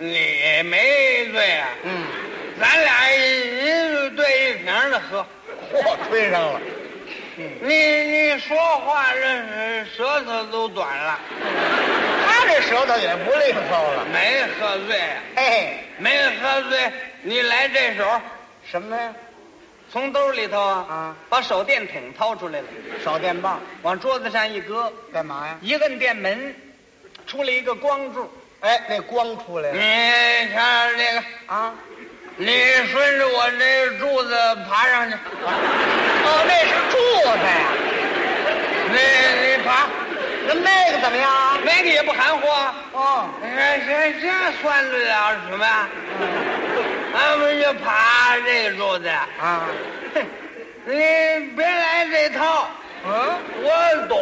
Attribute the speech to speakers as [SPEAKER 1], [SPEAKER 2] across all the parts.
[SPEAKER 1] 你没醉啊？
[SPEAKER 2] 嗯，
[SPEAKER 1] 咱俩一对一瓶的喝。
[SPEAKER 2] 嚯，吹上了。嗯
[SPEAKER 1] 你你说话这舌头都短了，
[SPEAKER 2] 他这舌头也不利索了。
[SPEAKER 1] 没喝醉啊，
[SPEAKER 2] 哎，
[SPEAKER 1] 没喝醉，你来这手，
[SPEAKER 2] 什么呀？
[SPEAKER 1] 从兜里头啊，
[SPEAKER 2] 啊
[SPEAKER 1] 把手电筒掏出来了，
[SPEAKER 2] 手电棒
[SPEAKER 1] 往桌子上一搁，
[SPEAKER 2] 干嘛呀？
[SPEAKER 1] 一摁电门，出来一个光柱。
[SPEAKER 2] 哎，那光出来
[SPEAKER 1] 嗯
[SPEAKER 2] 了、
[SPEAKER 1] 你看这个，
[SPEAKER 2] 啊！
[SPEAKER 1] 你顺着我这柱子爬上去，
[SPEAKER 2] 哦，那是柱子呀。
[SPEAKER 1] 你你爬，
[SPEAKER 2] 那那个怎么样啊？
[SPEAKER 1] 那个也不含糊啊。
[SPEAKER 2] 哦，
[SPEAKER 1] 哎，这这算得了什么啊呀？俺们就爬这柱子呀。
[SPEAKER 2] 嗯啊，
[SPEAKER 1] 哼你别来这套，
[SPEAKER 2] 嗯，
[SPEAKER 1] 我懂。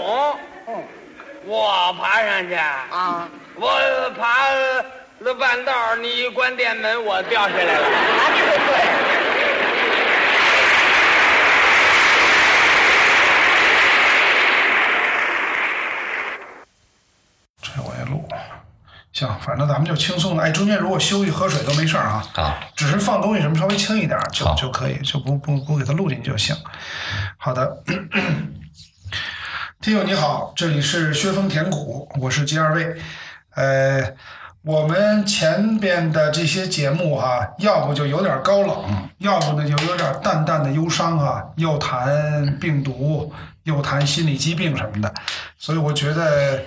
[SPEAKER 2] 哦，
[SPEAKER 1] 我爬上去，
[SPEAKER 2] 啊，
[SPEAKER 1] 我爬了半道儿，你一关电门，我掉下来了。
[SPEAKER 2] 啊，这个对。
[SPEAKER 3] 这我也录。行，反正咱们就轻松的。哎，中间如果休息喝水都没事儿啊，
[SPEAKER 4] 好，
[SPEAKER 3] 只是放东西什么稍微轻一点儿就
[SPEAKER 4] 好
[SPEAKER 3] 就可以，就不不不给它录进去就行。好的， 听友你好，这里是薛峰甜谷，我是吉二位。呃，我们前边的这些节目哈、要不就有点高冷，要不呢就有点淡淡的忧伤啊，又谈病毒，又谈心理疾病什么的，所以我觉得，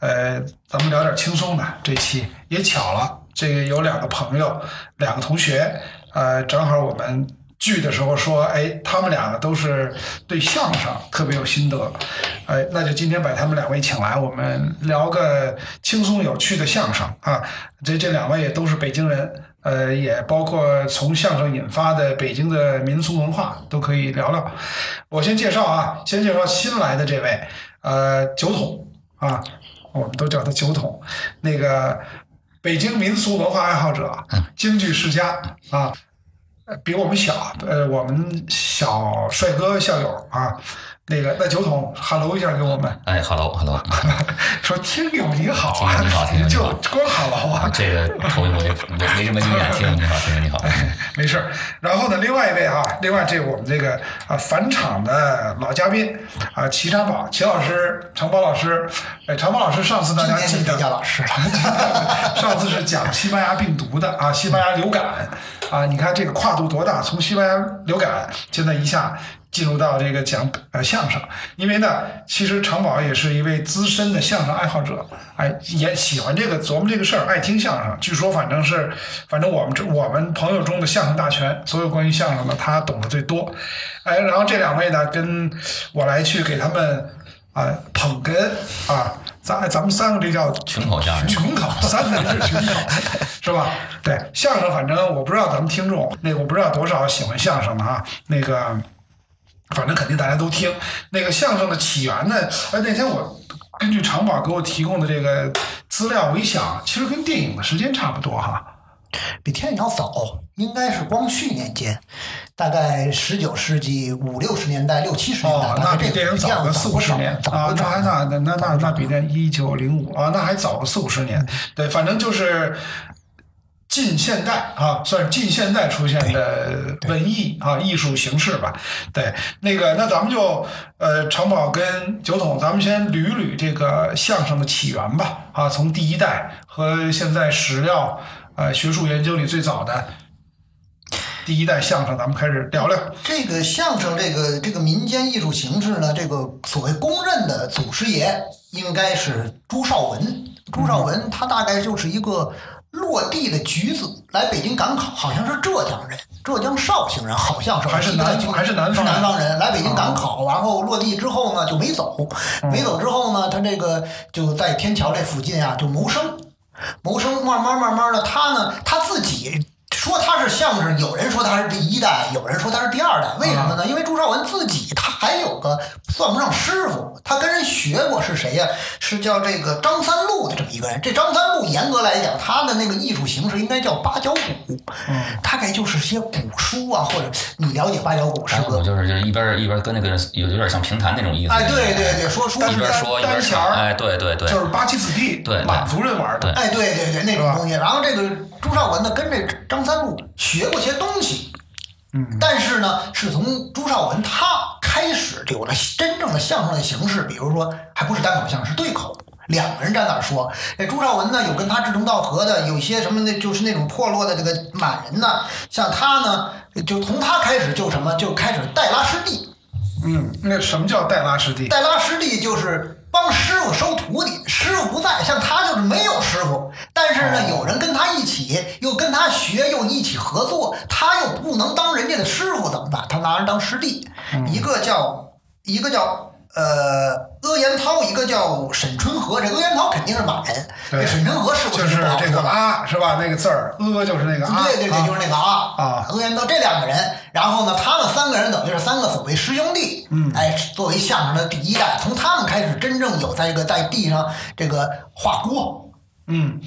[SPEAKER 3] 呃，咱们聊点轻松的。这期也巧了，这个有两个朋友，两个同学，呃，正好我们聚的时候说，哎，他们两个都是对相声特别有心得，哎，那就今天把他们两位请来，我们聊个轻松有趣的相声啊。这这两位也都是北京人，呃，也包括从相声引发的北京的民俗文化都可以聊聊。我先介绍啊，先介绍新来的这位，呃，酒桶啊，我们都叫他酒桶，那个北京民俗文化爱好者，
[SPEAKER 4] 嗯
[SPEAKER 3] 京剧世家啊，呃比我们小，呃，我们小帅哥校友啊，那个那酒桶哈喽一下给我们，
[SPEAKER 4] 哎，hello，hello，
[SPEAKER 3] 说听友你好啊，
[SPEAKER 4] 听友你好听友 你
[SPEAKER 3] 就
[SPEAKER 4] 好
[SPEAKER 3] 光哈喽啊，
[SPEAKER 4] 这个头一回没没什么经验，听你好，听你好，
[SPEAKER 3] 没事儿。然后呢，另外一位啊，另外这我们这个啊返场的老嘉宾啊，齐长宝，齐老师，长宝老师，哎，长宝老师上次大
[SPEAKER 2] 今
[SPEAKER 3] 家
[SPEAKER 2] 天
[SPEAKER 3] 记
[SPEAKER 2] 就
[SPEAKER 3] 得
[SPEAKER 2] 别叫老师了。
[SPEAKER 3] 上次是讲西班牙病毒的啊，西班牙流感啊，你看这个跨度多大，从西班牙流感现在一下进入到这个讲呃相声，因为呢，其实长宝也是一位资深的相声爱好者，哎，也喜欢这个琢磨这个事儿，爱听相声。据说反正是，反正我们这我们朋友中的相声大全，所有关于相声的他懂得最多。哎，然后这两位呢，跟我来去给他们啊捧哏啊，咱咱们三个这叫
[SPEAKER 4] 群口相声
[SPEAKER 3] 群口，三个是群口，是吧？对，相声反正我不知道咱们听众，那个我不知道多少喜欢相声的啊，那个反正肯定大家都听。那个相声的起源呢，哎，那天我根据长宝给我提供的这个资料，我一想，其实跟电影的时间差不多哈。
[SPEAKER 5] 比天影要早，应该是光绪年间，大概十九世纪五六十年代、六七十年代，
[SPEAKER 3] 哦，
[SPEAKER 5] 大
[SPEAKER 3] 那
[SPEAKER 5] 概
[SPEAKER 3] 比
[SPEAKER 5] 这
[SPEAKER 3] 电
[SPEAKER 5] 个
[SPEAKER 3] 影
[SPEAKER 5] 这
[SPEAKER 3] 早
[SPEAKER 5] 样
[SPEAKER 3] 个四五十年
[SPEAKER 5] 早
[SPEAKER 3] 啊，
[SPEAKER 5] 早
[SPEAKER 3] 那还
[SPEAKER 5] 早
[SPEAKER 3] 那那那那那比那一九零五啊，那还早个四五十
[SPEAKER 5] 嗯
[SPEAKER 3] 年。对，反正就是近现代啊，算是近现代出现的文艺啊艺术形式吧。对，那个那咱们就呃，长宝跟酒桶，咱们先捋捋这个相声的起源吧。啊，从第一代和现在史料呃学术研究里最早的第一代相声，咱们开始聊聊。
[SPEAKER 5] 这个相声这个这个民间艺术形式呢，这个所谓公认的祖师爷应该是朱绍文。朱绍
[SPEAKER 3] 嗯
[SPEAKER 5] 文他大概就是一个落地的橘子，来北京赶考，好像是浙江人，浙江绍兴人，好像是
[SPEAKER 3] 还是
[SPEAKER 5] 我记不太
[SPEAKER 3] 南
[SPEAKER 5] 清
[SPEAKER 3] 还是南方人啊
[SPEAKER 5] 南方人来北京赶考，然后落地之后呢就没走，没走之后呢，他这个就在天桥这附近啊就谋生，谋生慢慢慢慢的，他呢他自己说他是相声，有人说他是第一代，有人说他是第二代，为什么呢？因为朱绍文自己他还有个算不上师傅，他跟人学过是谁呀、是叫这个张三路的这么一个人。这张三路严格来讲，他的那个艺术形式应该叫八角鼓，大概就是些古书啊，或者你了解八角鼓诗
[SPEAKER 4] 然
[SPEAKER 5] 歌
[SPEAKER 4] 后我就是就是一边一边跟那个有有点像评弹那种意思。
[SPEAKER 5] 哎，对对对，说书
[SPEAKER 3] 但
[SPEAKER 4] 一
[SPEAKER 3] 是
[SPEAKER 4] 边说一边
[SPEAKER 3] 单弦
[SPEAKER 4] 唱，
[SPEAKER 3] 儿
[SPEAKER 4] 哎，对对对，
[SPEAKER 3] 就是八旗子弟
[SPEAKER 4] 对对
[SPEAKER 3] 满族人玩的。
[SPEAKER 4] 对
[SPEAKER 5] 哎，对对对，那种东西。然后这个朱绍文呢，跟这张三禄学过些东西，嗯，但是呢，是从朱绍文他开始有了真正的相声的形式，比如说还不是单口相声，是对口。两个人站那儿说，这朱绍文呢有跟他志同道合的，有些什么的，就是那种破落的这个满人呐、像他呢，就从他开始就什么就开始带拉师弟，
[SPEAKER 3] 嗯，那什么叫带拉师弟？
[SPEAKER 5] 带拉师弟就是帮师傅收徒弟，师傅不在，像他就是没有师傅，但是
[SPEAKER 3] 哦
[SPEAKER 5] 呢，有人跟他一起，又跟他学，又一起合作，他又不能当人家的师傅，怎么办？他拿人当师弟，
[SPEAKER 3] 嗯
[SPEAKER 5] 一个叫一个叫。呃，阿元涛，一个叫沈春和，这阿元涛肯定是满人，
[SPEAKER 3] 对
[SPEAKER 5] 这沈春和是不
[SPEAKER 3] 就是
[SPEAKER 5] 不好
[SPEAKER 3] 这
[SPEAKER 5] 说
[SPEAKER 3] 个
[SPEAKER 5] 吧
[SPEAKER 3] 啊，是吧？那个字儿，呃，就是那个啊，
[SPEAKER 5] 对对对，
[SPEAKER 3] 啊
[SPEAKER 5] 就是那个啊
[SPEAKER 3] 啊
[SPEAKER 5] 何元道这两个人，然后呢，他们三个人等于是三个所谓师兄弟，嗯，哎，作为相声的第一代，从他们开始真正有在这个在地上这个画锅，
[SPEAKER 3] 嗯，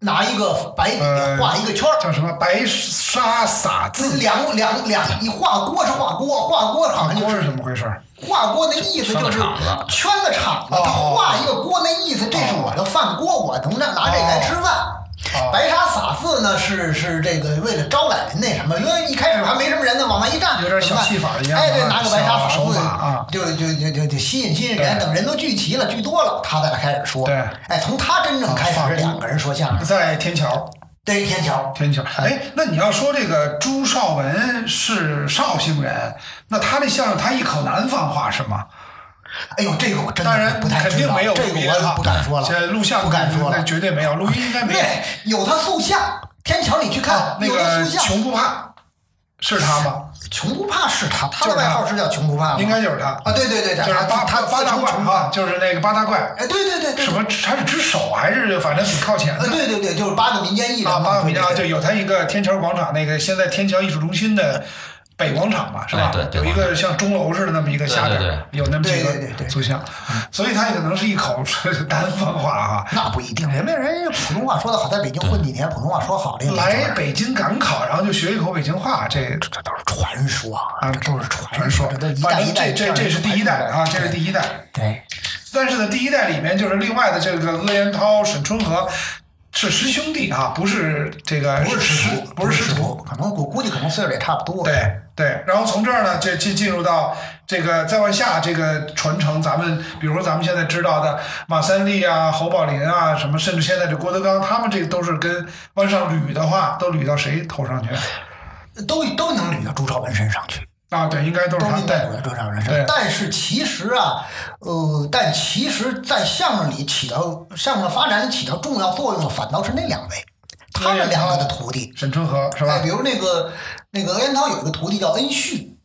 [SPEAKER 5] 拿一个白笔
[SPEAKER 3] 呃
[SPEAKER 5] 画一个圈儿。
[SPEAKER 3] 叫什么白沙撒字，
[SPEAKER 5] 两两两，你画锅是画锅，画锅好像就
[SPEAKER 3] 锅
[SPEAKER 5] 是
[SPEAKER 3] 啊是怎么回事儿？
[SPEAKER 5] 画锅那意思
[SPEAKER 4] 圈个
[SPEAKER 5] 就是
[SPEAKER 4] 场子
[SPEAKER 5] 圈个场子，
[SPEAKER 3] 哦
[SPEAKER 5] 他画一个锅那意思，这是我的饭锅，我能拿拿这个来吃饭。
[SPEAKER 3] 哦
[SPEAKER 5] 白沙撒字呢，是是这个为了招揽人那什么，因为一开始还没什么人呢，往那一站，
[SPEAKER 3] 有点
[SPEAKER 5] 怎么
[SPEAKER 3] 小
[SPEAKER 5] 办
[SPEAKER 3] 戏法一样啊
[SPEAKER 5] 哎，对，拿个白沙
[SPEAKER 3] 小
[SPEAKER 5] 撒
[SPEAKER 3] 手
[SPEAKER 5] 字
[SPEAKER 3] 法啊
[SPEAKER 5] 就就就就就吸引吸引人，
[SPEAKER 3] 对
[SPEAKER 5] 等人都聚齐了，聚多了，他再开始说。
[SPEAKER 3] 对
[SPEAKER 5] 哎，从他真正开
[SPEAKER 3] 啊
[SPEAKER 5] 始，两个人说相声，
[SPEAKER 3] 在天桥，
[SPEAKER 5] 对天桥，
[SPEAKER 3] 天桥。哎，那你要说这个朱绍文是绍兴人，那他那相声他一口南方话是吗？
[SPEAKER 5] 哎呦，这个我真
[SPEAKER 3] 当然
[SPEAKER 5] 的不太
[SPEAKER 3] 肯
[SPEAKER 5] 知
[SPEAKER 3] 定
[SPEAKER 5] 道，
[SPEAKER 3] 没有
[SPEAKER 5] 这
[SPEAKER 3] 录
[SPEAKER 5] 个
[SPEAKER 3] 音
[SPEAKER 5] 我
[SPEAKER 3] 啊
[SPEAKER 5] 也不敢说了，
[SPEAKER 3] 现在录像
[SPEAKER 5] 不敢说了
[SPEAKER 3] 那，绝对没有，录音应该没有。
[SPEAKER 5] 对，有他塑像，天桥你去看，
[SPEAKER 3] 哦那
[SPEAKER 5] 有他
[SPEAKER 3] 个
[SPEAKER 5] 塑像。
[SPEAKER 3] 穷不怕，是他吗？
[SPEAKER 5] 穷不怕是他，他
[SPEAKER 3] 就是
[SPEAKER 5] 的
[SPEAKER 3] 他
[SPEAKER 5] 外号是叫穷不怕吗？
[SPEAKER 3] 应该就是哎他
[SPEAKER 5] 啊，对对对，
[SPEAKER 3] 就是八
[SPEAKER 5] 他他
[SPEAKER 3] 八大怪
[SPEAKER 5] 穷
[SPEAKER 3] 啊，就是那个八大怪，
[SPEAKER 5] 哎，对对对对，
[SPEAKER 3] 什么他是只手还是反正挺靠前
[SPEAKER 5] 呃，
[SPEAKER 3] 的
[SPEAKER 5] 对对对，就是八个民间艺人
[SPEAKER 3] 啊？
[SPEAKER 5] 嘛
[SPEAKER 3] 八个名家
[SPEAKER 5] 对
[SPEAKER 3] 就
[SPEAKER 5] 对对
[SPEAKER 3] 有他一个天桥广场，那个现在天桥艺术中心的北广场吧，是吧？
[SPEAKER 4] 哎对对
[SPEAKER 3] 有
[SPEAKER 4] 北
[SPEAKER 3] 一个像钟楼似的那么一个下边
[SPEAKER 4] 对对
[SPEAKER 3] 儿，有那么几
[SPEAKER 5] 对对对
[SPEAKER 3] 个
[SPEAKER 5] 对嗯
[SPEAKER 3] 塑像， 所以他也可能是一口 南方话啊。
[SPEAKER 5] 那不一定，人家人家普通话说的好，在北京混几年，普通话说好了也没事
[SPEAKER 3] 来
[SPEAKER 5] 儿
[SPEAKER 3] 北京赶考，然后就学一口北京话，这
[SPEAKER 5] 这都是传说啊，这都是
[SPEAKER 3] 传
[SPEAKER 5] 传
[SPEAKER 3] 说
[SPEAKER 5] 这都是。一代
[SPEAKER 3] 反
[SPEAKER 5] 一
[SPEAKER 3] 正
[SPEAKER 5] 代
[SPEAKER 3] 这
[SPEAKER 5] 传
[SPEAKER 3] 这
[SPEAKER 5] 下来的传
[SPEAKER 3] 这
[SPEAKER 5] 说。
[SPEAKER 3] 是第一代啊，这是第一代。
[SPEAKER 5] 对，
[SPEAKER 3] 但是呢，第一代里面就是另外的这个鄂元涛、沈春和是师兄弟啊，不是这个
[SPEAKER 5] 不是
[SPEAKER 3] 哎师
[SPEAKER 5] 师徒，
[SPEAKER 3] 不是师
[SPEAKER 5] 师
[SPEAKER 3] 徒。
[SPEAKER 5] 徒，可能我估计可能岁数也差不多。
[SPEAKER 3] 对对，然后从这儿呢，就进进入到这个再往下这个传承，咱们比如说咱们现在知道的马三立啊、侯宝林啊，什么甚至现在这郭德纲，他们这个都是跟往上捋的话，都捋到谁头上去？
[SPEAKER 5] 都都能捋到朱朝文身上去。
[SPEAKER 3] 啊，对，应该都是
[SPEAKER 5] 都
[SPEAKER 3] 他
[SPEAKER 5] 应该
[SPEAKER 3] 带
[SPEAKER 5] 有
[SPEAKER 3] 的。
[SPEAKER 5] 正常人
[SPEAKER 3] 对
[SPEAKER 5] 生。但是其实啊，呃，但其实，在相声里起到相声发展里起到重要作用的，反倒是那两位，他们两个的徒弟。
[SPEAKER 3] 沈春和是吧
[SPEAKER 5] 哎，？比如那个那个恩涛有一个徒弟叫恩旭，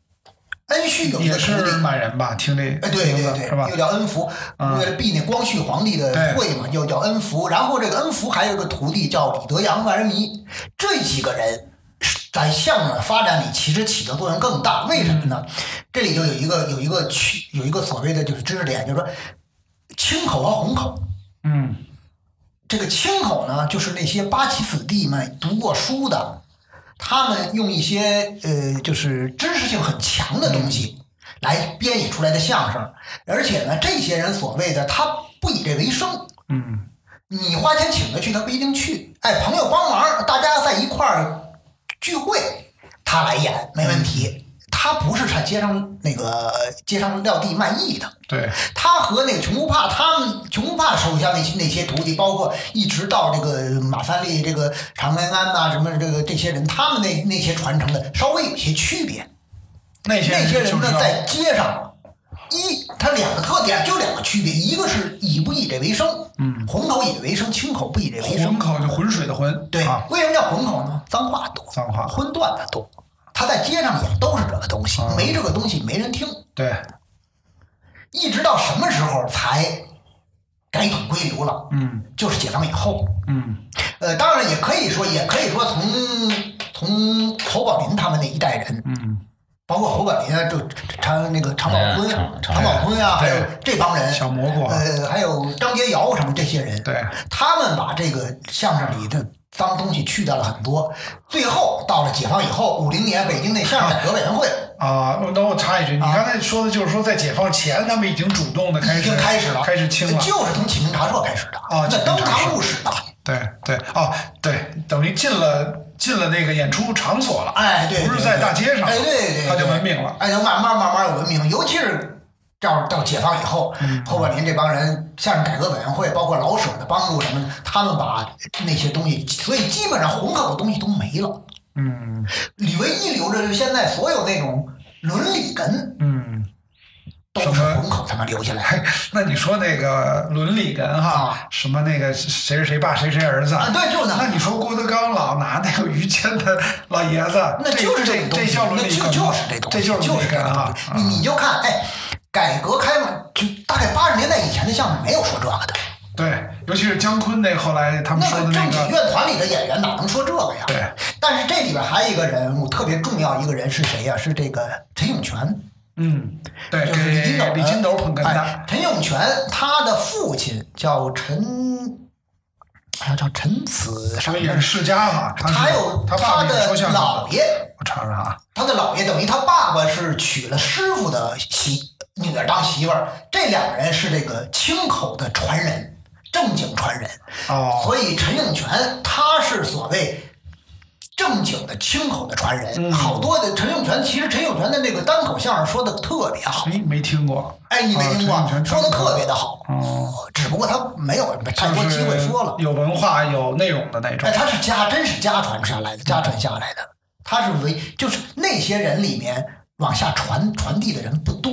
[SPEAKER 5] 恩旭有一
[SPEAKER 3] 也
[SPEAKER 5] 个徒
[SPEAKER 3] 是
[SPEAKER 5] 弟。
[SPEAKER 3] 满人吧？听这名
[SPEAKER 5] 哎，对对
[SPEAKER 3] 字是吧啊
[SPEAKER 5] 对，又？叫恩福，为了避那光绪皇帝的
[SPEAKER 3] 对
[SPEAKER 5] 讳嘛，又叫恩福。然后这个恩福还有一个徒弟叫李德阳万人迷，这几个人是在相声发展里其实起的作用更大。为什么
[SPEAKER 3] 嗯
[SPEAKER 5] 呢？这里就有一个有一个区有一个所谓的就是知识点，就是说青口和红口。
[SPEAKER 3] 嗯，
[SPEAKER 5] 这个青口呢，就是那些八旗子弟们读过书的，他们用一些呃，就是知识性很强的东西来编译出来的相声，而且呢，这些人所谓的他不以这为生，
[SPEAKER 3] 嗯，
[SPEAKER 5] 你花钱请他去，他不一定去，哎，朋友帮忙，大家在一块儿聚会，他来演没问题，他不是上街上那个街上撂地卖艺的，
[SPEAKER 3] 对。
[SPEAKER 5] 他和那个穷不怕，他们穷不怕手下那些那些徒弟，包括一直到这个马三立、这个常连安呐、什么这个这些人，他们那那些传承的稍微有些区别。
[SPEAKER 3] 那些
[SPEAKER 5] 那些人
[SPEAKER 3] 就是
[SPEAKER 5] 呢
[SPEAKER 3] 要，
[SPEAKER 5] 在街上，一他两个特点就两个区别，一个是以不以这为生，嗯，红口以这为生，青口不以这为
[SPEAKER 3] 浑
[SPEAKER 5] 生。
[SPEAKER 3] 口就浑水的浑，
[SPEAKER 5] 对，
[SPEAKER 3] 啊，
[SPEAKER 5] 为什么叫混口呢？脏话多，
[SPEAKER 3] 脏话
[SPEAKER 5] 荤段子多。他在街上也都是这个东西，
[SPEAKER 3] 啊
[SPEAKER 5] 没这个东西没人听。
[SPEAKER 3] 对，
[SPEAKER 5] 一直到什么时候才改土归流了？
[SPEAKER 3] 嗯
[SPEAKER 5] 就是解放以后。
[SPEAKER 3] 嗯，
[SPEAKER 5] 呃，当然也可以说，也可以说从从侯宝林他们那一代人，
[SPEAKER 3] 嗯，
[SPEAKER 5] 包括侯宝林啊，就常那个常宝坤、
[SPEAKER 4] 嗯常
[SPEAKER 5] 常宝坤啊，还
[SPEAKER 3] 对
[SPEAKER 5] 有这帮人，
[SPEAKER 3] 小蘑菇啊
[SPEAKER 5] 呃，还有张杰尧什么这些人，
[SPEAKER 3] 对，
[SPEAKER 5] 他们把这个相声里的脏东西去掉了很多。最后到了解放以后，五零年北京那相声改革委员会
[SPEAKER 3] 啊，那我插一句，你
[SPEAKER 5] 啊
[SPEAKER 3] 刚才说的就是说，在解放前，他们已经主动的开
[SPEAKER 5] 已
[SPEAKER 3] 始
[SPEAKER 5] 经开始了，
[SPEAKER 3] 开始清了，
[SPEAKER 5] 就是从启明茶社开始的
[SPEAKER 3] 哦
[SPEAKER 5] 那
[SPEAKER 3] 启明
[SPEAKER 5] 登
[SPEAKER 3] 茶
[SPEAKER 5] 堂
[SPEAKER 3] 社
[SPEAKER 5] 入室的。
[SPEAKER 3] 对对哦，对，等于进了进了那个演出场所了，
[SPEAKER 5] 哎，对，
[SPEAKER 3] 不
[SPEAKER 5] 对
[SPEAKER 3] 是在
[SPEAKER 5] 对
[SPEAKER 3] 大街上，
[SPEAKER 5] 哎，对对对，
[SPEAKER 3] 他就文明了，
[SPEAKER 5] 哎，就慢慢慢慢有文明，尤其是到到解放以后，
[SPEAKER 3] 嗯
[SPEAKER 5] 侯宝林这帮人，相声改革委员会，包括老舍的帮助什么的，他们把那些东西，所以基本上红口的东西都没了。
[SPEAKER 3] 嗯
[SPEAKER 5] 李维一留着，就是现在所有那种伦理根
[SPEAKER 3] 嗯。
[SPEAKER 5] 都
[SPEAKER 3] 什
[SPEAKER 5] 是
[SPEAKER 3] 么
[SPEAKER 5] 红口他们留下来的。
[SPEAKER 3] 哎，那你说那个伦理根哈
[SPEAKER 5] 啊，
[SPEAKER 3] 什么那个谁是谁爸，谁谁儿子
[SPEAKER 5] 啊对就是那
[SPEAKER 3] 那你说郭德纲老拿那个于谦的老爷子，
[SPEAKER 5] 那
[SPEAKER 3] 这
[SPEAKER 5] 就是
[SPEAKER 3] 这
[SPEAKER 5] 种东西，
[SPEAKER 3] 叫伦
[SPEAKER 5] 那
[SPEAKER 3] 理
[SPEAKER 5] 就
[SPEAKER 3] 根吗，
[SPEAKER 5] 就是这东
[SPEAKER 3] 这
[SPEAKER 5] 西，
[SPEAKER 3] 就是伦理
[SPEAKER 5] 这
[SPEAKER 3] 根
[SPEAKER 5] 个
[SPEAKER 3] 啊
[SPEAKER 5] 东西。你你就看，哎，改革开放就大概八十年代以前的相声没有说这个的。
[SPEAKER 3] 对，尤其是姜昆那后来他们
[SPEAKER 5] 那
[SPEAKER 3] 说
[SPEAKER 5] 个
[SPEAKER 3] 的那
[SPEAKER 5] 正经
[SPEAKER 3] 个，
[SPEAKER 5] 乐团里的演员哪能说这个呀？
[SPEAKER 3] 对。
[SPEAKER 5] 但是这里边还有一个人物特别重要，一个人是谁呀、是这个陈永泉，
[SPEAKER 3] 嗯，对，
[SPEAKER 5] 就
[SPEAKER 3] 给
[SPEAKER 5] 是李金斗的。
[SPEAKER 3] 李金斗捧哏
[SPEAKER 5] 哎
[SPEAKER 3] 的，
[SPEAKER 5] 陈永泉他的父亲叫陈，哎呀叫陈子什
[SPEAKER 3] 他
[SPEAKER 5] 么
[SPEAKER 3] 也是世家嘛，他是
[SPEAKER 5] 还有
[SPEAKER 3] 他爸爸也
[SPEAKER 5] 的
[SPEAKER 3] 说相声
[SPEAKER 5] 姥爷，
[SPEAKER 3] 我查查啊，
[SPEAKER 5] 他的姥爷等于他爸爸是娶了师傅的媳女儿当媳妇儿，这两个人是这个清口的传人，正经传人。
[SPEAKER 3] 哦，
[SPEAKER 5] 所以陈永泉他是所谓正经的清口的传人，
[SPEAKER 3] 嗯
[SPEAKER 5] 好多的陈永泉，其实陈永泉的那个单口相声说的特别好，
[SPEAKER 3] 没没听过，
[SPEAKER 5] 哎，你没听过，
[SPEAKER 3] 啊陈永泉
[SPEAKER 5] 说的特别的好，
[SPEAKER 3] 哦，
[SPEAKER 5] 只不过他没有太多
[SPEAKER 3] 就
[SPEAKER 5] 机会
[SPEAKER 3] 是
[SPEAKER 5] 说了，
[SPEAKER 3] 有文化有内容的那种
[SPEAKER 5] 哎，，他是家真是家传下来的，家传下来的，他是唯就是那些人里面往下传传递的人不多，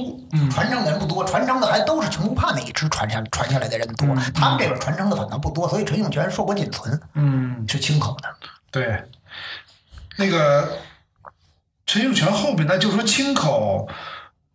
[SPEAKER 5] 传承的人不多，传承的还都是穷不怕那一支传下传下来的人多，他们这边传承的反倒不多，所以陈永泉硕果仅存，
[SPEAKER 3] 嗯。
[SPEAKER 5] 是清口的。
[SPEAKER 3] 对，那个陈永泉后面呢，就是说清口，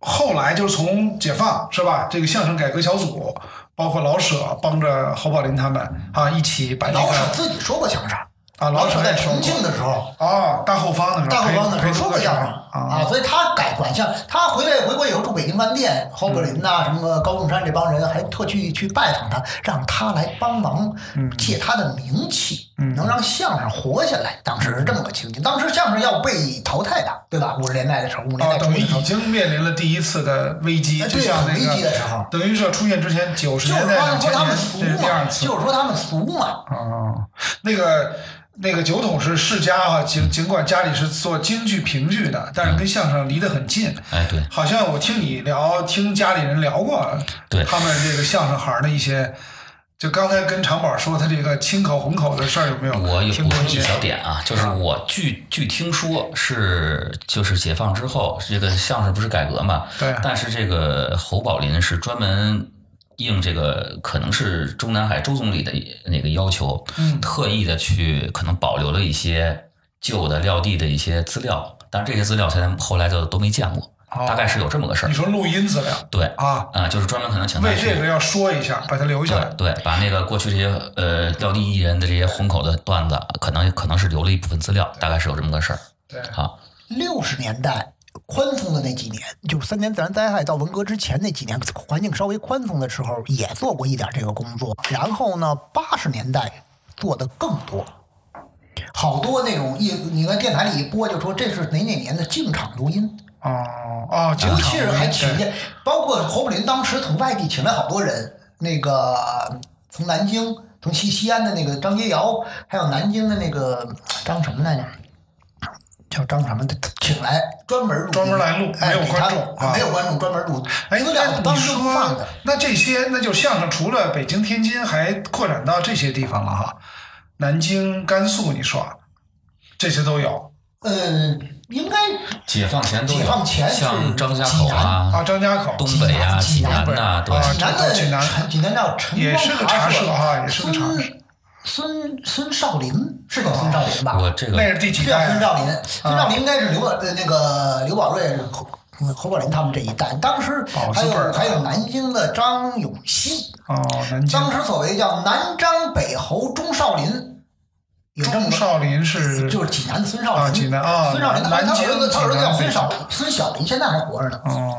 [SPEAKER 3] 后来就是从解放是吧？这个相声改革小组，包括老舍帮着侯宝林他们啊，一起把这
[SPEAKER 5] 老舍
[SPEAKER 3] 个
[SPEAKER 5] 自己说过相声，
[SPEAKER 3] 啊，老
[SPEAKER 5] 舍
[SPEAKER 3] 舍
[SPEAKER 5] 在
[SPEAKER 3] 也说
[SPEAKER 5] 重
[SPEAKER 3] 过
[SPEAKER 5] 庆的时候，
[SPEAKER 3] 哦，大后方的时候，
[SPEAKER 5] 大后方的时
[SPEAKER 3] 陪
[SPEAKER 5] 候
[SPEAKER 3] 陪
[SPEAKER 5] 说
[SPEAKER 3] 读
[SPEAKER 5] 过
[SPEAKER 3] 的时
[SPEAKER 5] 相
[SPEAKER 3] 候
[SPEAKER 5] 声啊，所以他改管相，他回来回国以后住北京饭店，侯宝林
[SPEAKER 3] 嗯
[SPEAKER 5] 呐、什么高仲山这帮人还特去去拜访他，让他来帮忙，
[SPEAKER 3] 嗯
[SPEAKER 5] 借他的名气，能让相声活下来。当时是这么个情景，当时相声要被淘汰的，对吧？五十年代的时候，五十年
[SPEAKER 3] 啊，
[SPEAKER 5] 代初
[SPEAKER 3] 等于
[SPEAKER 5] 的时候
[SPEAKER 3] 已，经面临了第一次的危机，
[SPEAKER 5] 哎
[SPEAKER 3] 就
[SPEAKER 5] 对
[SPEAKER 3] 像那
[SPEAKER 5] 很危机的
[SPEAKER 3] 个
[SPEAKER 5] 时候
[SPEAKER 3] 等于是出现之前九十
[SPEAKER 5] 就是
[SPEAKER 3] 年代、两
[SPEAKER 5] 说
[SPEAKER 3] 千
[SPEAKER 5] 他们
[SPEAKER 3] 年，
[SPEAKER 5] 俗
[SPEAKER 3] 这是第
[SPEAKER 5] 嘛，
[SPEAKER 3] 二次，
[SPEAKER 5] 就是说他们俗嘛，
[SPEAKER 3] 哦，那个那个酒桶是世家啊，尽尽管家里是做京剧、评剧的，但是跟相声离得很近。
[SPEAKER 4] 哎，对
[SPEAKER 3] 好像我听你聊，听家里人聊过，
[SPEAKER 4] 对
[SPEAKER 3] 他们这个相声行的一些，就刚才跟常宝说他这个亲口红口的事儿有没有？
[SPEAKER 4] 我有
[SPEAKER 3] 听过
[SPEAKER 4] 我
[SPEAKER 3] 一
[SPEAKER 4] 有
[SPEAKER 3] 些
[SPEAKER 4] 一小 点啊，就是我据据听说是就是解放之后，这个相声不是改革嘛？
[SPEAKER 3] 对
[SPEAKER 4] 但是这个侯宝林是专门应这个可能是中南海周总理的那个要求，
[SPEAKER 3] 嗯
[SPEAKER 4] 特意的去可能保留了一些旧的撂地的一些资料，但是这些资料现在后来就都没见过，
[SPEAKER 3] 哦
[SPEAKER 4] 大概是有这么个事儿
[SPEAKER 3] 你。说录音资料
[SPEAKER 4] 对
[SPEAKER 3] 啊，
[SPEAKER 4] 啊，就是专门可能
[SPEAKER 5] 嗯
[SPEAKER 4] 请他
[SPEAKER 3] 为
[SPEAKER 4] 去
[SPEAKER 3] 这个要说一下，把它留下来。
[SPEAKER 4] 对对，把那个过去这些呃撂地艺人的这些混口的段子，可能可能是留了一部分资料，大概是有这么个事儿。
[SPEAKER 3] 对
[SPEAKER 4] 啊，
[SPEAKER 5] 六十年代宽松的那几年，就是三年自然灾害到文革之前那几年，环境稍微宽松的时候，也做过一点这个工作。然后呢，八十年代做的更多，好多那种一你看电台里一播就说这是哪哪年的净场录音，
[SPEAKER 3] 哦哦，
[SPEAKER 5] 尤其是还
[SPEAKER 3] 请
[SPEAKER 5] 请见，包括侯宝林当时从外地请来好多人，那个从南京、从西西安的那个张杰尧，还有南京的那个张什么来着？叫张什么的，请来专门录，
[SPEAKER 3] 专门来录没
[SPEAKER 5] 哎，
[SPEAKER 3] 有
[SPEAKER 5] 给他
[SPEAKER 3] 观众啊
[SPEAKER 5] 没有观众，专门录，
[SPEAKER 3] 哎，
[SPEAKER 5] 资料
[SPEAKER 3] 那
[SPEAKER 5] 当
[SPEAKER 3] 你
[SPEAKER 5] 时就不放
[SPEAKER 3] 说
[SPEAKER 5] 的。，
[SPEAKER 3] 那这些那就相声除了北京、天津，还扩展到这些地方了哈，南京、甘肃，你说啊这些都有
[SPEAKER 5] 呃，应该
[SPEAKER 4] 解放前都有
[SPEAKER 5] 解放前是
[SPEAKER 4] 像张家口啊
[SPEAKER 5] 嗯
[SPEAKER 3] 啊？、张家口、
[SPEAKER 4] 东北啊、
[SPEAKER 5] 济
[SPEAKER 4] 济
[SPEAKER 5] 南
[SPEAKER 4] 南
[SPEAKER 3] 济南
[SPEAKER 4] 呐，对，
[SPEAKER 3] 啊
[SPEAKER 5] 济南的
[SPEAKER 3] 这都济南
[SPEAKER 5] 陈，济南叫陈
[SPEAKER 3] 也
[SPEAKER 5] 光
[SPEAKER 3] 是个
[SPEAKER 5] 茶
[SPEAKER 3] 茶社啊也是个茶
[SPEAKER 5] 孙
[SPEAKER 3] 社啊
[SPEAKER 5] 孙孙少林是叫孙少林吧？
[SPEAKER 4] 我这
[SPEAKER 3] 那
[SPEAKER 4] 个
[SPEAKER 3] 是第几
[SPEAKER 5] 是叫
[SPEAKER 3] 代
[SPEAKER 5] 孙
[SPEAKER 3] 啊？
[SPEAKER 5] 兆林，孙兆林应该是刘宝呃那个刘宝瑞、侯侯宝林他们这一代。当时
[SPEAKER 3] 哦
[SPEAKER 5] 还
[SPEAKER 3] 是辈
[SPEAKER 5] 有
[SPEAKER 3] 儿
[SPEAKER 5] 还有南京的张永熙，
[SPEAKER 3] 哦，南京
[SPEAKER 5] 当时所谓叫南张北侯钟少林，有这
[SPEAKER 3] 钟
[SPEAKER 5] 么个
[SPEAKER 3] 少林是
[SPEAKER 5] 就是济南的孙少
[SPEAKER 3] 啊
[SPEAKER 5] 林，
[SPEAKER 3] 济南啊
[SPEAKER 5] 孙少林，他
[SPEAKER 3] 南
[SPEAKER 5] 他
[SPEAKER 3] 京
[SPEAKER 5] 儿子他儿
[SPEAKER 3] 济
[SPEAKER 5] 子
[SPEAKER 3] 南
[SPEAKER 5] 叫孙
[SPEAKER 3] 北
[SPEAKER 5] 少
[SPEAKER 3] 少
[SPEAKER 5] 林，孙小林现在还活着呢。
[SPEAKER 3] 哦，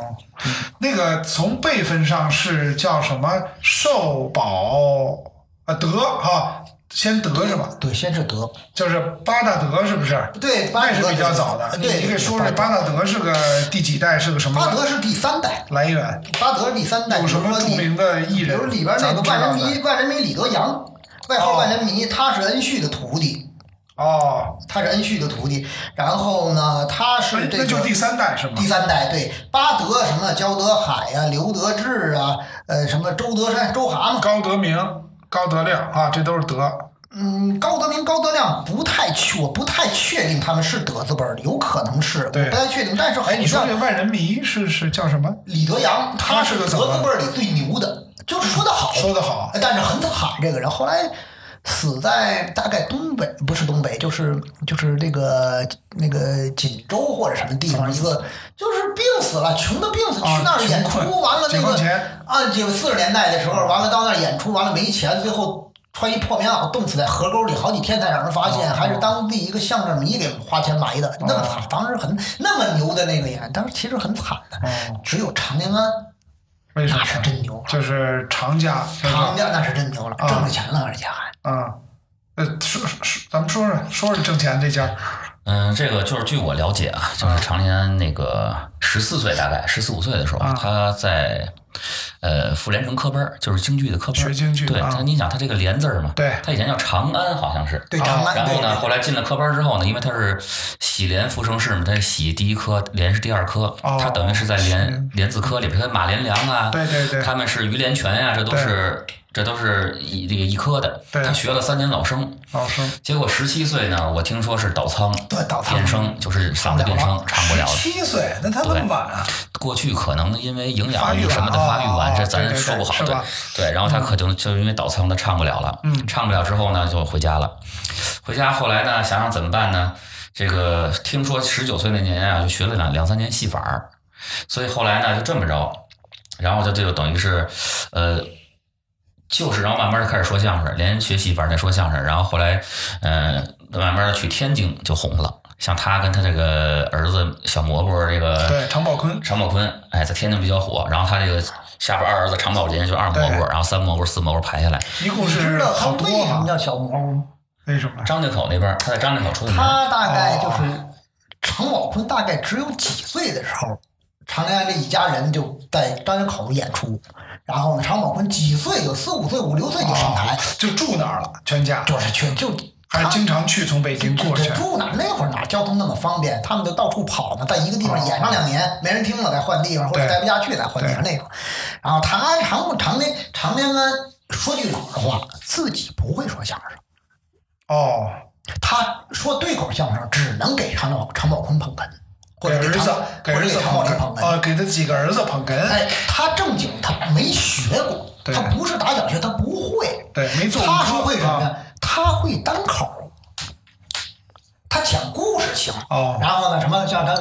[SPEAKER 3] 那个从辈分上是叫什么寿保啊德哈、先德是吧？
[SPEAKER 5] 对，先是德，
[SPEAKER 3] 就是八大德是不是？
[SPEAKER 5] 对，巴
[SPEAKER 3] 那是
[SPEAKER 5] 德呃
[SPEAKER 3] 比较早的。你
[SPEAKER 5] 对，
[SPEAKER 3] 你给说说
[SPEAKER 5] 巴
[SPEAKER 3] 八大德是个第几代，是个什么
[SPEAKER 5] 巴德是第三代，
[SPEAKER 3] 来源？
[SPEAKER 5] 巴德是第三代，
[SPEAKER 3] 有什么
[SPEAKER 5] 比如说
[SPEAKER 3] 著名的艺人
[SPEAKER 5] 比如里边那个万人
[SPEAKER 3] 咱们知
[SPEAKER 5] 迷，万人迷李德阳，外号
[SPEAKER 3] 哦
[SPEAKER 5] 万人迷，他是恩旭的徒弟，
[SPEAKER 3] 哦，
[SPEAKER 5] 他是恩旭的徒弟。然后呢，他
[SPEAKER 3] 那
[SPEAKER 5] 是这
[SPEAKER 3] 哎那就
[SPEAKER 5] 个
[SPEAKER 3] 第三代是吗
[SPEAKER 5] 第？三代，对，巴德什么焦德海呀、刘德志啊，呃，什么周德山、周蛤蟆，
[SPEAKER 3] 高德明、高德亮啊，这都是德。
[SPEAKER 5] 嗯，高德明、高德亮不太确，我不太确定他们是德字辈儿的，有可能是，我
[SPEAKER 3] 对
[SPEAKER 5] 不太确定。但是好
[SPEAKER 3] 哎，你说
[SPEAKER 5] 像
[SPEAKER 3] 这万人迷是是叫什么？
[SPEAKER 5] 李德阳他
[SPEAKER 3] 他
[SPEAKER 5] 是
[SPEAKER 3] 是
[SPEAKER 5] 德
[SPEAKER 3] 个
[SPEAKER 5] 字
[SPEAKER 3] 怎么
[SPEAKER 5] 辈儿里最牛的，就是说的好，
[SPEAKER 3] 说得好，
[SPEAKER 5] 但是很惨，这个人后来死在大概东北，不是东北，就是就是那个那个锦州或者什么地方，一个就是病死了，穷的病死，
[SPEAKER 3] 啊
[SPEAKER 5] 去那儿演
[SPEAKER 3] 穷
[SPEAKER 5] 出
[SPEAKER 3] 困
[SPEAKER 5] 完了那
[SPEAKER 3] 解
[SPEAKER 5] 个
[SPEAKER 3] 放前
[SPEAKER 5] 啊，九四十年代的时候，完了到那儿演出完了没钱，最后。穿一破棉袄冻死在河沟里好几天才让人发现，
[SPEAKER 3] 哦
[SPEAKER 5] 还是当地一个相声迷给花钱埋的，那么惨，当时很那么牛的那个演员，当时其实很惨的
[SPEAKER 3] 哦，
[SPEAKER 5] 只有常宁安
[SPEAKER 3] 为什么
[SPEAKER 5] 那？是真牛
[SPEAKER 3] 就是常家，就是
[SPEAKER 5] 常家那是真牛了，
[SPEAKER 3] 啊
[SPEAKER 5] 挣了钱了，而且还
[SPEAKER 3] 啊，呃，说说说，咱们说说说说挣钱这家，
[SPEAKER 4] 嗯，这个就是据我了解啊，就是常林安那个十四岁，大概十四五岁的时候，啊
[SPEAKER 3] 啊
[SPEAKER 4] 他在呃妇联城科班儿，就是京剧的科班儿，
[SPEAKER 3] 学京剧
[SPEAKER 4] 对，
[SPEAKER 3] 啊
[SPEAKER 4] 他你想他这个“连”字儿嘛，
[SPEAKER 3] 对
[SPEAKER 4] 他以前叫长安，好像是。
[SPEAKER 5] 对长安，
[SPEAKER 4] 然
[SPEAKER 5] 对
[SPEAKER 4] 后呢，
[SPEAKER 5] 对
[SPEAKER 4] 后来进了科班儿之后呢，因为他是喜连复生士嘛，他是喜第一科，连是第二科，
[SPEAKER 3] 哦
[SPEAKER 4] 他等于是在连连字科里边，他马连良啊，
[SPEAKER 3] 对对对
[SPEAKER 4] 他们是于连泉呀、这都是这都是一这个一科的，
[SPEAKER 3] 对
[SPEAKER 4] 他学了三年老生，
[SPEAKER 3] 老生
[SPEAKER 4] 结果十七岁呢，我听说是倒仓，
[SPEAKER 5] 对倒仓
[SPEAKER 4] 变声，就是嗓子变声，唱不了了。
[SPEAKER 3] 七岁，那他那么晚啊？
[SPEAKER 4] 过去可能因为营
[SPEAKER 3] 发
[SPEAKER 4] 养
[SPEAKER 3] 育
[SPEAKER 4] 与什么的
[SPEAKER 3] 晚
[SPEAKER 4] 发育晚，
[SPEAKER 3] 哦
[SPEAKER 4] 这
[SPEAKER 3] 对
[SPEAKER 4] 咱
[SPEAKER 3] 对对
[SPEAKER 4] 说不好，
[SPEAKER 3] 是
[SPEAKER 4] 对
[SPEAKER 3] 吧
[SPEAKER 4] 对。然后他可能就因为倒仓，他唱不了了，
[SPEAKER 3] 嗯
[SPEAKER 4] 唱不了之后呢，就回家了。回家后来呢，想想怎么办呢？这个听说十九岁那年啊，就学了两两三年戏法儿，所以后来呢，就这么着，然后他就等于是，呃。就是，然后慢慢的开始说相声，连学戏法儿再说相声，然后后来，呃，慢慢的去天津就红了。像他跟他这个儿子小蘑菇这个，
[SPEAKER 3] 对，常宝坤，
[SPEAKER 4] 常宝坤，哎，在天津比较火。然后他这个下边二儿子常宝林就是二蘑菇，
[SPEAKER 3] 对
[SPEAKER 4] 然后三蘑菇、四蘑菇排下来。
[SPEAKER 3] 一共
[SPEAKER 5] 你知
[SPEAKER 3] 是
[SPEAKER 5] 道他
[SPEAKER 3] 好
[SPEAKER 5] 为
[SPEAKER 3] 多
[SPEAKER 5] 什么
[SPEAKER 3] 哈，
[SPEAKER 5] 叫小蘑菇吗？
[SPEAKER 3] 为什么？
[SPEAKER 4] 张家口那边，他在张家口出的名。
[SPEAKER 5] 他大概
[SPEAKER 3] 哦
[SPEAKER 5] 就是常宝坤，大概只有几岁的时候，常连安这一家人就在张家口演出，然后呢，常宝坤几岁，有四五岁、五六岁就上台，
[SPEAKER 3] 就住那儿了，全家
[SPEAKER 5] 哦就是去就
[SPEAKER 3] 哦还
[SPEAKER 5] 他
[SPEAKER 3] 经常去从北京过
[SPEAKER 5] 对
[SPEAKER 3] 去，
[SPEAKER 5] 住哪儿那会儿哪儿交通那么方便，他们就到处跑嘛，在一个地方
[SPEAKER 3] 哦
[SPEAKER 5] 演上两年，没人听了再换地方，或者
[SPEAKER 3] 对
[SPEAKER 5] 待不下去再换地方那种。然后长安常常年常连安说句老实话，自己不会说相声，
[SPEAKER 3] 哦，
[SPEAKER 5] 他说对口相声只能给常宝常宝坤捧哏，或
[SPEAKER 3] 给
[SPEAKER 5] 者
[SPEAKER 3] 儿
[SPEAKER 5] 常
[SPEAKER 3] 子，给
[SPEAKER 5] 或者
[SPEAKER 3] 儿
[SPEAKER 5] 给
[SPEAKER 3] 子
[SPEAKER 5] 常宝
[SPEAKER 3] 捧
[SPEAKER 5] 林
[SPEAKER 3] 哏
[SPEAKER 5] 捧，哏。
[SPEAKER 3] 啊，给他几个儿子捧哏，
[SPEAKER 5] 哎，他正经他没学过，
[SPEAKER 3] 对
[SPEAKER 5] 他不是打小学，他不会。
[SPEAKER 3] 对没做过
[SPEAKER 5] 他是会
[SPEAKER 3] 啊
[SPEAKER 5] 什么呀？他会单口儿。他讲故事行，
[SPEAKER 3] 哦
[SPEAKER 5] 然后呢，什么像他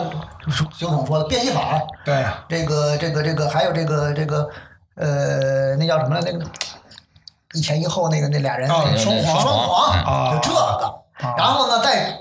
[SPEAKER 5] 刘总说的变戏法儿，
[SPEAKER 3] 对，啊
[SPEAKER 5] 这个这个这个，还有这个这个呃，那叫什么来？那个一前一后那个那俩人，
[SPEAKER 3] 哦
[SPEAKER 5] 那个
[SPEAKER 3] 双簧
[SPEAKER 5] 双簧
[SPEAKER 3] 嗯
[SPEAKER 5] 啊就这个。然后呢，在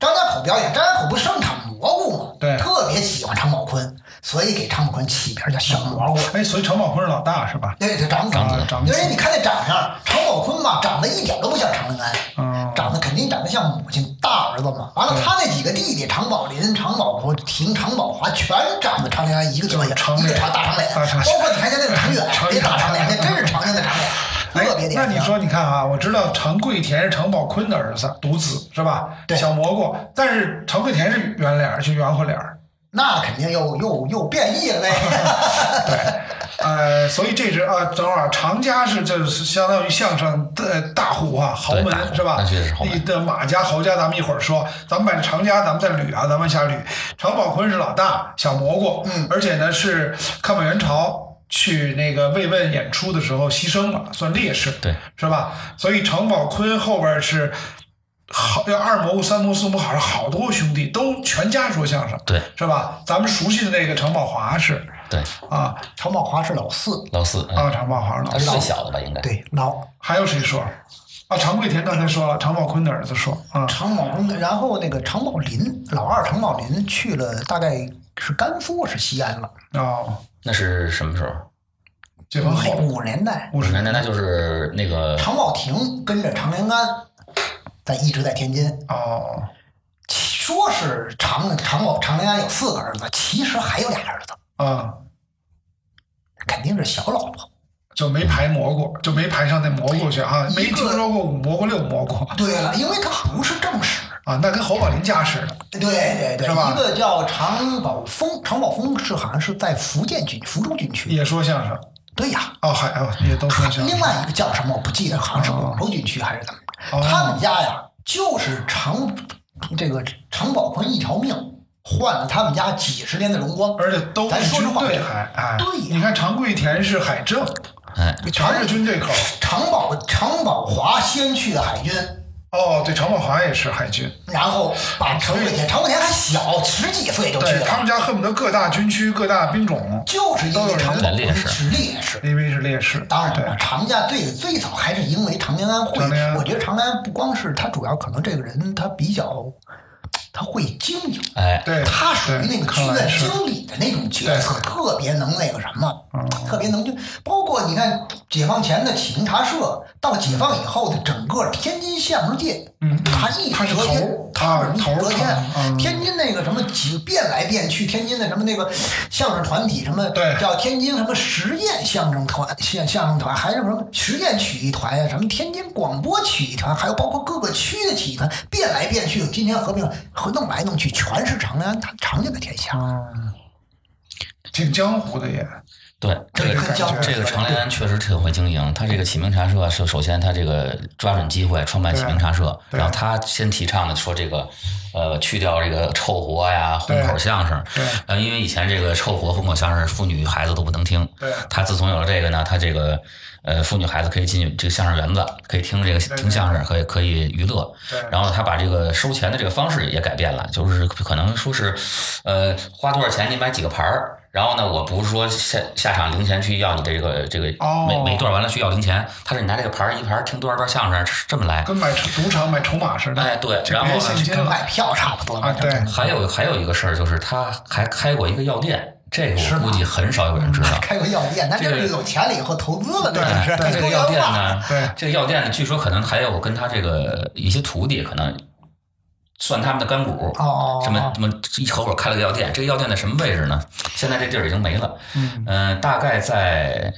[SPEAKER 5] 张家口表演，张家口不盛产蘑菇吗？
[SPEAKER 3] 对
[SPEAKER 5] 特别喜欢常宝坤，所以给常宝坤起名叫小蘑菇。
[SPEAKER 3] 哎，所以常宝坤是老大是吧？
[SPEAKER 5] 对，这长子，
[SPEAKER 3] 啊长子
[SPEAKER 5] 因为你看那长相，常宝坤嘛，长得一点都不像常安，
[SPEAKER 3] 嗯
[SPEAKER 5] 长得肯定长得像母亲大儿子嘛。完了，
[SPEAKER 3] 对
[SPEAKER 5] 他那几个弟弟，常宝林、常宝福、廷、常宝华，全长得常安一个德
[SPEAKER 3] 就是
[SPEAKER 5] 行，
[SPEAKER 3] 长
[SPEAKER 5] 一个
[SPEAKER 3] 脸
[SPEAKER 5] 长大长脸，
[SPEAKER 3] 大长脸
[SPEAKER 5] 包括你看现在的常远，
[SPEAKER 3] 长
[SPEAKER 5] 那
[SPEAKER 3] 脸
[SPEAKER 5] 大长脸，那真是常安的长
[SPEAKER 3] 哎
[SPEAKER 5] 脸，特别，典
[SPEAKER 3] 那
[SPEAKER 5] 型。
[SPEAKER 3] 你说，你看啊，我知道常贵田是常宝坤的儿子，独子是吧？
[SPEAKER 5] 对
[SPEAKER 3] 小蘑菇，但是常贵田是圆脸儿，是圆乎脸儿。
[SPEAKER 5] 那肯定又又又变异了呗。
[SPEAKER 3] 对，呃，所以这是啊，等会儿啊常家是就是相当于相声的大户啊，豪
[SPEAKER 4] 对大
[SPEAKER 3] 门
[SPEAKER 4] 户
[SPEAKER 3] 是吧
[SPEAKER 4] 那确实是豪？门
[SPEAKER 3] 你的马家、侯家，咱们一会儿说，咱们把这常家咱们再捋啊，咱们下捋。常宝坤是老大，小蘑菇，
[SPEAKER 5] 嗯
[SPEAKER 3] 而且呢是抗美援朝。去那个慰问演出的时候牺牲了，算烈士，
[SPEAKER 4] 对，
[SPEAKER 3] 是吧？所以常宝坤后边是好，要二蘑菇、三蘑菇、四蘑菇，好像好多兄弟都全家说相声，
[SPEAKER 4] 对
[SPEAKER 3] 是吧？咱们熟悉的那个常宝华是
[SPEAKER 4] 对，
[SPEAKER 3] 啊，
[SPEAKER 5] 常宝华是老四，
[SPEAKER 4] 老四，嗯
[SPEAKER 3] 啊，常宝华
[SPEAKER 4] 他
[SPEAKER 3] 老
[SPEAKER 4] 是
[SPEAKER 3] 师，嗯
[SPEAKER 4] 最小的吧？应该。
[SPEAKER 5] 对老
[SPEAKER 3] 还有谁说？啊，常贵田刚才说了，常宝坤的儿子说啊，
[SPEAKER 5] 常宝坤，然后那个常宝林，老二常宝林去了，大概是甘肃是西安了，
[SPEAKER 3] 哦，
[SPEAKER 4] 那是什么时候？
[SPEAKER 3] 解放后
[SPEAKER 5] 五十年代，
[SPEAKER 3] 五十
[SPEAKER 4] 那那那就是那个
[SPEAKER 5] 常宝霆跟着常连干，在一直在天津。
[SPEAKER 3] 哦，
[SPEAKER 5] 说是常常宝常连干有四个儿子，其实还有俩儿子，
[SPEAKER 3] 啊，
[SPEAKER 5] 肯定是小老婆。
[SPEAKER 3] 就没排蘑菇，就没排上那蘑菇去啊，
[SPEAKER 5] 一个
[SPEAKER 3] 没听说过五蘑菇六蘑菇
[SPEAKER 5] 对了，因为他好像是正史，
[SPEAKER 3] 啊，那跟侯宝林家似的
[SPEAKER 5] 对对对，
[SPEAKER 3] 是吧
[SPEAKER 5] 一个叫常宝峰，常宝峰是好像是在福建军福州军区。
[SPEAKER 3] 也说相声
[SPEAKER 5] 对呀，
[SPEAKER 3] 哦，还哦也都说相
[SPEAKER 5] 另
[SPEAKER 3] 声
[SPEAKER 5] 外一个叫什么我不记得，好像是广州军区还是怎么
[SPEAKER 3] 哦
[SPEAKER 5] 着。他们家呀，就是常这个常宝坤一条命，换了他们家几十年的荣光，
[SPEAKER 3] 而且都
[SPEAKER 5] 咱
[SPEAKER 3] 是
[SPEAKER 5] 说实
[SPEAKER 3] 军
[SPEAKER 5] 话
[SPEAKER 3] 队还哎，
[SPEAKER 5] 对呀
[SPEAKER 3] 你看常贵田是海政，
[SPEAKER 4] 哎，
[SPEAKER 3] 全是军队口。
[SPEAKER 5] 常宝常宝华先去的海军，
[SPEAKER 3] 哦，对，常宝华也是海军，
[SPEAKER 5] 然后把常贵田，常贵田还小，十几岁就去
[SPEAKER 3] 对他们
[SPEAKER 5] 了，
[SPEAKER 3] 家恨不得各大军区、各大兵种，
[SPEAKER 5] 就是因为常宝
[SPEAKER 4] 都有
[SPEAKER 5] 坤
[SPEAKER 4] 人
[SPEAKER 5] 是烈士。
[SPEAKER 3] 因为是烈士。
[SPEAKER 5] 当然
[SPEAKER 3] 对
[SPEAKER 5] 了，常家最最早还是因为常连安会
[SPEAKER 3] 常连安，
[SPEAKER 5] 我觉得常连安不光是他主要可能这个人他比较他会经营，
[SPEAKER 4] 哎，
[SPEAKER 3] 对，
[SPEAKER 5] 他属于
[SPEAKER 3] 对
[SPEAKER 5] 那个剧
[SPEAKER 3] 看来
[SPEAKER 5] 院
[SPEAKER 3] 是嗯
[SPEAKER 5] 经理的那种角色，特别能那个什么，特别能就包括你看解放前的启明茶社，到解放以后的整个天津相声界，
[SPEAKER 3] 嗯
[SPEAKER 5] 他一
[SPEAKER 3] 他是
[SPEAKER 5] 得天
[SPEAKER 3] 头，
[SPEAKER 5] 他
[SPEAKER 3] 他头
[SPEAKER 5] 得天
[SPEAKER 3] 长，嗯
[SPEAKER 5] 天津那个什么几变来变去，天津的什么那个相声团体什么
[SPEAKER 3] 对
[SPEAKER 5] 叫天津什么实验相声团相相声团，还有什么实验曲艺团呀，什么天津广播曲艺团，还有包括各个区的曲艺团变来变去，今天合并和弄来弄去，全是长安他常家的天下。
[SPEAKER 3] 挺江湖的也。
[SPEAKER 4] 对，这
[SPEAKER 5] 这
[SPEAKER 4] 个
[SPEAKER 5] 个
[SPEAKER 3] 感觉
[SPEAKER 4] 这个常连安确实挺会经营，他这个启明茶社是首先他这个抓准机会创办启明茶社，
[SPEAKER 3] 对对
[SPEAKER 4] 然后他先提倡的说这个。呃，去掉这个臭活呀，
[SPEAKER 3] 对
[SPEAKER 4] 荤口相声。
[SPEAKER 3] 对
[SPEAKER 4] 呃，因为以前这个臭活、荤口相声，妇女孩子都不能听。
[SPEAKER 3] 对
[SPEAKER 4] 他自从有了这个呢，他这个呃，妇女孩子可以进这个相声园子，可以听这个
[SPEAKER 3] 对
[SPEAKER 4] 听相声，可以可以娱乐。
[SPEAKER 3] 对
[SPEAKER 4] 然后他把这个收钱的这个方式也改变了，就是可能说是，呃，花多少钱你买几个牌儿，然后呢，我不是说下下场零钱去要你这个这个
[SPEAKER 3] 哦
[SPEAKER 4] 每每段完了去要零钱，他是你拿这个牌儿一牌儿听多少段相声这么来。
[SPEAKER 3] 跟买赌场买筹码似的。
[SPEAKER 4] 哎对
[SPEAKER 3] 这
[SPEAKER 4] 然后
[SPEAKER 3] 别
[SPEAKER 4] 呢
[SPEAKER 3] 现金
[SPEAKER 5] 跟
[SPEAKER 3] 了
[SPEAKER 5] 买票差不多
[SPEAKER 3] 啊，对，
[SPEAKER 4] 还有还有一个事儿就是他还开过一个药店，这个
[SPEAKER 5] 是
[SPEAKER 4] 我
[SPEAKER 5] 吗
[SPEAKER 4] 估计很少有人知道。
[SPEAKER 5] 开个药店，那这
[SPEAKER 4] 这个
[SPEAKER 5] 是有钱了以后投资了，那
[SPEAKER 4] 哎
[SPEAKER 5] 就是
[SPEAKER 4] 他这个药店嗯呢，
[SPEAKER 3] 对
[SPEAKER 4] 这个药店呢，据说可能还有跟他这个一些徒弟可能算他们的干股，
[SPEAKER 5] 哦哦
[SPEAKER 4] 什么什么一合伙开了个药店。这个药店在什么位置呢？现在这地儿已经没了，
[SPEAKER 3] 嗯，
[SPEAKER 4] 嗯，大概在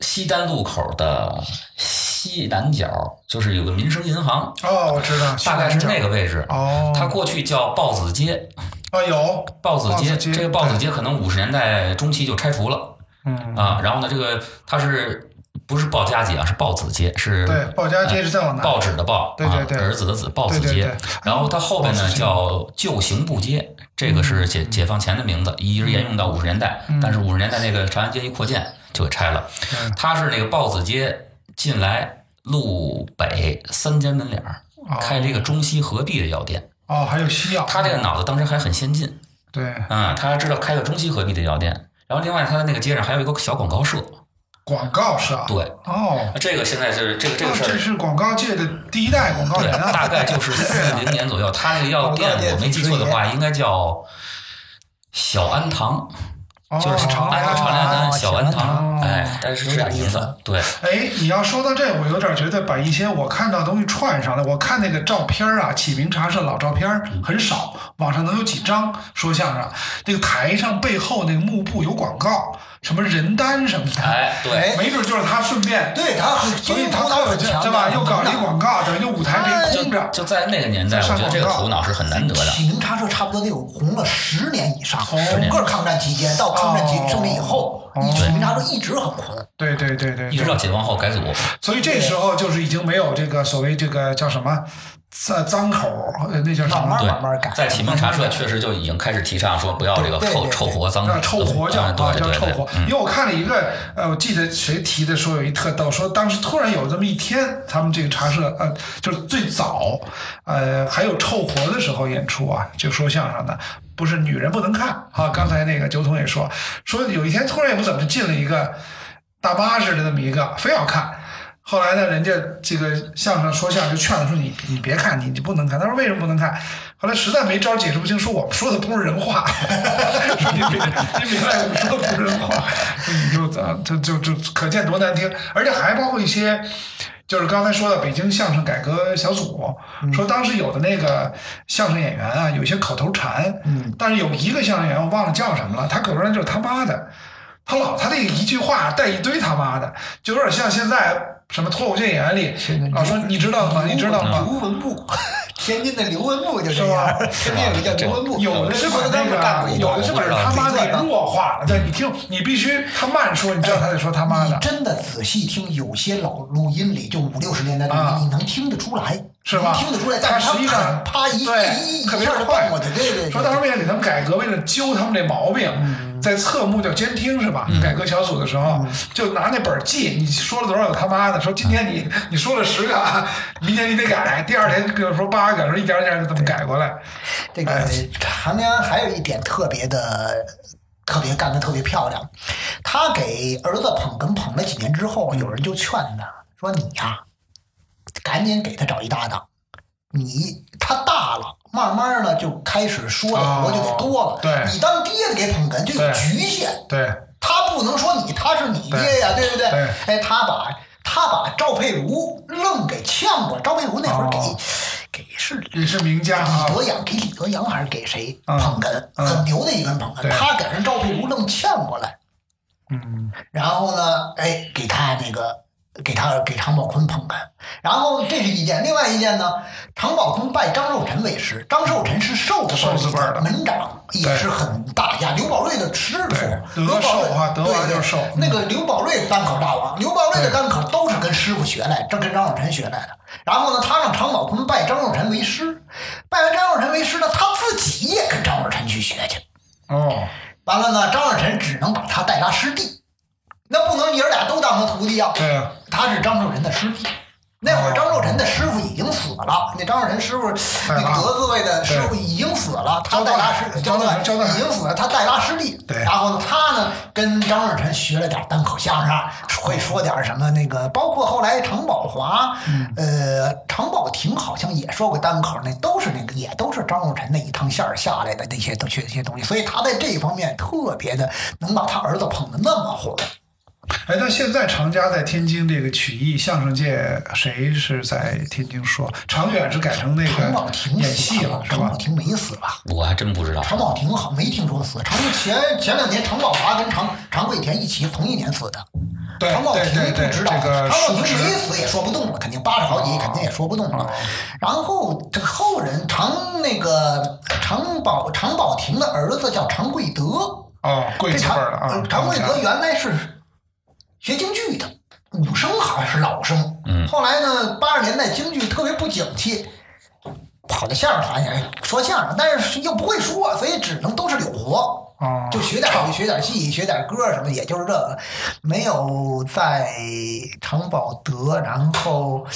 [SPEAKER 4] 西单路口的西南角，就是有个民生银行，
[SPEAKER 3] 哦，我知道，
[SPEAKER 4] 大概是那
[SPEAKER 3] 个
[SPEAKER 4] 个位置。
[SPEAKER 3] 哦，
[SPEAKER 4] 它过去叫豹子街，
[SPEAKER 3] 啊有
[SPEAKER 4] 豹子街
[SPEAKER 3] 豹子街
[SPEAKER 4] 这个豹子街可能五十年代中期就拆除了。
[SPEAKER 3] 嗯
[SPEAKER 4] 啊，然后呢，这个它是不是鲍家街啊？是鲍子街，是
[SPEAKER 3] 对鲍家街是再往南
[SPEAKER 4] 呃报纸的报，
[SPEAKER 3] 对对对
[SPEAKER 4] 啊，儿子的子，鲍子
[SPEAKER 3] 对对
[SPEAKER 4] 街
[SPEAKER 3] 对。
[SPEAKER 4] 然后它后边
[SPEAKER 3] 鲍
[SPEAKER 4] 呢
[SPEAKER 3] 子街嗯
[SPEAKER 4] 叫旧刑部街，这个是解解放前的名字，一直沿用到五十年代。但是五十年代那个长安街一扩建就给拆了，它是那个鲍子街进来路北三间门脸儿
[SPEAKER 3] 哦
[SPEAKER 4] 开了一个中西合璧的药店。
[SPEAKER 3] 哦还有西药，
[SPEAKER 4] 他这个脑子当时还很先进
[SPEAKER 3] 对
[SPEAKER 4] 啊，他知道开个中西合璧的药店。然后另外，他的那个街上还有一个小广告社，
[SPEAKER 3] 哦广告是啊，
[SPEAKER 4] 对，
[SPEAKER 3] 哦，
[SPEAKER 4] 这个现在就是这个这个
[SPEAKER 3] 啊
[SPEAKER 4] 事
[SPEAKER 3] 这
[SPEAKER 4] 儿，
[SPEAKER 3] 是广告界的第一代广告
[SPEAKER 4] 对
[SPEAKER 3] 人，啊，
[SPEAKER 4] 大概就是四零年左右，他那个药
[SPEAKER 5] 广告界
[SPEAKER 4] 店，我没记错的
[SPEAKER 5] 主持
[SPEAKER 4] 话，应该叫小安堂，
[SPEAKER 3] 哦
[SPEAKER 4] 就是长安的长安啊
[SPEAKER 5] 哦
[SPEAKER 4] 安小安
[SPEAKER 3] 哦
[SPEAKER 4] 堂，哎，但是是这个名
[SPEAKER 5] 有点意
[SPEAKER 4] 字
[SPEAKER 5] 思，
[SPEAKER 4] 对，
[SPEAKER 3] 哎，你要说到这，我有点觉得把一些我看到的东西串上了。我看那个照片儿啊，启明茶社老照片儿很少，网上能有几张说相声。那个台上背后那个幕布有广告，什么人单什么的，
[SPEAKER 4] 哎，对，
[SPEAKER 5] 哎
[SPEAKER 3] 没准就是他顺便，
[SPEAKER 5] 对他很，
[SPEAKER 3] 所以他特
[SPEAKER 5] 头脑
[SPEAKER 3] 有
[SPEAKER 5] 很
[SPEAKER 3] 劲，
[SPEAKER 5] 强，
[SPEAKER 3] 对吧？又搞了一广告，等于广告
[SPEAKER 5] 哎
[SPEAKER 3] 舞台
[SPEAKER 5] 就
[SPEAKER 3] 没空着。
[SPEAKER 4] 就在那个年代，我觉得这个头脑是很难得的。
[SPEAKER 5] 启明茶社差不多得有红了十年以上，
[SPEAKER 3] 十
[SPEAKER 5] 整个抗战期间到抗战结胜利以后，
[SPEAKER 3] 哦
[SPEAKER 5] 启明茶社一直很红。
[SPEAKER 3] 对对对对
[SPEAKER 4] 一直
[SPEAKER 3] 对，
[SPEAKER 4] 到解放后改组，
[SPEAKER 3] 所以这时候就是已经没有这个所谓这个叫什么脏脏口儿，呃那叫什
[SPEAKER 5] 慢
[SPEAKER 3] 么
[SPEAKER 5] 慢？
[SPEAKER 4] 对
[SPEAKER 5] 慢改，
[SPEAKER 4] 在启明茶社确实就已经开始提倡说不要这个
[SPEAKER 5] 对对
[SPEAKER 4] 臭
[SPEAKER 5] 对
[SPEAKER 4] 臭活脏
[SPEAKER 3] 那，臭活叫
[SPEAKER 4] 嗯
[SPEAKER 3] 啊，
[SPEAKER 4] 对
[SPEAKER 3] 叫
[SPEAKER 4] 对
[SPEAKER 3] 臭
[SPEAKER 4] 对
[SPEAKER 3] 活，。
[SPEAKER 4] 嗯
[SPEAKER 3] 因为我看了一个，呃，我记得谁提的说有一特逗，说当时突然有这么一天，他们这个茶社，呃，就是最早，呃，还有臭活的时候演出啊，就说相声的，不是女人不能看啊。刚才那个九筒也说，说有一天突然也不怎么就进了一个大妈似的那么一个，非要看。后来呢，人家这个相声说相声就劝他说你你别看你你不能看，他说为什么不能看？后来实在没招儿解释不清，说我们说的不是人话， 说你别你明白我们说的不是人话，你就啊就就就可见多难听，而且还包括一些。就是刚才说的北京相声改革小组，说当时有的那个相声演员啊，有些口头禅，但是有一个相声演员我忘了叫什么了，他口头禅就是他妈的，他老他那一句话带一堆他妈的，就有点像现在什么脱口秀演员里
[SPEAKER 5] 是的
[SPEAKER 3] 老说你知道吗？啊你知道吗？
[SPEAKER 5] 刘文步，天津的刘文步就这
[SPEAKER 3] 是
[SPEAKER 5] 样
[SPEAKER 3] 吧，
[SPEAKER 5] 天津有个叫刘文步，
[SPEAKER 3] 有的是把
[SPEAKER 5] 郭德
[SPEAKER 3] 那
[SPEAKER 5] 纲不干过
[SPEAKER 3] 个，
[SPEAKER 5] 一
[SPEAKER 3] 有的
[SPEAKER 5] 段
[SPEAKER 3] 是把他妈给弱化了。对，你听，你必须他慢说，你知道他在说他妈
[SPEAKER 5] 你
[SPEAKER 3] 的，
[SPEAKER 5] 真的仔细听，有些老录音里，就五六十年代的录
[SPEAKER 3] 啊
[SPEAKER 5] 音，你能听得出来，
[SPEAKER 3] 是吧
[SPEAKER 5] 能听得出来，
[SPEAKER 3] 他
[SPEAKER 5] 但是
[SPEAKER 3] 实际上
[SPEAKER 5] 啪一
[SPEAKER 3] 对
[SPEAKER 5] 一一
[SPEAKER 3] 特别
[SPEAKER 5] 下就
[SPEAKER 3] 快
[SPEAKER 5] 蹦过去，对对。
[SPEAKER 3] 说当时为了给他们改革，为了揪他们这毛病，在侧目叫监听是吧？改革小组的时候，就拿那本儿记，你说了多少个他妈的，说今天你你说了十个，啊，明天你得改，第二天跟我说八个，说一点儿一点儿给他们改过来。
[SPEAKER 5] 这个
[SPEAKER 3] 哎
[SPEAKER 5] 韩良还有一点特别的，特别干得特别漂亮。他给儿子捧哏捧了几年之后，有人就劝他说：“你呀、赶紧给他找一搭档。你他大了，慢慢呢就开始说的
[SPEAKER 3] 哦
[SPEAKER 5] 活就得多了。
[SPEAKER 3] 对
[SPEAKER 5] 你当爹的给捧哏就
[SPEAKER 3] 对
[SPEAKER 5] 有局限。”
[SPEAKER 3] 对，
[SPEAKER 5] 他不能说你他是你爹呀，对不对？
[SPEAKER 3] 对
[SPEAKER 5] 哎，他把他把赵佩茹愣给呛过。赵佩茹那会儿给、
[SPEAKER 3] 哦
[SPEAKER 5] 给是李
[SPEAKER 3] 也是名家啊。
[SPEAKER 5] 德阳，给李德阳还是给谁
[SPEAKER 3] 嗯
[SPEAKER 5] 捧哏？
[SPEAKER 3] 嗯
[SPEAKER 5] 很牛的一个人捧哏，
[SPEAKER 3] 对
[SPEAKER 5] 他给人赵佩茹愣呛过来。
[SPEAKER 3] 嗯，
[SPEAKER 5] 然后呢，哎，给他那个给他给常宝坤捧哏。然后这是一件，另外一件呢，常宝坤拜张寿臣为师，张寿臣是寿字
[SPEAKER 3] 寿字辈
[SPEAKER 5] 辈
[SPEAKER 3] 儿的
[SPEAKER 5] 儿的门长，也
[SPEAKER 3] 对
[SPEAKER 5] 是很大家刘宝瑞的师傅，
[SPEAKER 3] 对
[SPEAKER 5] 刘宝瑞
[SPEAKER 3] 德寿啊德
[SPEAKER 5] 对
[SPEAKER 3] 华
[SPEAKER 5] 对
[SPEAKER 3] 就是寿
[SPEAKER 5] 那个刘宝瑞单口大王，刘宝瑞的
[SPEAKER 3] 对
[SPEAKER 5] 单口都是跟师傅学来，这跟张寿臣学来的。然后呢，他让常宝坤拜张寿臣为师，拜完张寿臣为师呢，他自己也跟张寿臣去学去。
[SPEAKER 3] 哦，
[SPEAKER 5] 完了呢，张寿臣只能把他带拉师弟，那不能爷儿俩都当他徒弟啊。
[SPEAKER 3] 对啊，
[SPEAKER 5] 他是张寿臣的师弟。那会儿张寿臣的师傅已经死了，那张寿臣师傅
[SPEAKER 3] 带
[SPEAKER 5] 那
[SPEAKER 3] 拉
[SPEAKER 5] 个德字辈的师傅已经死了，他带拉师
[SPEAKER 3] 交代交代
[SPEAKER 5] 已经死了，他带拉师弟。
[SPEAKER 3] 对
[SPEAKER 5] 然后呢，他呢跟张寿臣学了点单口相声，
[SPEAKER 3] 哦
[SPEAKER 5] 会说点什么那个，包括后来常宝华，
[SPEAKER 3] 嗯
[SPEAKER 5] 呃，常宝霆好像也说过单口，那都是那个也都是张寿臣那一趟线儿下来的那些东西那些东西，所以他在这一方面特别的能把他儿子捧得那么火。
[SPEAKER 3] 哎，那现在常家在天津这个曲艺相声界，谁是在天津说？常远是改成那
[SPEAKER 5] 常宝
[SPEAKER 3] 个
[SPEAKER 5] 霆
[SPEAKER 3] 演
[SPEAKER 5] 死
[SPEAKER 3] 戏了，是
[SPEAKER 5] 常宝
[SPEAKER 3] 吧？
[SPEAKER 5] 霆没死吧？
[SPEAKER 4] 我还真不知道。
[SPEAKER 5] 常宝霆好没听说死，常前前两年常宝华跟常常贵田一起同一年死的，
[SPEAKER 3] 对
[SPEAKER 5] 常宝霆
[SPEAKER 3] 对对对
[SPEAKER 5] 不知道，
[SPEAKER 3] 这个
[SPEAKER 5] 常宝
[SPEAKER 3] 叔
[SPEAKER 5] 霆
[SPEAKER 3] 侄
[SPEAKER 5] 没死也说不动了，肯定八十好几，肯定也说不
[SPEAKER 3] 啊哦
[SPEAKER 5] 动了。然后这后人常那个常宝常宝霆的儿子叫常贵德，
[SPEAKER 3] 哦，贵
[SPEAKER 5] 这
[SPEAKER 3] 字辈
[SPEAKER 5] 常
[SPEAKER 3] 儿的啊
[SPEAKER 4] 嗯
[SPEAKER 5] 呃，常贵
[SPEAKER 3] 家
[SPEAKER 5] 德原来是学京剧的，武生好像是老生。
[SPEAKER 4] 嗯
[SPEAKER 5] 后来呢，八十年代京剧特别不景气，跑到相声行业说相声，但是又不会说，所以只能都是柳活，
[SPEAKER 3] 哦，
[SPEAKER 5] 就学点学点戏，学点歌什么，也就是这个，没有在常宝德，然后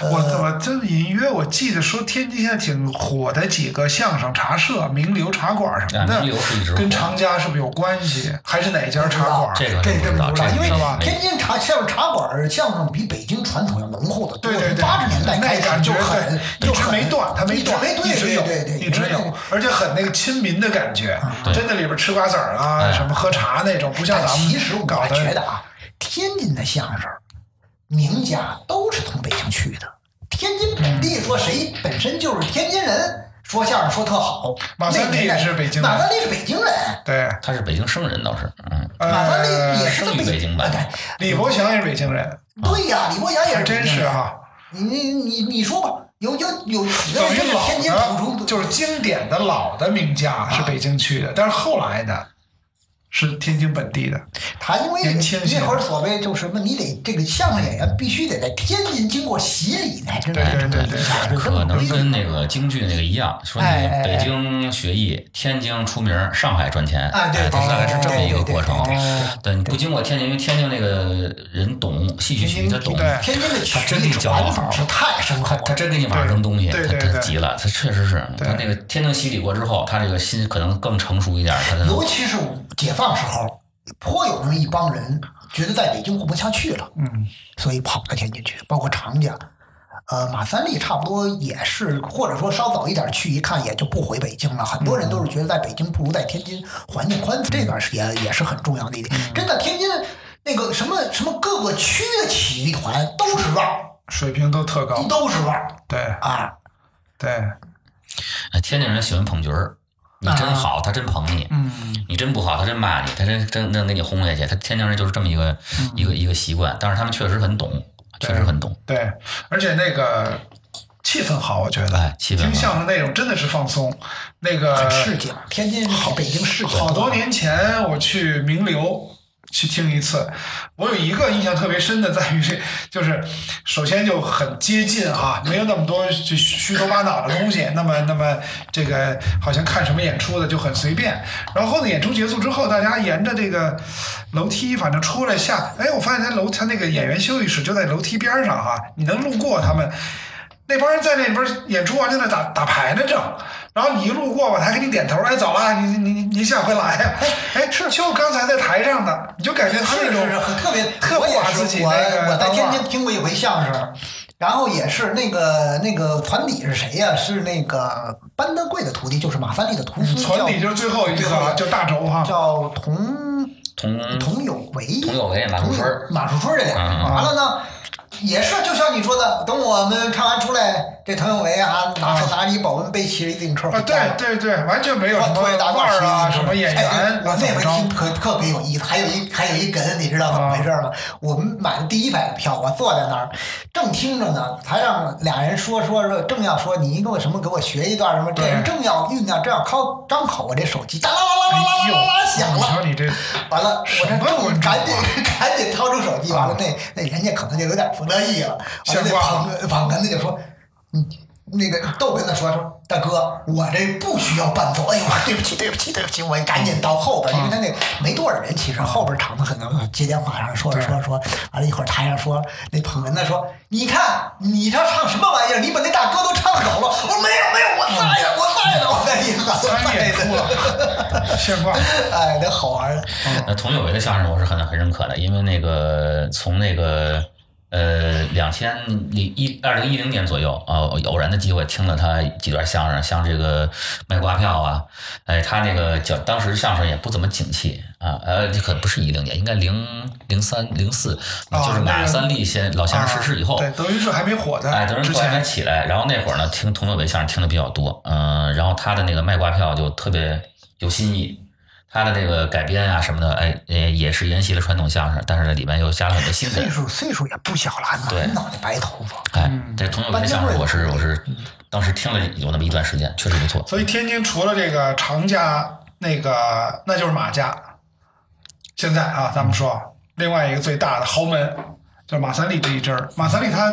[SPEAKER 5] 呃
[SPEAKER 4] 呃
[SPEAKER 3] 我怎么这么隐约？我记得说天津现在挺火的几个相声茶社、名流茶馆什么
[SPEAKER 4] 啊
[SPEAKER 3] 的，
[SPEAKER 4] 名流是一直火
[SPEAKER 3] 跟常家是不是有关系？还是哪家茶馆？
[SPEAKER 4] 这个
[SPEAKER 5] 这
[SPEAKER 4] 真
[SPEAKER 5] 真
[SPEAKER 4] 不
[SPEAKER 5] 不
[SPEAKER 4] 知
[SPEAKER 5] 知
[SPEAKER 4] 道
[SPEAKER 5] 道，
[SPEAKER 4] 这
[SPEAKER 5] 因为
[SPEAKER 4] 是
[SPEAKER 3] 啊
[SPEAKER 4] 吧
[SPEAKER 5] 天津茶相声茶馆儿相声比北京传统要浓厚的多。
[SPEAKER 3] 对对对，
[SPEAKER 5] 八十年代开
[SPEAKER 3] 那
[SPEAKER 5] 始
[SPEAKER 3] 感
[SPEAKER 5] 就
[SPEAKER 3] 觉
[SPEAKER 5] 很
[SPEAKER 3] 对
[SPEAKER 5] 就
[SPEAKER 3] 一直
[SPEAKER 5] 很
[SPEAKER 3] 没断，它没
[SPEAKER 5] 一直
[SPEAKER 3] 断，
[SPEAKER 5] 没
[SPEAKER 3] 一
[SPEAKER 5] 对
[SPEAKER 3] 直
[SPEAKER 5] 对
[SPEAKER 3] 有
[SPEAKER 5] 对对，
[SPEAKER 3] 一直有，而且很那个亲民的感觉，真的里边吃瓜子儿啊，
[SPEAKER 4] 哎
[SPEAKER 3] 什么喝茶那种，不像
[SPEAKER 5] 但
[SPEAKER 3] 咱
[SPEAKER 5] 其实
[SPEAKER 3] 们
[SPEAKER 5] 我
[SPEAKER 3] 搞的。
[SPEAKER 5] 觉得啊，天津的相声名家都是从北京去的。天津本地说谁本身就是天津人，说相声说特好。
[SPEAKER 3] 马三立
[SPEAKER 5] 那年代
[SPEAKER 3] 也是北京人
[SPEAKER 5] 马三立是北京人，
[SPEAKER 3] 对，
[SPEAKER 4] 他是北京生人倒是，嗯，
[SPEAKER 5] 马三
[SPEAKER 3] 呃
[SPEAKER 5] 立也是
[SPEAKER 4] 生于
[SPEAKER 5] 北
[SPEAKER 4] 北京吧
[SPEAKER 5] 啊
[SPEAKER 3] 李伯祥也是北京人，
[SPEAKER 5] 对对哎呀，李伯阳也
[SPEAKER 3] 还
[SPEAKER 5] 是北
[SPEAKER 3] 真
[SPEAKER 5] 京
[SPEAKER 3] 是
[SPEAKER 5] 人。
[SPEAKER 3] 啊。
[SPEAKER 5] 你你你你说吧，有有有几个
[SPEAKER 3] 等
[SPEAKER 5] 人
[SPEAKER 3] 于
[SPEAKER 5] 是
[SPEAKER 3] 老
[SPEAKER 5] 天津土
[SPEAKER 3] 的，
[SPEAKER 5] 著，
[SPEAKER 3] 就是经典的老的名家是北京去的，但是后来的是天津本地的。
[SPEAKER 5] 他因为
[SPEAKER 3] 年轻些
[SPEAKER 5] 那会儿所谓就是什么，你得这个相声演员必须得在天津经过洗礼呢，真
[SPEAKER 3] 对对对
[SPEAKER 5] 的。
[SPEAKER 3] 对，
[SPEAKER 4] 可能跟那个京剧那个一样，说你
[SPEAKER 5] 哎哎哎
[SPEAKER 4] 北京学艺，天津出名，上海赚钱，
[SPEAKER 5] 啊对
[SPEAKER 4] 哎
[SPEAKER 5] 对
[SPEAKER 4] 它大概
[SPEAKER 5] 对
[SPEAKER 4] 是这么
[SPEAKER 5] 对
[SPEAKER 4] 一个
[SPEAKER 5] 对
[SPEAKER 4] 过程啊
[SPEAKER 5] 对对对。
[SPEAKER 4] 对，你不经过天津，因为天津那个人懂戏曲曲，
[SPEAKER 3] 天津
[SPEAKER 4] 他懂，
[SPEAKER 3] 对
[SPEAKER 5] 天津的
[SPEAKER 4] 他真
[SPEAKER 5] 曲
[SPEAKER 4] 给你
[SPEAKER 5] 艺
[SPEAKER 4] 讲
[SPEAKER 5] 传
[SPEAKER 4] 好
[SPEAKER 5] 统是太深厚
[SPEAKER 4] 他他
[SPEAKER 5] 了。
[SPEAKER 4] 真给你往上扔东西，
[SPEAKER 3] 对
[SPEAKER 4] 他
[SPEAKER 3] 对
[SPEAKER 4] 他
[SPEAKER 3] 对
[SPEAKER 4] 急了，他确实是他那个天津洗礼过之后，他这个心可能更成熟一点，他才能
[SPEAKER 5] 尤其是解放时候，颇有那么一帮人觉得在北京混不下去了，
[SPEAKER 3] 嗯，
[SPEAKER 5] 所以跑到天津去，包括常家。呃，马三立差不多也是，或者说稍早一点去一看，也就不回北京了。很多人
[SPEAKER 4] 嗯
[SPEAKER 5] 都是觉得在北京不如在天津环境宽，这段时间也是很重要的一点。
[SPEAKER 4] 嗯
[SPEAKER 5] 真的，天津那个什么什么各个区的体育团都是腕儿，
[SPEAKER 3] 水平都特高，
[SPEAKER 5] 都是腕儿
[SPEAKER 3] 对
[SPEAKER 5] 啊！
[SPEAKER 3] 对，
[SPEAKER 4] 哎天津人喜欢捧角儿，你
[SPEAKER 5] 啊
[SPEAKER 4] 真好，他真捧你；
[SPEAKER 3] 嗯
[SPEAKER 4] 你真不好，他真骂你，他真真真给你轰下去。他天津人就是这么一个
[SPEAKER 5] 嗯
[SPEAKER 4] 一个一个习惯，但是他们确实很懂，确实很懂。
[SPEAKER 3] 对，而且那个气氛好，我觉得
[SPEAKER 4] 哎，气氛
[SPEAKER 3] 听
[SPEAKER 4] 很好
[SPEAKER 3] 相声内容真的是放松，那个
[SPEAKER 5] 很市井，天津呃好，北京市井啊
[SPEAKER 3] 好多年前我去名流去听一次，我有一个印象特别深的，在于 这就是首先就很接近啊，没有那么多就虚头巴脑的东西，那么那么这个好像看什么演出的就很随便。然后呢，演出结束之后，大家沿着这个楼梯反正出来下，哎，我发现他楼他那个演员休息室就在楼梯边儿上哈、你能路过他们。那帮人在那边演出完啊就在打打牌呢正，然后你一路过吧，他还给你点头，哎，走了，你你你你下回来呀，哎哎，是就刚才在台上的，你就感觉他那
[SPEAKER 5] 是
[SPEAKER 3] 种
[SPEAKER 5] 是是，很特别，
[SPEAKER 3] 特
[SPEAKER 5] 我
[SPEAKER 3] 不
[SPEAKER 5] 也
[SPEAKER 3] 把
[SPEAKER 5] 是
[SPEAKER 3] 自己
[SPEAKER 5] 我
[SPEAKER 3] 那个
[SPEAKER 5] 我在
[SPEAKER 3] 当
[SPEAKER 5] 天
[SPEAKER 3] 腕
[SPEAKER 5] 津
[SPEAKER 3] 儿
[SPEAKER 5] 听过一回相声，然后也是那个那个团体是谁呀、是那个班德贵的徒弟，就是马三立的徒孙，
[SPEAKER 3] 船底嗯就是最后一个了，就啊大轴哈
[SPEAKER 5] 叫，叫童
[SPEAKER 4] 同
[SPEAKER 5] 童有为，
[SPEAKER 4] 嗯童有为马树春儿
[SPEAKER 5] 马树春儿这俩，
[SPEAKER 4] 嗯
[SPEAKER 5] 完了呢。也是，就像你说的，等我们看完出来，这滕有为啊，拿着拿着一保温杯，骑着一自行车回
[SPEAKER 3] 啊，
[SPEAKER 5] 家了
[SPEAKER 3] 对对对，完全没有什么
[SPEAKER 5] 拖一大
[SPEAKER 3] 腕儿啊，什么演
[SPEAKER 5] 哎
[SPEAKER 3] 员
[SPEAKER 5] 我
[SPEAKER 3] 啊，
[SPEAKER 5] 那
[SPEAKER 3] 怎么
[SPEAKER 5] 回
[SPEAKER 3] 着
[SPEAKER 5] 听？可特别有意思，还有一还有一梗，你知道怎么回事
[SPEAKER 3] 啊
[SPEAKER 5] 吗？我们买的第一排的票，我坐在那儿正听着呢，台上俩人说说说，正要说你给我什么给我学一段什么，这
[SPEAKER 3] 对
[SPEAKER 5] 人正要酝酿，正要靠张口，啊我这手机哒啦
[SPEAKER 3] 哎
[SPEAKER 5] 啦啦啦啦啦啦响
[SPEAKER 3] 你
[SPEAKER 5] 了
[SPEAKER 3] 瞧。你这，
[SPEAKER 5] 完了，我这
[SPEAKER 3] 什么文
[SPEAKER 5] 正
[SPEAKER 3] 章啊啊
[SPEAKER 5] 赶紧 赶紧掏出手机，完了那那人家可能就有点不乐意 了，完
[SPEAKER 3] 先
[SPEAKER 5] 了那
[SPEAKER 3] 挂
[SPEAKER 5] 捧
[SPEAKER 3] 了
[SPEAKER 5] 捧哏的就说，嗯，那个逗哏的说说，大哥，我这不需要伴奏，哎呦，对不起对不起对不起，我赶紧到后边，因为
[SPEAKER 3] 啊
[SPEAKER 5] 他那没多少人，其实后边场子很多，接电话上说着说着说，完了一会儿台上说那捧哏的说，你看你这唱什么玩意儿，你把那大哥都唱走了，我说没有没有，我在呀我在呢我在呀我
[SPEAKER 3] 参
[SPEAKER 5] 在
[SPEAKER 3] 演出
[SPEAKER 5] 呢，
[SPEAKER 3] 了，现挂。
[SPEAKER 5] 哎，那好玩儿。
[SPEAKER 4] 那佟有为的相声我是很很认可的，因为那个从那个呃两千零一二零一零年左右啊、偶然的机会听了他几段相声，像这个卖瓜票啊，哎，他那个叫当时相声也不怎么景气啊，呃，这可不是一零年，应该零零三零四，
[SPEAKER 3] 啊
[SPEAKER 4] 就是
[SPEAKER 3] 那
[SPEAKER 4] 马
[SPEAKER 3] 个
[SPEAKER 4] 三立先老相声逝世以后，
[SPEAKER 3] 啊对，等于是还没火
[SPEAKER 4] 哎，
[SPEAKER 3] 的
[SPEAKER 4] 等人
[SPEAKER 3] 之
[SPEAKER 4] 后来才
[SPEAKER 3] 前，
[SPEAKER 4] 起来，然后那会儿呢，听佟有为相声听的比较多，嗯、然后他的那个卖瓜票就特别有新意，他的这个改编啊什么的，哎，也也是沿袭了传统相声，但是呢里面又加了很多新
[SPEAKER 5] 岁
[SPEAKER 4] 的。
[SPEAKER 5] 数岁数也不小了，
[SPEAKER 4] 对
[SPEAKER 5] 满脑袋白头发。
[SPEAKER 4] 哎，这佟有为的相声，我是我是当时听了有那么一段时间，确实不错。
[SPEAKER 3] 所以天津除了这个常家，那个那就是马家。现在啊，咱们说另外一个最大的豪门，就是马三立这一支儿。马三立他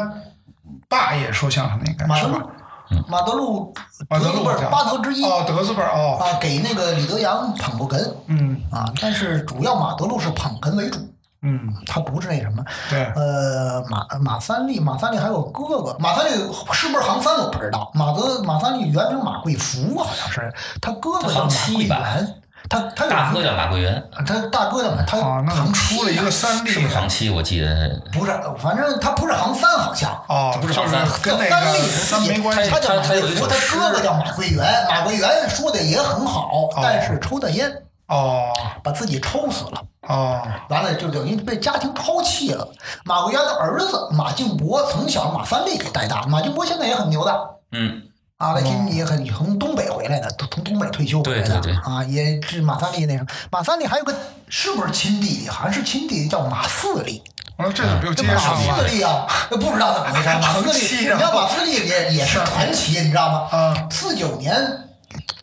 [SPEAKER 3] 爸也说相声的，应该
[SPEAKER 5] 马
[SPEAKER 3] 是
[SPEAKER 5] 德
[SPEAKER 3] 吧
[SPEAKER 5] 路？，
[SPEAKER 4] 嗯
[SPEAKER 5] 马德路，
[SPEAKER 3] 马德
[SPEAKER 5] 德
[SPEAKER 3] 路
[SPEAKER 5] 不是
[SPEAKER 3] 好像
[SPEAKER 5] 八德之一
[SPEAKER 3] 哦，德字辈儿哦，
[SPEAKER 5] 啊，给那个李德阳捧过哏
[SPEAKER 3] 嗯
[SPEAKER 5] 啊，但是主要马德路是捧哏为主，
[SPEAKER 3] 嗯，
[SPEAKER 5] 他不是那什么。
[SPEAKER 3] 对，
[SPEAKER 5] 呃，马马三立，马三立还有哥哥，马三立是不是行三我不知道。马德马三立原名马贵福，好像是他哥哥叫马贵
[SPEAKER 4] 他行
[SPEAKER 5] 元，他他有
[SPEAKER 4] 大哥叫马桂元，
[SPEAKER 5] 他大哥叫马，他
[SPEAKER 3] 哦，那怎么
[SPEAKER 5] 行七
[SPEAKER 3] 出了一个三立
[SPEAKER 4] 是不是行七？我记得
[SPEAKER 5] 不是，反正他不是行三，好像
[SPEAKER 3] 哦，
[SPEAKER 4] 不是
[SPEAKER 3] 就
[SPEAKER 4] 好
[SPEAKER 3] 是
[SPEAKER 4] 像
[SPEAKER 3] 跟那
[SPEAKER 5] 三
[SPEAKER 3] 个
[SPEAKER 5] 立
[SPEAKER 3] 咱没关系
[SPEAKER 5] 他叫
[SPEAKER 4] 他
[SPEAKER 5] 马
[SPEAKER 4] 他有
[SPEAKER 5] 桂
[SPEAKER 4] 一
[SPEAKER 5] 福，
[SPEAKER 4] 首
[SPEAKER 5] 他
[SPEAKER 4] 诗
[SPEAKER 5] 哥哥叫马桂元，马桂元说的也很好，但是抽的烟
[SPEAKER 3] 哦
[SPEAKER 5] 把自己抽死了，
[SPEAKER 3] 哦，
[SPEAKER 5] 完了就等于被家庭抛弃了。马桂元的儿子马敬伯从小马三立给带大，马敬伯现在也很牛的。
[SPEAKER 4] 嗯，
[SPEAKER 5] 啊，在天津也很从东北回来的，都从东北退休回来的
[SPEAKER 4] 对对对
[SPEAKER 5] 啊，也是马三立那什么，马三立还有个是不是亲弟弟？好像是亲弟弟，叫马四立。
[SPEAKER 3] 我说这怎么又
[SPEAKER 5] 嗯这
[SPEAKER 3] 接
[SPEAKER 5] 马
[SPEAKER 3] 上
[SPEAKER 5] 斯
[SPEAKER 3] 了？
[SPEAKER 5] 利啊，不知道怎么回事。马斯
[SPEAKER 3] 长期
[SPEAKER 5] 利，你
[SPEAKER 3] 啊
[SPEAKER 5] 知道马斯利也也是传奇，你知道吗？
[SPEAKER 3] 啊
[SPEAKER 5] 四九年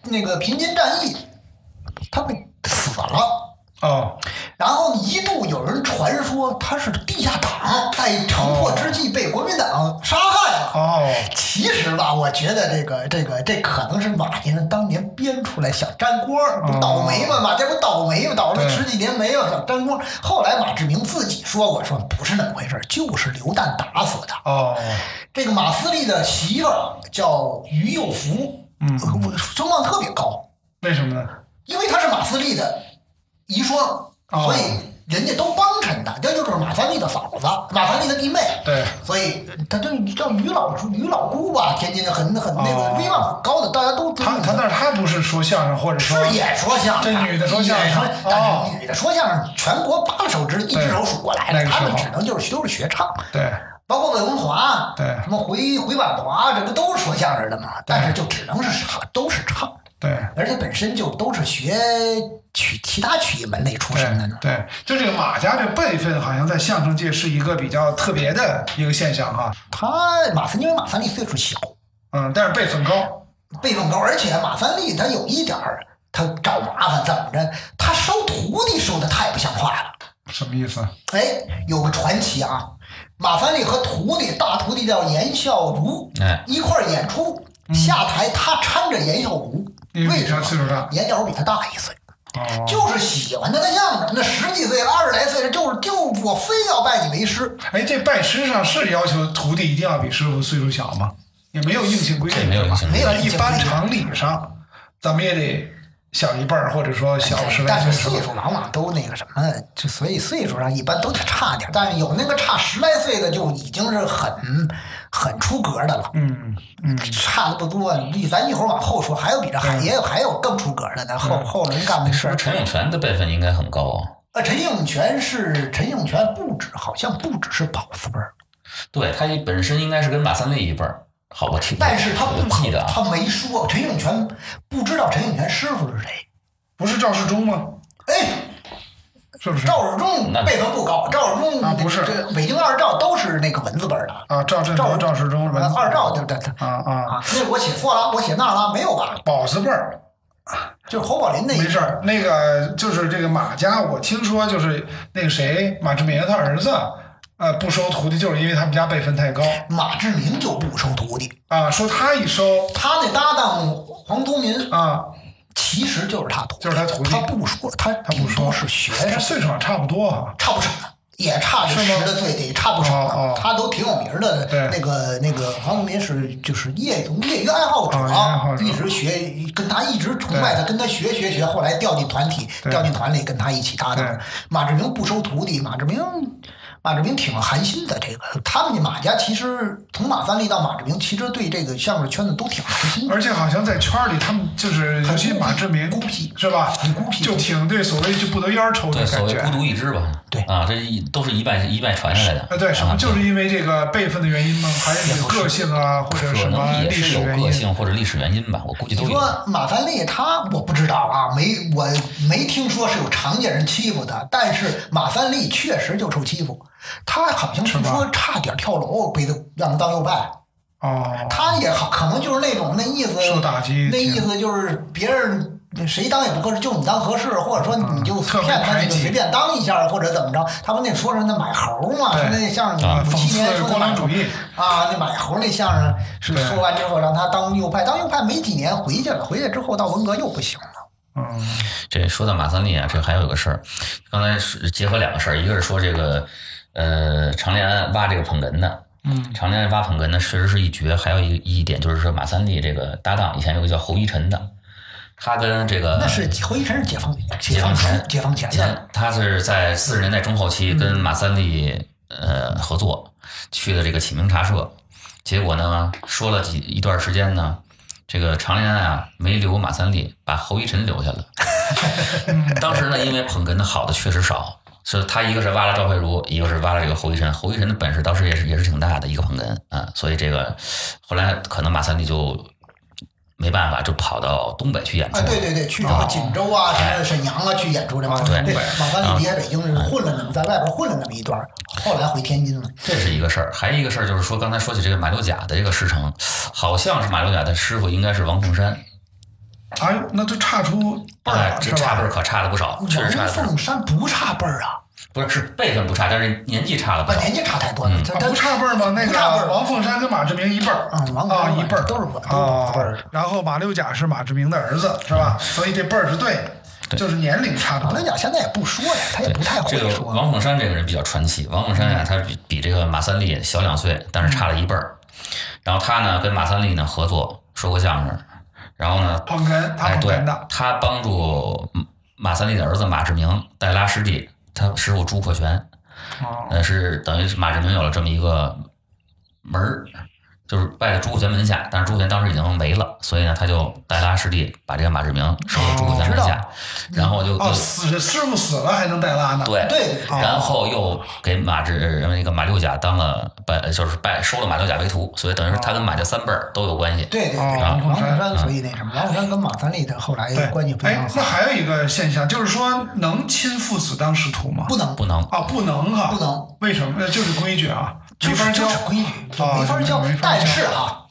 [SPEAKER 5] 那个平津战役，他被死了。
[SPEAKER 3] 哦，
[SPEAKER 5] 然后一度有人传说他是地下党，在城破之际被国民党杀害了。
[SPEAKER 3] 哦
[SPEAKER 5] 其实吧，我觉得这个这个这可能是马先生当年编出来想沾光儿，不
[SPEAKER 3] 哦
[SPEAKER 5] 倒霉吗？马家不倒霉吗？倒
[SPEAKER 3] 对
[SPEAKER 5] 了十几年没有想沾光儿。后来马志明自己说，我说不是那么回事儿，就是刘旦打死的。
[SPEAKER 3] 哦，
[SPEAKER 5] 这个马思立的媳妇儿叫于幼福，
[SPEAKER 3] 嗯
[SPEAKER 5] 呃我声望特别高，
[SPEAKER 3] 为什么呢？
[SPEAKER 5] 因为她是马思立的遗孀，
[SPEAKER 3] 哦
[SPEAKER 5] 所以人家都帮衬他，这就是马三立的嫂子，马三立的弟妹。
[SPEAKER 3] 对，
[SPEAKER 5] 所以他这叫于老叔于老姑吧，天津很很那
[SPEAKER 3] 哦
[SPEAKER 5] 个威望很高的，大家都知道
[SPEAKER 3] 他他但是他不是说相声，或者
[SPEAKER 5] 是
[SPEAKER 3] 说
[SPEAKER 5] 也说相声，
[SPEAKER 3] 这女的说相声
[SPEAKER 5] 也但
[SPEAKER 3] 哦
[SPEAKER 5] 是女的说相声，全国八个手指一只手数过来
[SPEAKER 3] 那
[SPEAKER 5] 的，
[SPEAKER 3] 个时
[SPEAKER 5] 他
[SPEAKER 3] 候
[SPEAKER 5] 们只能就是都是学唱，
[SPEAKER 3] 对
[SPEAKER 5] 包括魏文华，
[SPEAKER 3] 对
[SPEAKER 5] 什么回回婉华，这不都是说相声的嘛？但是就只能是唱，都是唱，
[SPEAKER 3] 对
[SPEAKER 5] 而且本身就都是学曲其他曲艺门类出身的
[SPEAKER 3] 对
[SPEAKER 5] 呢。
[SPEAKER 3] 对，就这个马家这辈分，好像在相声界是一个比较特别的一个现象哈。
[SPEAKER 5] 他马三因为马三立岁数小，
[SPEAKER 3] 嗯，但是辈分高。
[SPEAKER 5] 辈分高，而且马三立他有一点儿，他找麻烦怎么着？他收徒弟收的太不像话了。
[SPEAKER 3] 什么意思？
[SPEAKER 5] 哎，有个传奇啊，马三立和徒弟大徒弟叫严孝儒
[SPEAKER 4] 哎
[SPEAKER 5] 一块儿演出，下台他搀着严孝儒，
[SPEAKER 3] 嗯因为
[SPEAKER 5] 为
[SPEAKER 3] 比
[SPEAKER 5] 什
[SPEAKER 3] 他
[SPEAKER 5] 么？
[SPEAKER 3] 岁数大。
[SPEAKER 5] 严孝儒比他大一岁，
[SPEAKER 3] 哦，
[SPEAKER 5] 就是喜欢他的样子。那十几岁、二十来岁的，就是就我非要拜你为师，
[SPEAKER 3] 哎，这拜师上是要求徒弟一定要比师傅岁数小吗？也没有硬性规
[SPEAKER 4] 这
[SPEAKER 3] 定，
[SPEAKER 4] 没有影响
[SPEAKER 5] 没有
[SPEAKER 3] 一般常理上，咱们也得小一辈儿，或者说小十来
[SPEAKER 5] 但
[SPEAKER 3] 岁
[SPEAKER 5] 是
[SPEAKER 3] 是吧
[SPEAKER 5] 哎岁数往往都那个什么，就所以岁数上一般都得差点儿。但是有那个差十来岁的，就已经是很很出格的了。
[SPEAKER 3] 嗯嗯，
[SPEAKER 5] 差的不多，你咱一会儿往后说，还有比这还也有还有更出格的，咱后后轮干的
[SPEAKER 4] 是不嗯是
[SPEAKER 5] 事儿。
[SPEAKER 4] 陈永泉的辈分应该很高啊？
[SPEAKER 5] 呃，陈永泉是陈永泉，不止好像不只是宝四辈儿，
[SPEAKER 4] 对他本身应该是跟马三立一辈儿，好，我听，
[SPEAKER 5] 但是他
[SPEAKER 4] 我
[SPEAKER 5] 不
[SPEAKER 4] 记得啊，
[SPEAKER 5] 他没说陈永泉不知道陈永泉师傅是谁。
[SPEAKER 3] 不是赵世忠吗？
[SPEAKER 5] 哎，
[SPEAKER 3] 是不是？
[SPEAKER 5] 赵世忠
[SPEAKER 4] 嗯那
[SPEAKER 5] 辈分不高，赵世忠
[SPEAKER 3] 啊不是
[SPEAKER 5] 这北京二赵都是那个文字辈儿的，
[SPEAKER 3] 啊，赵振
[SPEAKER 5] 赵
[SPEAKER 3] 国、赵世忠，文
[SPEAKER 5] 呃二赵对不对？
[SPEAKER 3] 啊啊，
[SPEAKER 5] 啊，那我写错了，我写那儿了，没有吧？
[SPEAKER 3] 宝字辈儿
[SPEAKER 5] 就是侯宝林那一
[SPEAKER 3] 没事儿。那个就是这个马家，我听说就是那个谁马志明他儿子，呃，不收徒弟，就是因为他们家辈分太高
[SPEAKER 5] 马志明就不收徒弟，
[SPEAKER 3] 啊。说他一收
[SPEAKER 5] 他那搭档黄宗民
[SPEAKER 3] 啊，
[SPEAKER 5] 其实就是他徒弟，
[SPEAKER 3] 就是他徒弟
[SPEAKER 5] 他不说，他他
[SPEAKER 3] 他不说
[SPEAKER 5] 是学
[SPEAKER 3] 哎，他
[SPEAKER 5] 生，
[SPEAKER 3] 岁数上差不多啊哈、
[SPEAKER 5] 差不少呢，也差这
[SPEAKER 3] 是吗
[SPEAKER 5] 十来岁的，也差不少呢。
[SPEAKER 3] 哦哦
[SPEAKER 5] 他都挺有名的，
[SPEAKER 3] 对
[SPEAKER 5] 那个那个黄宗民是就是业从业余爱好者，啊
[SPEAKER 3] 哦业余爱好者
[SPEAKER 5] 一直学，跟他一直崇拜
[SPEAKER 3] 对
[SPEAKER 5] 他，跟他学学学，后来调进团体，
[SPEAKER 3] 对
[SPEAKER 5] 调进团里跟他一起搭档
[SPEAKER 3] 对。
[SPEAKER 5] 马志明不收徒弟，马志明。马志明挺寒心的，这个他们马家其实从马三立到马志明，其实对这个相声圈子都挺寒心的。
[SPEAKER 3] 而且好像在圈儿里，他们就是尤其马志明
[SPEAKER 5] 孤僻
[SPEAKER 3] 是吧？
[SPEAKER 5] 很孤僻
[SPEAKER 3] 就挺对所谓就不得烟儿抽
[SPEAKER 4] 对，
[SPEAKER 3] 的
[SPEAKER 4] 所
[SPEAKER 3] 感
[SPEAKER 4] 谓
[SPEAKER 3] 觉
[SPEAKER 4] 孤。独一掷吧，
[SPEAKER 5] 对
[SPEAKER 4] 啊，这一都是一脉一脉传下来的，
[SPEAKER 3] 啊，对，什么
[SPEAKER 4] 啊
[SPEAKER 3] 就是因为这个辈分的原因吗？还是有个性啊，或者
[SPEAKER 4] 可
[SPEAKER 3] 什么
[SPEAKER 4] 能也
[SPEAKER 3] 历
[SPEAKER 4] 是
[SPEAKER 3] 史
[SPEAKER 4] 有
[SPEAKER 3] 原
[SPEAKER 4] 个
[SPEAKER 3] 因？
[SPEAKER 4] 性或者历史原因吧，我估计都
[SPEAKER 5] 你
[SPEAKER 4] 有。
[SPEAKER 5] 说马三立他我不知道啊，没我没听说是有常家人欺负他，但是马三立确实就受欺负，他好像
[SPEAKER 3] 是
[SPEAKER 5] 听
[SPEAKER 3] 吧
[SPEAKER 5] 说差点跳楼被他让他当右派，
[SPEAKER 3] 哦，
[SPEAKER 5] 他也好可能就是那种那意思，
[SPEAKER 3] 受打击
[SPEAKER 5] 那
[SPEAKER 3] 挺
[SPEAKER 5] 意思就是别人。谁当也不合适，就你当合适，或者说你就
[SPEAKER 3] 嗯特别
[SPEAKER 5] 骗他，
[SPEAKER 3] 排
[SPEAKER 5] 你就
[SPEAKER 3] 挤
[SPEAKER 5] 随便当一下，或者怎么着？他不那说人那买猴嘛，
[SPEAKER 3] 对
[SPEAKER 5] 说那相
[SPEAKER 4] 啊
[SPEAKER 5] 声五
[SPEAKER 3] 讽
[SPEAKER 5] 七年
[SPEAKER 3] 刺
[SPEAKER 5] 说
[SPEAKER 3] 共
[SPEAKER 5] 那买
[SPEAKER 3] 产主
[SPEAKER 5] 猴
[SPEAKER 3] 义，
[SPEAKER 5] 啊，那买猴那相声是
[SPEAKER 3] 对
[SPEAKER 5] 说完之后让他当右派，当右派没几年回去了，回去之后到文革又不行了。
[SPEAKER 3] 嗯，
[SPEAKER 4] 这说到马三立啊，这还有一个事儿，刚才是结合两个事儿，一个是说这个呃常连安挖这个捧哏的，
[SPEAKER 3] 嗯，
[SPEAKER 4] 常连安挖捧哏的确实是一绝，还有一一点就是说马三立这个搭档以前有个叫侯一晨的，他跟这个
[SPEAKER 5] 那是侯一晨是解放
[SPEAKER 4] 解放
[SPEAKER 5] 放初
[SPEAKER 4] 前
[SPEAKER 5] 解放前的，嗯
[SPEAKER 4] 他是在四十年代中后期跟马三立呃合作去的这个启明茶社，结果呢说了几一段时间呢，这个常连安啊没留马三立，把侯一晨留 下了。当时呢，因为捧哏的好的确实少，所以他一个是挖了赵慧茹，一个是挖了这个侯一晨。侯一晨的本事当时也是也是挺大的一个捧哏啊，所以这个后来可能马三立就没办法，就跑到东北去演出
[SPEAKER 5] 啊，
[SPEAKER 4] 了。
[SPEAKER 5] 对对对，去什么锦州啊，什么沈阳啊，去演出这帮
[SPEAKER 4] 对
[SPEAKER 5] 对，马三立离开北京是混了那么，在外边混了那么一段儿，后来回天津了。
[SPEAKER 4] 这是一个事儿，还有一个事儿就是说，刚才说起这个马六甲的这个师承，好像是马六甲的师傅应该是王凤山，
[SPEAKER 3] 哎呦，那就差出辈儿
[SPEAKER 4] 哎
[SPEAKER 3] 了，，是
[SPEAKER 4] 这差辈儿
[SPEAKER 3] 吧？
[SPEAKER 4] 可差了不少，确实差
[SPEAKER 5] 啊王
[SPEAKER 4] 了不少，
[SPEAKER 5] 凤山不差辈儿啊，
[SPEAKER 4] 不是是辈分不差，但是年纪差了不
[SPEAKER 5] 把
[SPEAKER 4] 少。
[SPEAKER 5] 年纪差太多了，他
[SPEAKER 3] 啊
[SPEAKER 5] 他
[SPEAKER 3] 不差辈儿吗？那
[SPEAKER 5] 不差辈儿
[SPEAKER 3] 个王凤山跟马志明一辈儿，
[SPEAKER 5] 啊王
[SPEAKER 3] 啊一辈儿
[SPEAKER 5] 都是我都是我
[SPEAKER 3] 啊
[SPEAKER 5] 辈儿。
[SPEAKER 3] 然后马六甲是马志明的儿子，是吧？所以这辈儿是对的，就是年龄差不
[SPEAKER 5] 马
[SPEAKER 3] 多
[SPEAKER 5] 三。立现在也不说了，他也不太会
[SPEAKER 4] 这个
[SPEAKER 5] 说。嗯
[SPEAKER 4] 王凤山这个人比较传奇，王凤山呀、他比比这个马三立小两岁，但是差了一辈儿。然后他呢跟马三立呢合作说过相声，然后
[SPEAKER 5] 哦
[SPEAKER 4] 呢
[SPEAKER 3] 捧哏，他
[SPEAKER 4] 哎，
[SPEAKER 3] 捧
[SPEAKER 4] 对
[SPEAKER 3] 哏的，，
[SPEAKER 4] 他帮助马三立的儿子马志明带拉师弟他师傅朱克全，
[SPEAKER 3] 哦
[SPEAKER 4] 呃，是等于是马志明有了这么一个门儿，就是拜了朱克全门下，但是朱克全当时已经没了，所以呢，他就带拉师弟把这个马志明收入朱克全门下，然后就
[SPEAKER 3] 哦，
[SPEAKER 4] 就
[SPEAKER 3] 死师傅死了还能带拉呢？
[SPEAKER 4] 对
[SPEAKER 5] 对哦
[SPEAKER 4] 然后又给马志呃那个马六甲当了拜，呃就是拜收了马六甲为徒，所以等于是他跟马家三辈儿都有关系。
[SPEAKER 5] 对对对，
[SPEAKER 3] 哦
[SPEAKER 5] 王虎山所以那什么，王虎山跟马三立的后来
[SPEAKER 3] 对，
[SPEAKER 5] 关系非常
[SPEAKER 3] 哎，那
[SPEAKER 5] 好，
[SPEAKER 3] 还有一个现象就是说，能亲父子当师徒吗？
[SPEAKER 5] 不能
[SPEAKER 4] 不能，
[SPEAKER 3] 啊，不能哈，
[SPEAKER 5] 不能，
[SPEAKER 3] 为什么？呃就是规矩啊，
[SPEAKER 5] 就
[SPEAKER 3] 没
[SPEAKER 5] 是
[SPEAKER 3] 法
[SPEAKER 5] 就
[SPEAKER 3] 教
[SPEAKER 5] 是规矩，就
[SPEAKER 3] 啊
[SPEAKER 5] 没法教
[SPEAKER 3] 没。法教
[SPEAKER 5] 但是啊哈，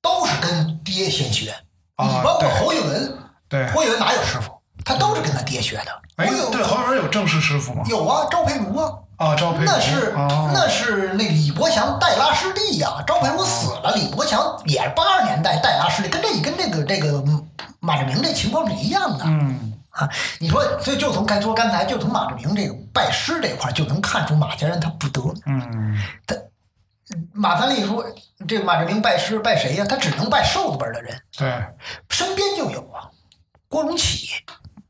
[SPEAKER 5] 都是跟爹先学，
[SPEAKER 3] 啊
[SPEAKER 5] 你包括
[SPEAKER 3] 对
[SPEAKER 5] 侯玉文，
[SPEAKER 3] 对，
[SPEAKER 5] 侯玉文哪有师傅？他都是跟他爹学的。
[SPEAKER 3] 哎，
[SPEAKER 5] 我有
[SPEAKER 3] 对，侯文有正式师傅吗？
[SPEAKER 5] 有啊，赵培如啊，
[SPEAKER 3] 啊，赵培
[SPEAKER 5] 那是
[SPEAKER 3] 啊，
[SPEAKER 5] 那是那李伯祥带拉师弟呀，赵培如死了，李伯祥也是八二年代带拉师弟，跟这跟这个这个马志明这情况是一样的。
[SPEAKER 3] 嗯，
[SPEAKER 5] 啊，你说，所以就从刚说刚才，就从马志明这个拜师这块儿就能看出马家人他不得。
[SPEAKER 3] 嗯，
[SPEAKER 5] 马三立说，这个马志明拜师拜谁呀、他只能拜瘦子辈儿的人，
[SPEAKER 3] 对，
[SPEAKER 5] 身边就有啊。郭荣启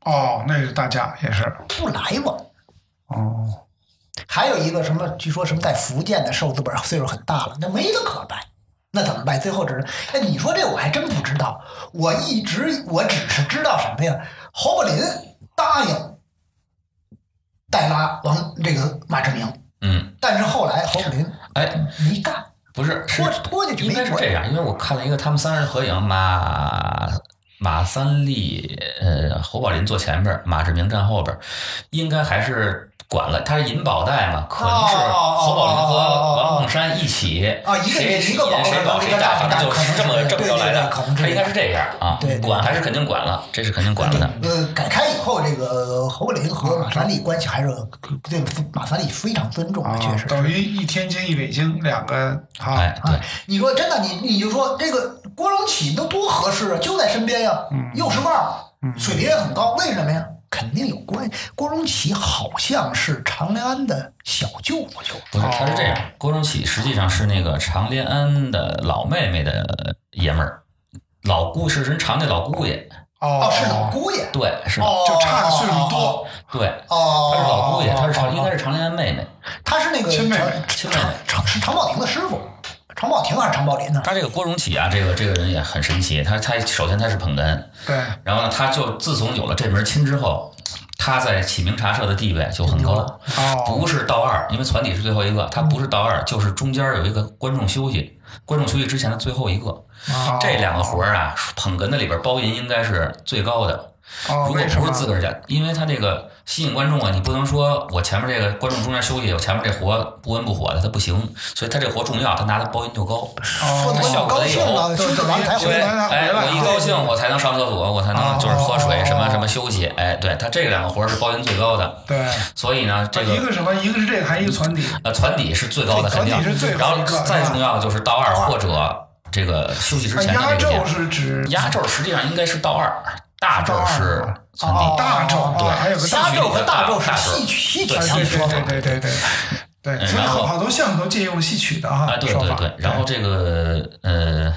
[SPEAKER 3] 哦，那是大家也是，
[SPEAKER 5] 不来往，
[SPEAKER 3] 哦，
[SPEAKER 5] 还有一个什么，据说什么在福建的瘦子辈儿岁数很大了，那没得可拜，那怎么办？最后只能，哎，你说这我还真不知道，我一直我只是知道什么呀？侯宝林答应带拉王这个马志明，
[SPEAKER 4] 嗯，
[SPEAKER 5] 但是后来侯宝林
[SPEAKER 4] 哎，
[SPEAKER 5] 没干，
[SPEAKER 4] 不是，是
[SPEAKER 5] 拖拖下去
[SPEAKER 4] 应
[SPEAKER 5] 没
[SPEAKER 4] 该是
[SPEAKER 5] 管
[SPEAKER 4] 这样，因为我看了一个他们三人合影，马马三立、呃侯宝林坐前边儿，马志明站后边儿，应该还是管了，他是银保带嘛，可能是
[SPEAKER 5] 哦哦哦
[SPEAKER 4] 侯宝林和
[SPEAKER 5] 哦哦哦
[SPEAKER 4] 王凤山一起
[SPEAKER 5] 啊一个
[SPEAKER 4] 谁
[SPEAKER 5] 一个保
[SPEAKER 4] 谁
[SPEAKER 5] 一个
[SPEAKER 4] 保谁带，
[SPEAKER 5] 带
[SPEAKER 4] 反正就
[SPEAKER 5] 可能
[SPEAKER 4] 是这么
[SPEAKER 5] 是
[SPEAKER 4] 这么
[SPEAKER 5] 对
[SPEAKER 4] 着来
[SPEAKER 5] 对
[SPEAKER 4] 的
[SPEAKER 5] 对可能，是
[SPEAKER 4] 他应该是这样啊
[SPEAKER 5] 对对，对
[SPEAKER 4] 管还是肯定管了，这是肯定管了的，
[SPEAKER 5] 呃，改开以后，这个侯宝林和马三立关系还是对马三立非常尊重的，
[SPEAKER 3] 啊
[SPEAKER 5] 确实，是。
[SPEAKER 3] 等于一天津一北京两个啊
[SPEAKER 4] 哎，对
[SPEAKER 5] 啊。，你说真的，你你就说这个郭荣启那多合适啊，就在身边呀、
[SPEAKER 3] 嗯
[SPEAKER 5] 又是腕儿，水平也很高，为什么呀？肯定有关系。郭荣启好像是常连安的小舅舅，
[SPEAKER 4] 不是，他是这样，
[SPEAKER 5] 哦
[SPEAKER 4] 郭荣启实际上是那个常连安的老妹妹的爷们儿，老姑是人常家老姑爷，
[SPEAKER 3] 哦
[SPEAKER 5] 哦，是老姑爷，
[SPEAKER 4] 对，是的，
[SPEAKER 5] 哦，
[SPEAKER 3] 就差岁数多，
[SPEAKER 4] 对，
[SPEAKER 5] 哦，
[SPEAKER 4] 她是老姑爷，
[SPEAKER 5] 哦
[SPEAKER 4] 她是常
[SPEAKER 5] 哦
[SPEAKER 4] 应该是常连安妹妹。
[SPEAKER 5] 他是那个
[SPEAKER 3] 亲妹妹
[SPEAKER 4] 亲
[SPEAKER 5] 常
[SPEAKER 4] 妹妹
[SPEAKER 5] 常常是常宝霆的师傅，常宝霆还是常宝林呢？
[SPEAKER 4] 她这个郭荣启啊，这个这个人也很神奇，他他首先他是捧哏，
[SPEAKER 3] 对，
[SPEAKER 4] 然后呢，他就自从有了这门亲之后，他在启明茶社的地位就很高，
[SPEAKER 3] 哦，
[SPEAKER 4] 不是道二，因为船底是最后一个，他不是道二，就是中间有一个观众休息，观众休息之前的最后一个。
[SPEAKER 3] 哦
[SPEAKER 4] 这两个活儿啊，捧哏的里边包银应该是最高的。
[SPEAKER 3] 哦
[SPEAKER 4] 如果
[SPEAKER 3] 为什
[SPEAKER 4] 不
[SPEAKER 3] 么
[SPEAKER 4] 是自个儿家，因为他这个吸引观众啊，你不能说我前面这个观众中间休息，我前面这活不温不火的，他不行，所以他这活重要，他拿的包银就高。
[SPEAKER 3] 啊
[SPEAKER 5] 说的
[SPEAKER 4] 那小
[SPEAKER 5] 我
[SPEAKER 4] 哥
[SPEAKER 5] 高
[SPEAKER 4] 得
[SPEAKER 5] 兴
[SPEAKER 4] 有
[SPEAKER 5] 了，休息完才
[SPEAKER 4] 对，
[SPEAKER 5] 回来。
[SPEAKER 4] 哎，我一高兴我才能上厕所，我才
[SPEAKER 3] 哦
[SPEAKER 4] 能就是喝水什么什么休息。哎，对他这两个活儿是包银最高的，
[SPEAKER 3] 对，啊
[SPEAKER 4] 所以呢，这
[SPEAKER 3] 一
[SPEAKER 4] 个
[SPEAKER 3] 个什么，一个是这个，还一个船底，
[SPEAKER 4] 呃船底是最高的肯定
[SPEAKER 3] 船底是最，
[SPEAKER 4] 然
[SPEAKER 3] 高
[SPEAKER 4] 后
[SPEAKER 3] 的
[SPEAKER 4] 再重要的就是道二或者这个休息之
[SPEAKER 3] 啊
[SPEAKER 4] 前的
[SPEAKER 3] 压
[SPEAKER 4] 这个
[SPEAKER 3] 轴
[SPEAKER 4] 点。
[SPEAKER 3] 是指
[SPEAKER 4] 压轴实际上应该是道二，大轴是
[SPEAKER 3] 啊
[SPEAKER 4] 船
[SPEAKER 5] 哦
[SPEAKER 4] 底。
[SPEAKER 3] 大轴，
[SPEAKER 4] 对
[SPEAKER 3] 啊，还有个大啊
[SPEAKER 5] 虾
[SPEAKER 4] 曲
[SPEAKER 5] 咒和大咒
[SPEAKER 4] 大
[SPEAKER 5] 是
[SPEAKER 4] 咒
[SPEAKER 5] 戏曲戏曲
[SPEAKER 4] 对
[SPEAKER 3] 对
[SPEAKER 5] 上的
[SPEAKER 3] 对
[SPEAKER 5] 说法。
[SPEAKER 3] 对对对对对，所以
[SPEAKER 4] 嗯然后
[SPEAKER 3] 好好多项目都借用戏曲的
[SPEAKER 4] 啊，
[SPEAKER 3] 哈
[SPEAKER 4] 对
[SPEAKER 3] 说
[SPEAKER 4] 对
[SPEAKER 3] 法。
[SPEAKER 4] 对，然后这个呃，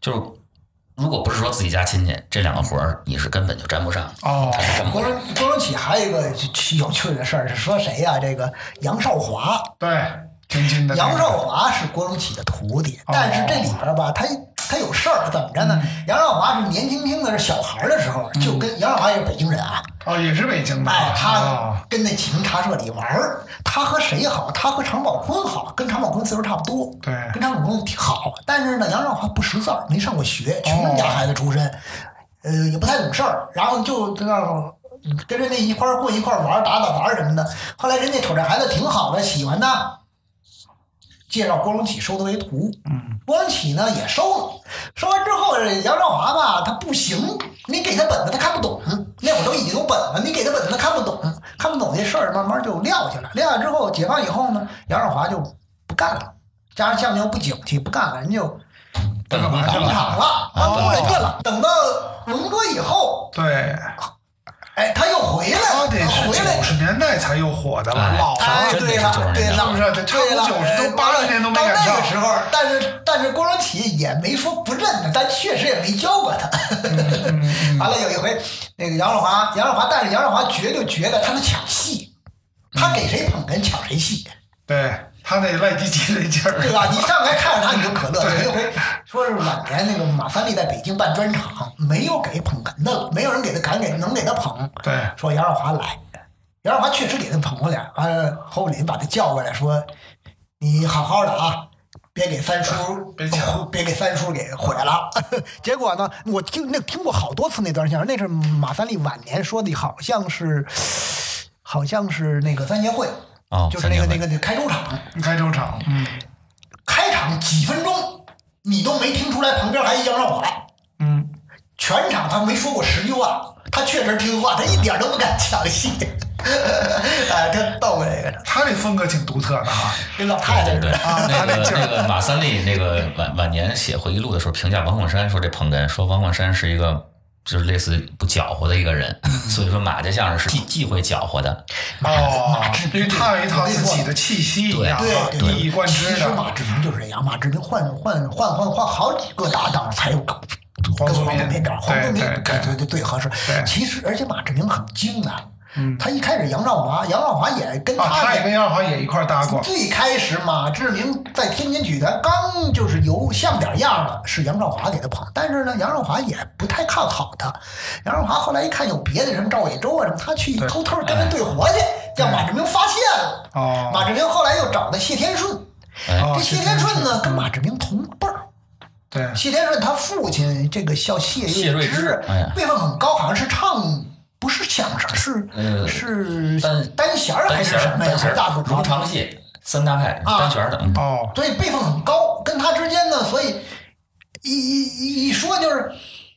[SPEAKER 4] 就是如果不是说自己家亲戚，这两个活儿你是根本就沾不上的。
[SPEAKER 3] 哦
[SPEAKER 4] 它是这么
[SPEAKER 5] 郭
[SPEAKER 4] 回事
[SPEAKER 5] 荣郭荣启还有一个有趣的事儿是说谁呀、这个杨少华，
[SPEAKER 3] 对，天津的那个
[SPEAKER 5] 杨少华是郭荣启的徒弟，
[SPEAKER 3] 哦
[SPEAKER 5] 但是这里边吧，他他有事儿，怎么着呢？杨少华是年轻轻的，是小孩儿的时候，就跟杨少华也是北京人啊，
[SPEAKER 3] 哦，也是北京的，
[SPEAKER 5] 哎，
[SPEAKER 3] 哦
[SPEAKER 5] 他跟那启明茶社里玩儿，他和谁好？他和常宝坤好，跟常宝坤岁数差不多，
[SPEAKER 3] 对
[SPEAKER 5] 跟常宝坤挺好。但是呢，杨少华不识字儿，没上过学，穷人家孩子出身，呃，也不太懂事儿，然后就这样。跟着那一块儿混一块儿玩儿打打玩儿什么的，后来人家瞅这孩子挺好的，喜欢他，介绍郭荣启收他为徒。嗯，郭荣启呢也收了，收完之后这杨少华吧，他不行，你给他本子他看不懂，那会儿都已经有本了，你给他本子他看不懂，看不懂这事儿慢慢就撂下了。撂下之后，解放以后呢，杨少华就不干了，加上项目又不景气，不干了，人就
[SPEAKER 4] 奔着工
[SPEAKER 5] 嗯躺
[SPEAKER 4] 厂了。
[SPEAKER 3] 啊
[SPEAKER 5] 了，啊当工人去了。等到文革以后，
[SPEAKER 3] 对，
[SPEAKER 5] 哎，他又回来
[SPEAKER 3] 他
[SPEAKER 5] 了，
[SPEAKER 3] 得啊是
[SPEAKER 5] 回来
[SPEAKER 3] 九十年代才又火的了，
[SPEAKER 4] 哎
[SPEAKER 3] 老
[SPEAKER 5] 哎，
[SPEAKER 4] 真
[SPEAKER 5] 对
[SPEAKER 4] 得是
[SPEAKER 5] 了，
[SPEAKER 4] 90
[SPEAKER 5] 对
[SPEAKER 4] 年代
[SPEAKER 5] 了，
[SPEAKER 3] 是不是这差不多
[SPEAKER 5] 对了
[SPEAKER 3] 90
[SPEAKER 5] 哎
[SPEAKER 3] 都80年都没赶
[SPEAKER 5] 到那
[SPEAKER 3] 上
[SPEAKER 5] 个时候，但是但是郭荣启也没说不认他，但确实也没教过他。
[SPEAKER 3] 嗯
[SPEAKER 5] 完了有一回，那个杨少华，杨少华，但是杨少华绝就觉得他能抢戏，他给谁捧哏抢谁戏，
[SPEAKER 3] 对他那赖唧唧那劲
[SPEAKER 5] 对
[SPEAKER 3] 儿，
[SPEAKER 5] 吧？你上来看着他你就可乐。有一回说是晚年那个马三立在北京办专场，没有给捧哏的了，没有人给他敢给能给他捧，
[SPEAKER 3] 对
[SPEAKER 5] 说杨少华来，杨少华确实给他捧过脸，完了侯武林把他叫过来说：“你好好的啊，别给三叔
[SPEAKER 3] 别抢
[SPEAKER 5] 别给三叔给毁了。” 结果呢，我听那听过好多次那段相声，那是马三立晚年说的，好像是好像是那个三协会，
[SPEAKER 4] 哦
[SPEAKER 5] 就是那个
[SPEAKER 4] 三协
[SPEAKER 5] 那
[SPEAKER 4] 会
[SPEAKER 5] 个那个开州场，
[SPEAKER 3] 开州场，嗯
[SPEAKER 5] 开场几分钟你都没听出来，旁边还一样让我来。
[SPEAKER 3] 嗯，
[SPEAKER 5] 全场他没说过十句话，他确实听话，他一点都不敢抢戏。 哎，他逗过这个的，
[SPEAKER 3] 他这风格挺独特的哈，
[SPEAKER 5] 这老太
[SPEAKER 4] 对
[SPEAKER 5] 太似
[SPEAKER 4] 对，
[SPEAKER 5] 的啊，
[SPEAKER 4] 那
[SPEAKER 3] 他那
[SPEAKER 4] 个
[SPEAKER 3] 劲儿
[SPEAKER 4] 那个马三立那个晚晚年写回忆录的时候，评价王冠山说这捧哏，说王冠山是一个就是类似不搅和的一个人，
[SPEAKER 5] 嗯
[SPEAKER 4] 所以说马家相声是忌忌讳搅和的。
[SPEAKER 3] 哦，因为他有一套自己的气息一样
[SPEAKER 5] 对
[SPEAKER 3] 啊，
[SPEAKER 5] 对
[SPEAKER 3] 一以
[SPEAKER 5] 对，
[SPEAKER 3] 贯
[SPEAKER 5] 其
[SPEAKER 3] 之
[SPEAKER 5] 实马
[SPEAKER 3] 的。啊
[SPEAKER 5] 志明就是这样，马志明换换换换换好几个搭档才有跟
[SPEAKER 3] 黄
[SPEAKER 5] 跟
[SPEAKER 3] 宗
[SPEAKER 5] 黄宗
[SPEAKER 3] 民
[SPEAKER 5] 民找，黄宗民
[SPEAKER 3] 对对
[SPEAKER 5] 对
[SPEAKER 3] 对
[SPEAKER 5] 对对最合适
[SPEAKER 3] 对。
[SPEAKER 5] 其实而且马志明很精的，
[SPEAKER 3] 嗯
[SPEAKER 5] 他一开始杨少华，杨少华也跟
[SPEAKER 3] 啊，
[SPEAKER 5] 他
[SPEAKER 3] 他也
[SPEAKER 5] 也
[SPEAKER 3] 跟杨华也一块儿搭过，
[SPEAKER 5] 最开始马志明在天津曲坛刚就是有像点样了，是杨少华给他捧，但是呢，杨少华也不太看好他。杨少华后来一看有别的什么赵伟洲啊什么，他去
[SPEAKER 3] 对
[SPEAKER 5] 偷偷跟人对活去，让马志明发现了。
[SPEAKER 4] 哎
[SPEAKER 3] 哦
[SPEAKER 5] 马志明后来又找的谢天顺，
[SPEAKER 3] 哦
[SPEAKER 5] 这谢天顺
[SPEAKER 4] 嗯
[SPEAKER 5] 呢跟马志明同辈儿。
[SPEAKER 3] 对，
[SPEAKER 5] 谢天顺他父亲这个叫谢
[SPEAKER 4] 谢
[SPEAKER 5] 瑞
[SPEAKER 4] 瑞之哎呀
[SPEAKER 5] 辈分很高，好像是唱不是相声，
[SPEAKER 4] 呃
[SPEAKER 5] 是、是
[SPEAKER 4] 单
[SPEAKER 5] 单弦儿
[SPEAKER 4] 单
[SPEAKER 5] 还
[SPEAKER 4] 弦
[SPEAKER 5] 是
[SPEAKER 4] 儿
[SPEAKER 5] 什么
[SPEAKER 4] 单
[SPEAKER 5] 呀？还
[SPEAKER 4] 弦
[SPEAKER 5] 是大主
[SPEAKER 4] 儿
[SPEAKER 5] 唱
[SPEAKER 4] 如常戏三大派
[SPEAKER 5] 啊
[SPEAKER 4] 单弦儿的，嗯
[SPEAKER 3] 哦，
[SPEAKER 5] 所以辈分很高，跟他之间呢，所以一一一一说就是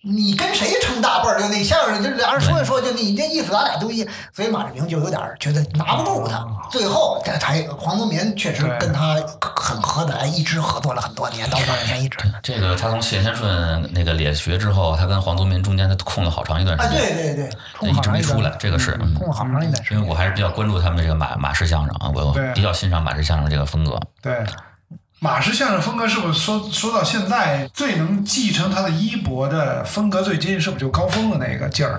[SPEAKER 5] 你跟谁成大辈儿，就那相声，就俩人说一说，就你这意思，咱俩都一，所以马志明就有点儿觉得拿不住他，
[SPEAKER 4] 啊
[SPEAKER 5] 最后这才黄宗民确实
[SPEAKER 3] 对
[SPEAKER 5] 跟他很合得来，一直合作了很多年，到晚年一直。
[SPEAKER 4] 这个他从谢天顺那个列学之后，他跟黄宗民中间他空了好长一段
[SPEAKER 5] 啊，
[SPEAKER 4] 时
[SPEAKER 5] 对
[SPEAKER 4] 间，
[SPEAKER 5] 对对，
[SPEAKER 4] 对
[SPEAKER 5] 冲
[SPEAKER 4] 一直
[SPEAKER 5] 好
[SPEAKER 4] 没
[SPEAKER 5] 一
[SPEAKER 4] 出
[SPEAKER 5] 段
[SPEAKER 4] 来，这个是。嗯
[SPEAKER 5] 冲好长一段时
[SPEAKER 4] 因
[SPEAKER 5] 间
[SPEAKER 4] 为我还是比较关注他们这个马马氏相声啊，我
[SPEAKER 3] 对
[SPEAKER 4] 比较欣赏马氏相声这个风格。
[SPEAKER 3] 对，马氏相声风格是不是说说到现在最能继承他的衣钵的风格最接近，是不是就高峰的那个劲儿？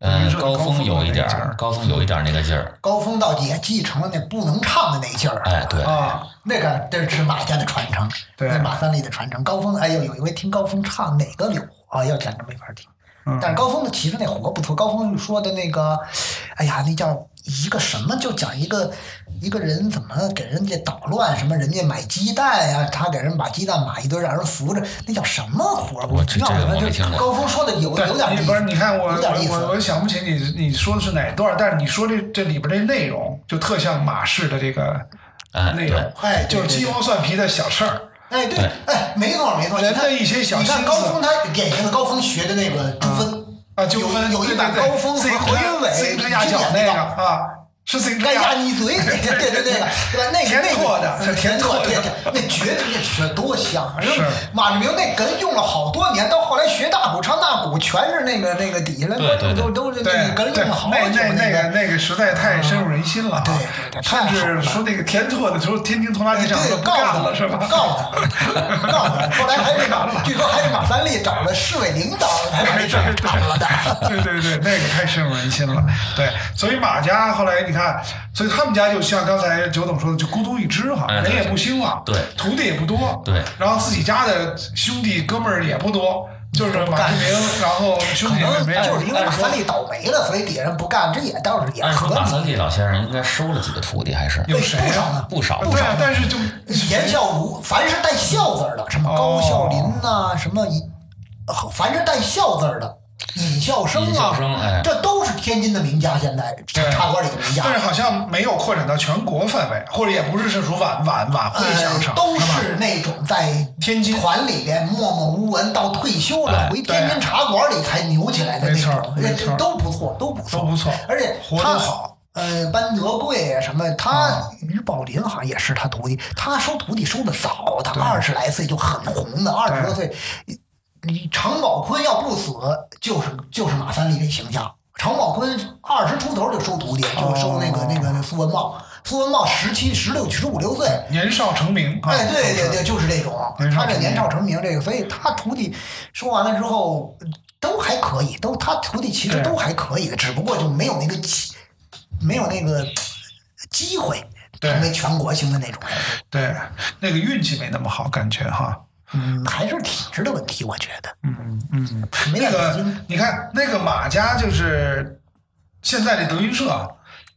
[SPEAKER 4] 嗯
[SPEAKER 3] 您，说
[SPEAKER 4] 高
[SPEAKER 3] 高峰
[SPEAKER 4] 峰有
[SPEAKER 3] 的
[SPEAKER 4] 一
[SPEAKER 3] 那
[SPEAKER 4] 点
[SPEAKER 3] 劲儿
[SPEAKER 4] 儿，高峰有一点儿那个劲儿，
[SPEAKER 5] 高峰到底也继承了那不能唱的那一劲儿，
[SPEAKER 4] 哎，对，
[SPEAKER 3] 啊，
[SPEAKER 5] 那个这是马家的传承，
[SPEAKER 3] 对
[SPEAKER 5] 那马三立的传承。高峰，哎呦，有一回听高峰唱哪个柳啊，要简直没法听。
[SPEAKER 3] 嗯
[SPEAKER 5] 但是高峰的其实那活不错，高峰说的那个，哎呀，那叫一个什么，就讲一个一个人怎么给人家捣乱，什么人家买鸡蛋呀、他给人把鸡蛋码一堆，让人扶着，那叫什么活儿？
[SPEAKER 4] 我这
[SPEAKER 5] 不要
[SPEAKER 4] 这个
[SPEAKER 5] 了
[SPEAKER 4] 我没
[SPEAKER 5] 这
[SPEAKER 4] 听过
[SPEAKER 5] 高峰说的有
[SPEAKER 3] 对
[SPEAKER 5] 有点意，思，
[SPEAKER 3] 不是你看我
[SPEAKER 5] 有点意
[SPEAKER 3] 我我
[SPEAKER 5] 思。
[SPEAKER 3] 我想不起你你说的是哪段，但是你说这这里边这内容就特像马氏的这个
[SPEAKER 4] 哎，
[SPEAKER 3] 内
[SPEAKER 4] 对
[SPEAKER 3] 容，，
[SPEAKER 5] 哎，
[SPEAKER 3] 就
[SPEAKER 5] 对
[SPEAKER 3] 是
[SPEAKER 5] 对
[SPEAKER 3] 鸡
[SPEAKER 5] 对
[SPEAKER 3] 毛蒜皮的小事儿。
[SPEAKER 5] 哎，对
[SPEAKER 4] 对，
[SPEAKER 5] 哎，没错没错，
[SPEAKER 3] 人
[SPEAKER 5] 你看
[SPEAKER 3] 的一些小
[SPEAKER 5] 你
[SPEAKER 3] 心
[SPEAKER 5] 看
[SPEAKER 3] 思
[SPEAKER 5] 高峰他典型的高峰学的那个朱芬
[SPEAKER 3] 啊，纠
[SPEAKER 5] 有
[SPEAKER 3] 纷
[SPEAKER 5] 有一
[SPEAKER 3] 对
[SPEAKER 5] 版
[SPEAKER 3] 对对
[SPEAKER 5] 高峰
[SPEAKER 3] 自
[SPEAKER 5] 和
[SPEAKER 3] 行车
[SPEAKER 5] 何云伟
[SPEAKER 3] 自行车压脚那
[SPEAKER 5] 之
[SPEAKER 3] 个
[SPEAKER 5] 间的
[SPEAKER 3] 啊，是自行车
[SPEAKER 5] 该压
[SPEAKER 3] 压。
[SPEAKER 5] 你嘴，对对 对对吧？对吧？那个
[SPEAKER 3] 甜
[SPEAKER 5] 那
[SPEAKER 3] 唾
[SPEAKER 5] 个
[SPEAKER 3] 的
[SPEAKER 5] 嗯
[SPEAKER 3] 甜
[SPEAKER 5] 甜
[SPEAKER 3] 唾
[SPEAKER 5] 唾
[SPEAKER 3] 的
[SPEAKER 5] 对对，那绝对那学多香啊！
[SPEAKER 3] 是
[SPEAKER 5] 马志明那梗用了好多年，到后来学大鼓唱大鼓，全是那个那个底下来观
[SPEAKER 4] 对对
[SPEAKER 5] 众
[SPEAKER 4] 对
[SPEAKER 5] 都都是
[SPEAKER 3] 对
[SPEAKER 5] 那
[SPEAKER 3] 对，
[SPEAKER 5] 个梗用了好
[SPEAKER 3] 那
[SPEAKER 5] 久
[SPEAKER 3] 那那个
[SPEAKER 5] 个。
[SPEAKER 3] 那个实在太深入人心了啊！
[SPEAKER 5] 对对对
[SPEAKER 3] 甚
[SPEAKER 5] 太好
[SPEAKER 3] 至
[SPEAKER 5] 了
[SPEAKER 3] 说那个填错的时候，天津拖拉机厂都
[SPEAKER 5] 哎对，
[SPEAKER 3] 不
[SPEAKER 5] 告
[SPEAKER 3] 干
[SPEAKER 5] 他
[SPEAKER 3] 了，是吧？
[SPEAKER 5] 告他，告他。 后来还是马，据说还是马三立找了市委领导才把这事儿办了的。
[SPEAKER 3] 对对对，那个太深入人心了。对，所以马家后来你看，所以他们家就像刚才九总说的，就孤独一只哈，
[SPEAKER 4] 哎
[SPEAKER 3] 人
[SPEAKER 4] 对
[SPEAKER 3] 也不兴旺，
[SPEAKER 4] 对
[SPEAKER 3] 徒弟也不多，
[SPEAKER 4] 对
[SPEAKER 3] 然后自己家的兄弟哥们儿也不多，就是马志明，然后兄
[SPEAKER 5] 可
[SPEAKER 3] 弟姐
[SPEAKER 5] 能
[SPEAKER 3] 妹
[SPEAKER 5] 就是因为马
[SPEAKER 3] 按说
[SPEAKER 5] 三立倒霉了，所以底下人不干，这也倒是也
[SPEAKER 3] 哎
[SPEAKER 4] 按说
[SPEAKER 5] 合
[SPEAKER 4] 马
[SPEAKER 5] 理。
[SPEAKER 4] 三立老先生应该收了几个徒弟，还是
[SPEAKER 3] 有谁
[SPEAKER 5] 不少
[SPEAKER 3] 啊
[SPEAKER 5] 呢？
[SPEAKER 4] 不少不
[SPEAKER 3] 对
[SPEAKER 4] 少
[SPEAKER 3] 啊，。但是啊哦就
[SPEAKER 5] 严孝儒，凡是带孝字儿的，什么高孝林呐、什么尹，呃凡是带孝字儿的，尹孝生
[SPEAKER 4] 尹
[SPEAKER 5] 啊，
[SPEAKER 4] 孝生哎
[SPEAKER 5] 这都是天津的名家，现在
[SPEAKER 3] 对
[SPEAKER 5] 茶馆里的名家
[SPEAKER 3] 但。是好像没有扩展到全国范围，或者也不是是属晚晚晚会相声，
[SPEAKER 5] 呃，都
[SPEAKER 3] 吧
[SPEAKER 5] 是那种在
[SPEAKER 3] 天津
[SPEAKER 5] 团里边默默无闻到退休了，
[SPEAKER 4] 哎
[SPEAKER 5] 回天津茶馆里才牛起来的那种，
[SPEAKER 3] 没错
[SPEAKER 5] 那
[SPEAKER 3] 没错
[SPEAKER 5] 都不错，都不错，
[SPEAKER 3] 都不错
[SPEAKER 5] 而且
[SPEAKER 3] 活
[SPEAKER 5] 他
[SPEAKER 3] 得好。
[SPEAKER 5] 呃，班德贵啊，什么，
[SPEAKER 3] 啊
[SPEAKER 5] 他于宝林好像也是他徒弟，他收徒弟收的早，他二十来岁就很红的，二十多岁。你你常宝坤要不死，就是就是马三立这形象。常宝坤二十出头就收徒弟，就收那个、
[SPEAKER 3] 哦
[SPEAKER 5] 那个那苏文茂，苏文茂十七、十六、十五六岁，
[SPEAKER 3] 年少成名啊，
[SPEAKER 5] 哎，对
[SPEAKER 3] 都是
[SPEAKER 5] 对对，就是这种
[SPEAKER 3] 年，少
[SPEAKER 5] 他这
[SPEAKER 3] 成
[SPEAKER 5] 年
[SPEAKER 3] 名
[SPEAKER 5] 少成名这个，所以他徒弟说完了之后都还可以，都他徒弟其实
[SPEAKER 3] 对
[SPEAKER 5] 都还可以的，只不过就没有那个气，没有那个机会
[SPEAKER 3] 对
[SPEAKER 5] 成为全国性的那种人。
[SPEAKER 3] 对，那个运气没那么好，感觉哈。
[SPEAKER 5] 嗯，还是体制的问题，我觉得。
[SPEAKER 3] 嗯嗯，
[SPEAKER 5] 没
[SPEAKER 3] 那
[SPEAKER 5] 在北
[SPEAKER 3] 个
[SPEAKER 5] 京，
[SPEAKER 3] 你看那个马家就是现在这德云社。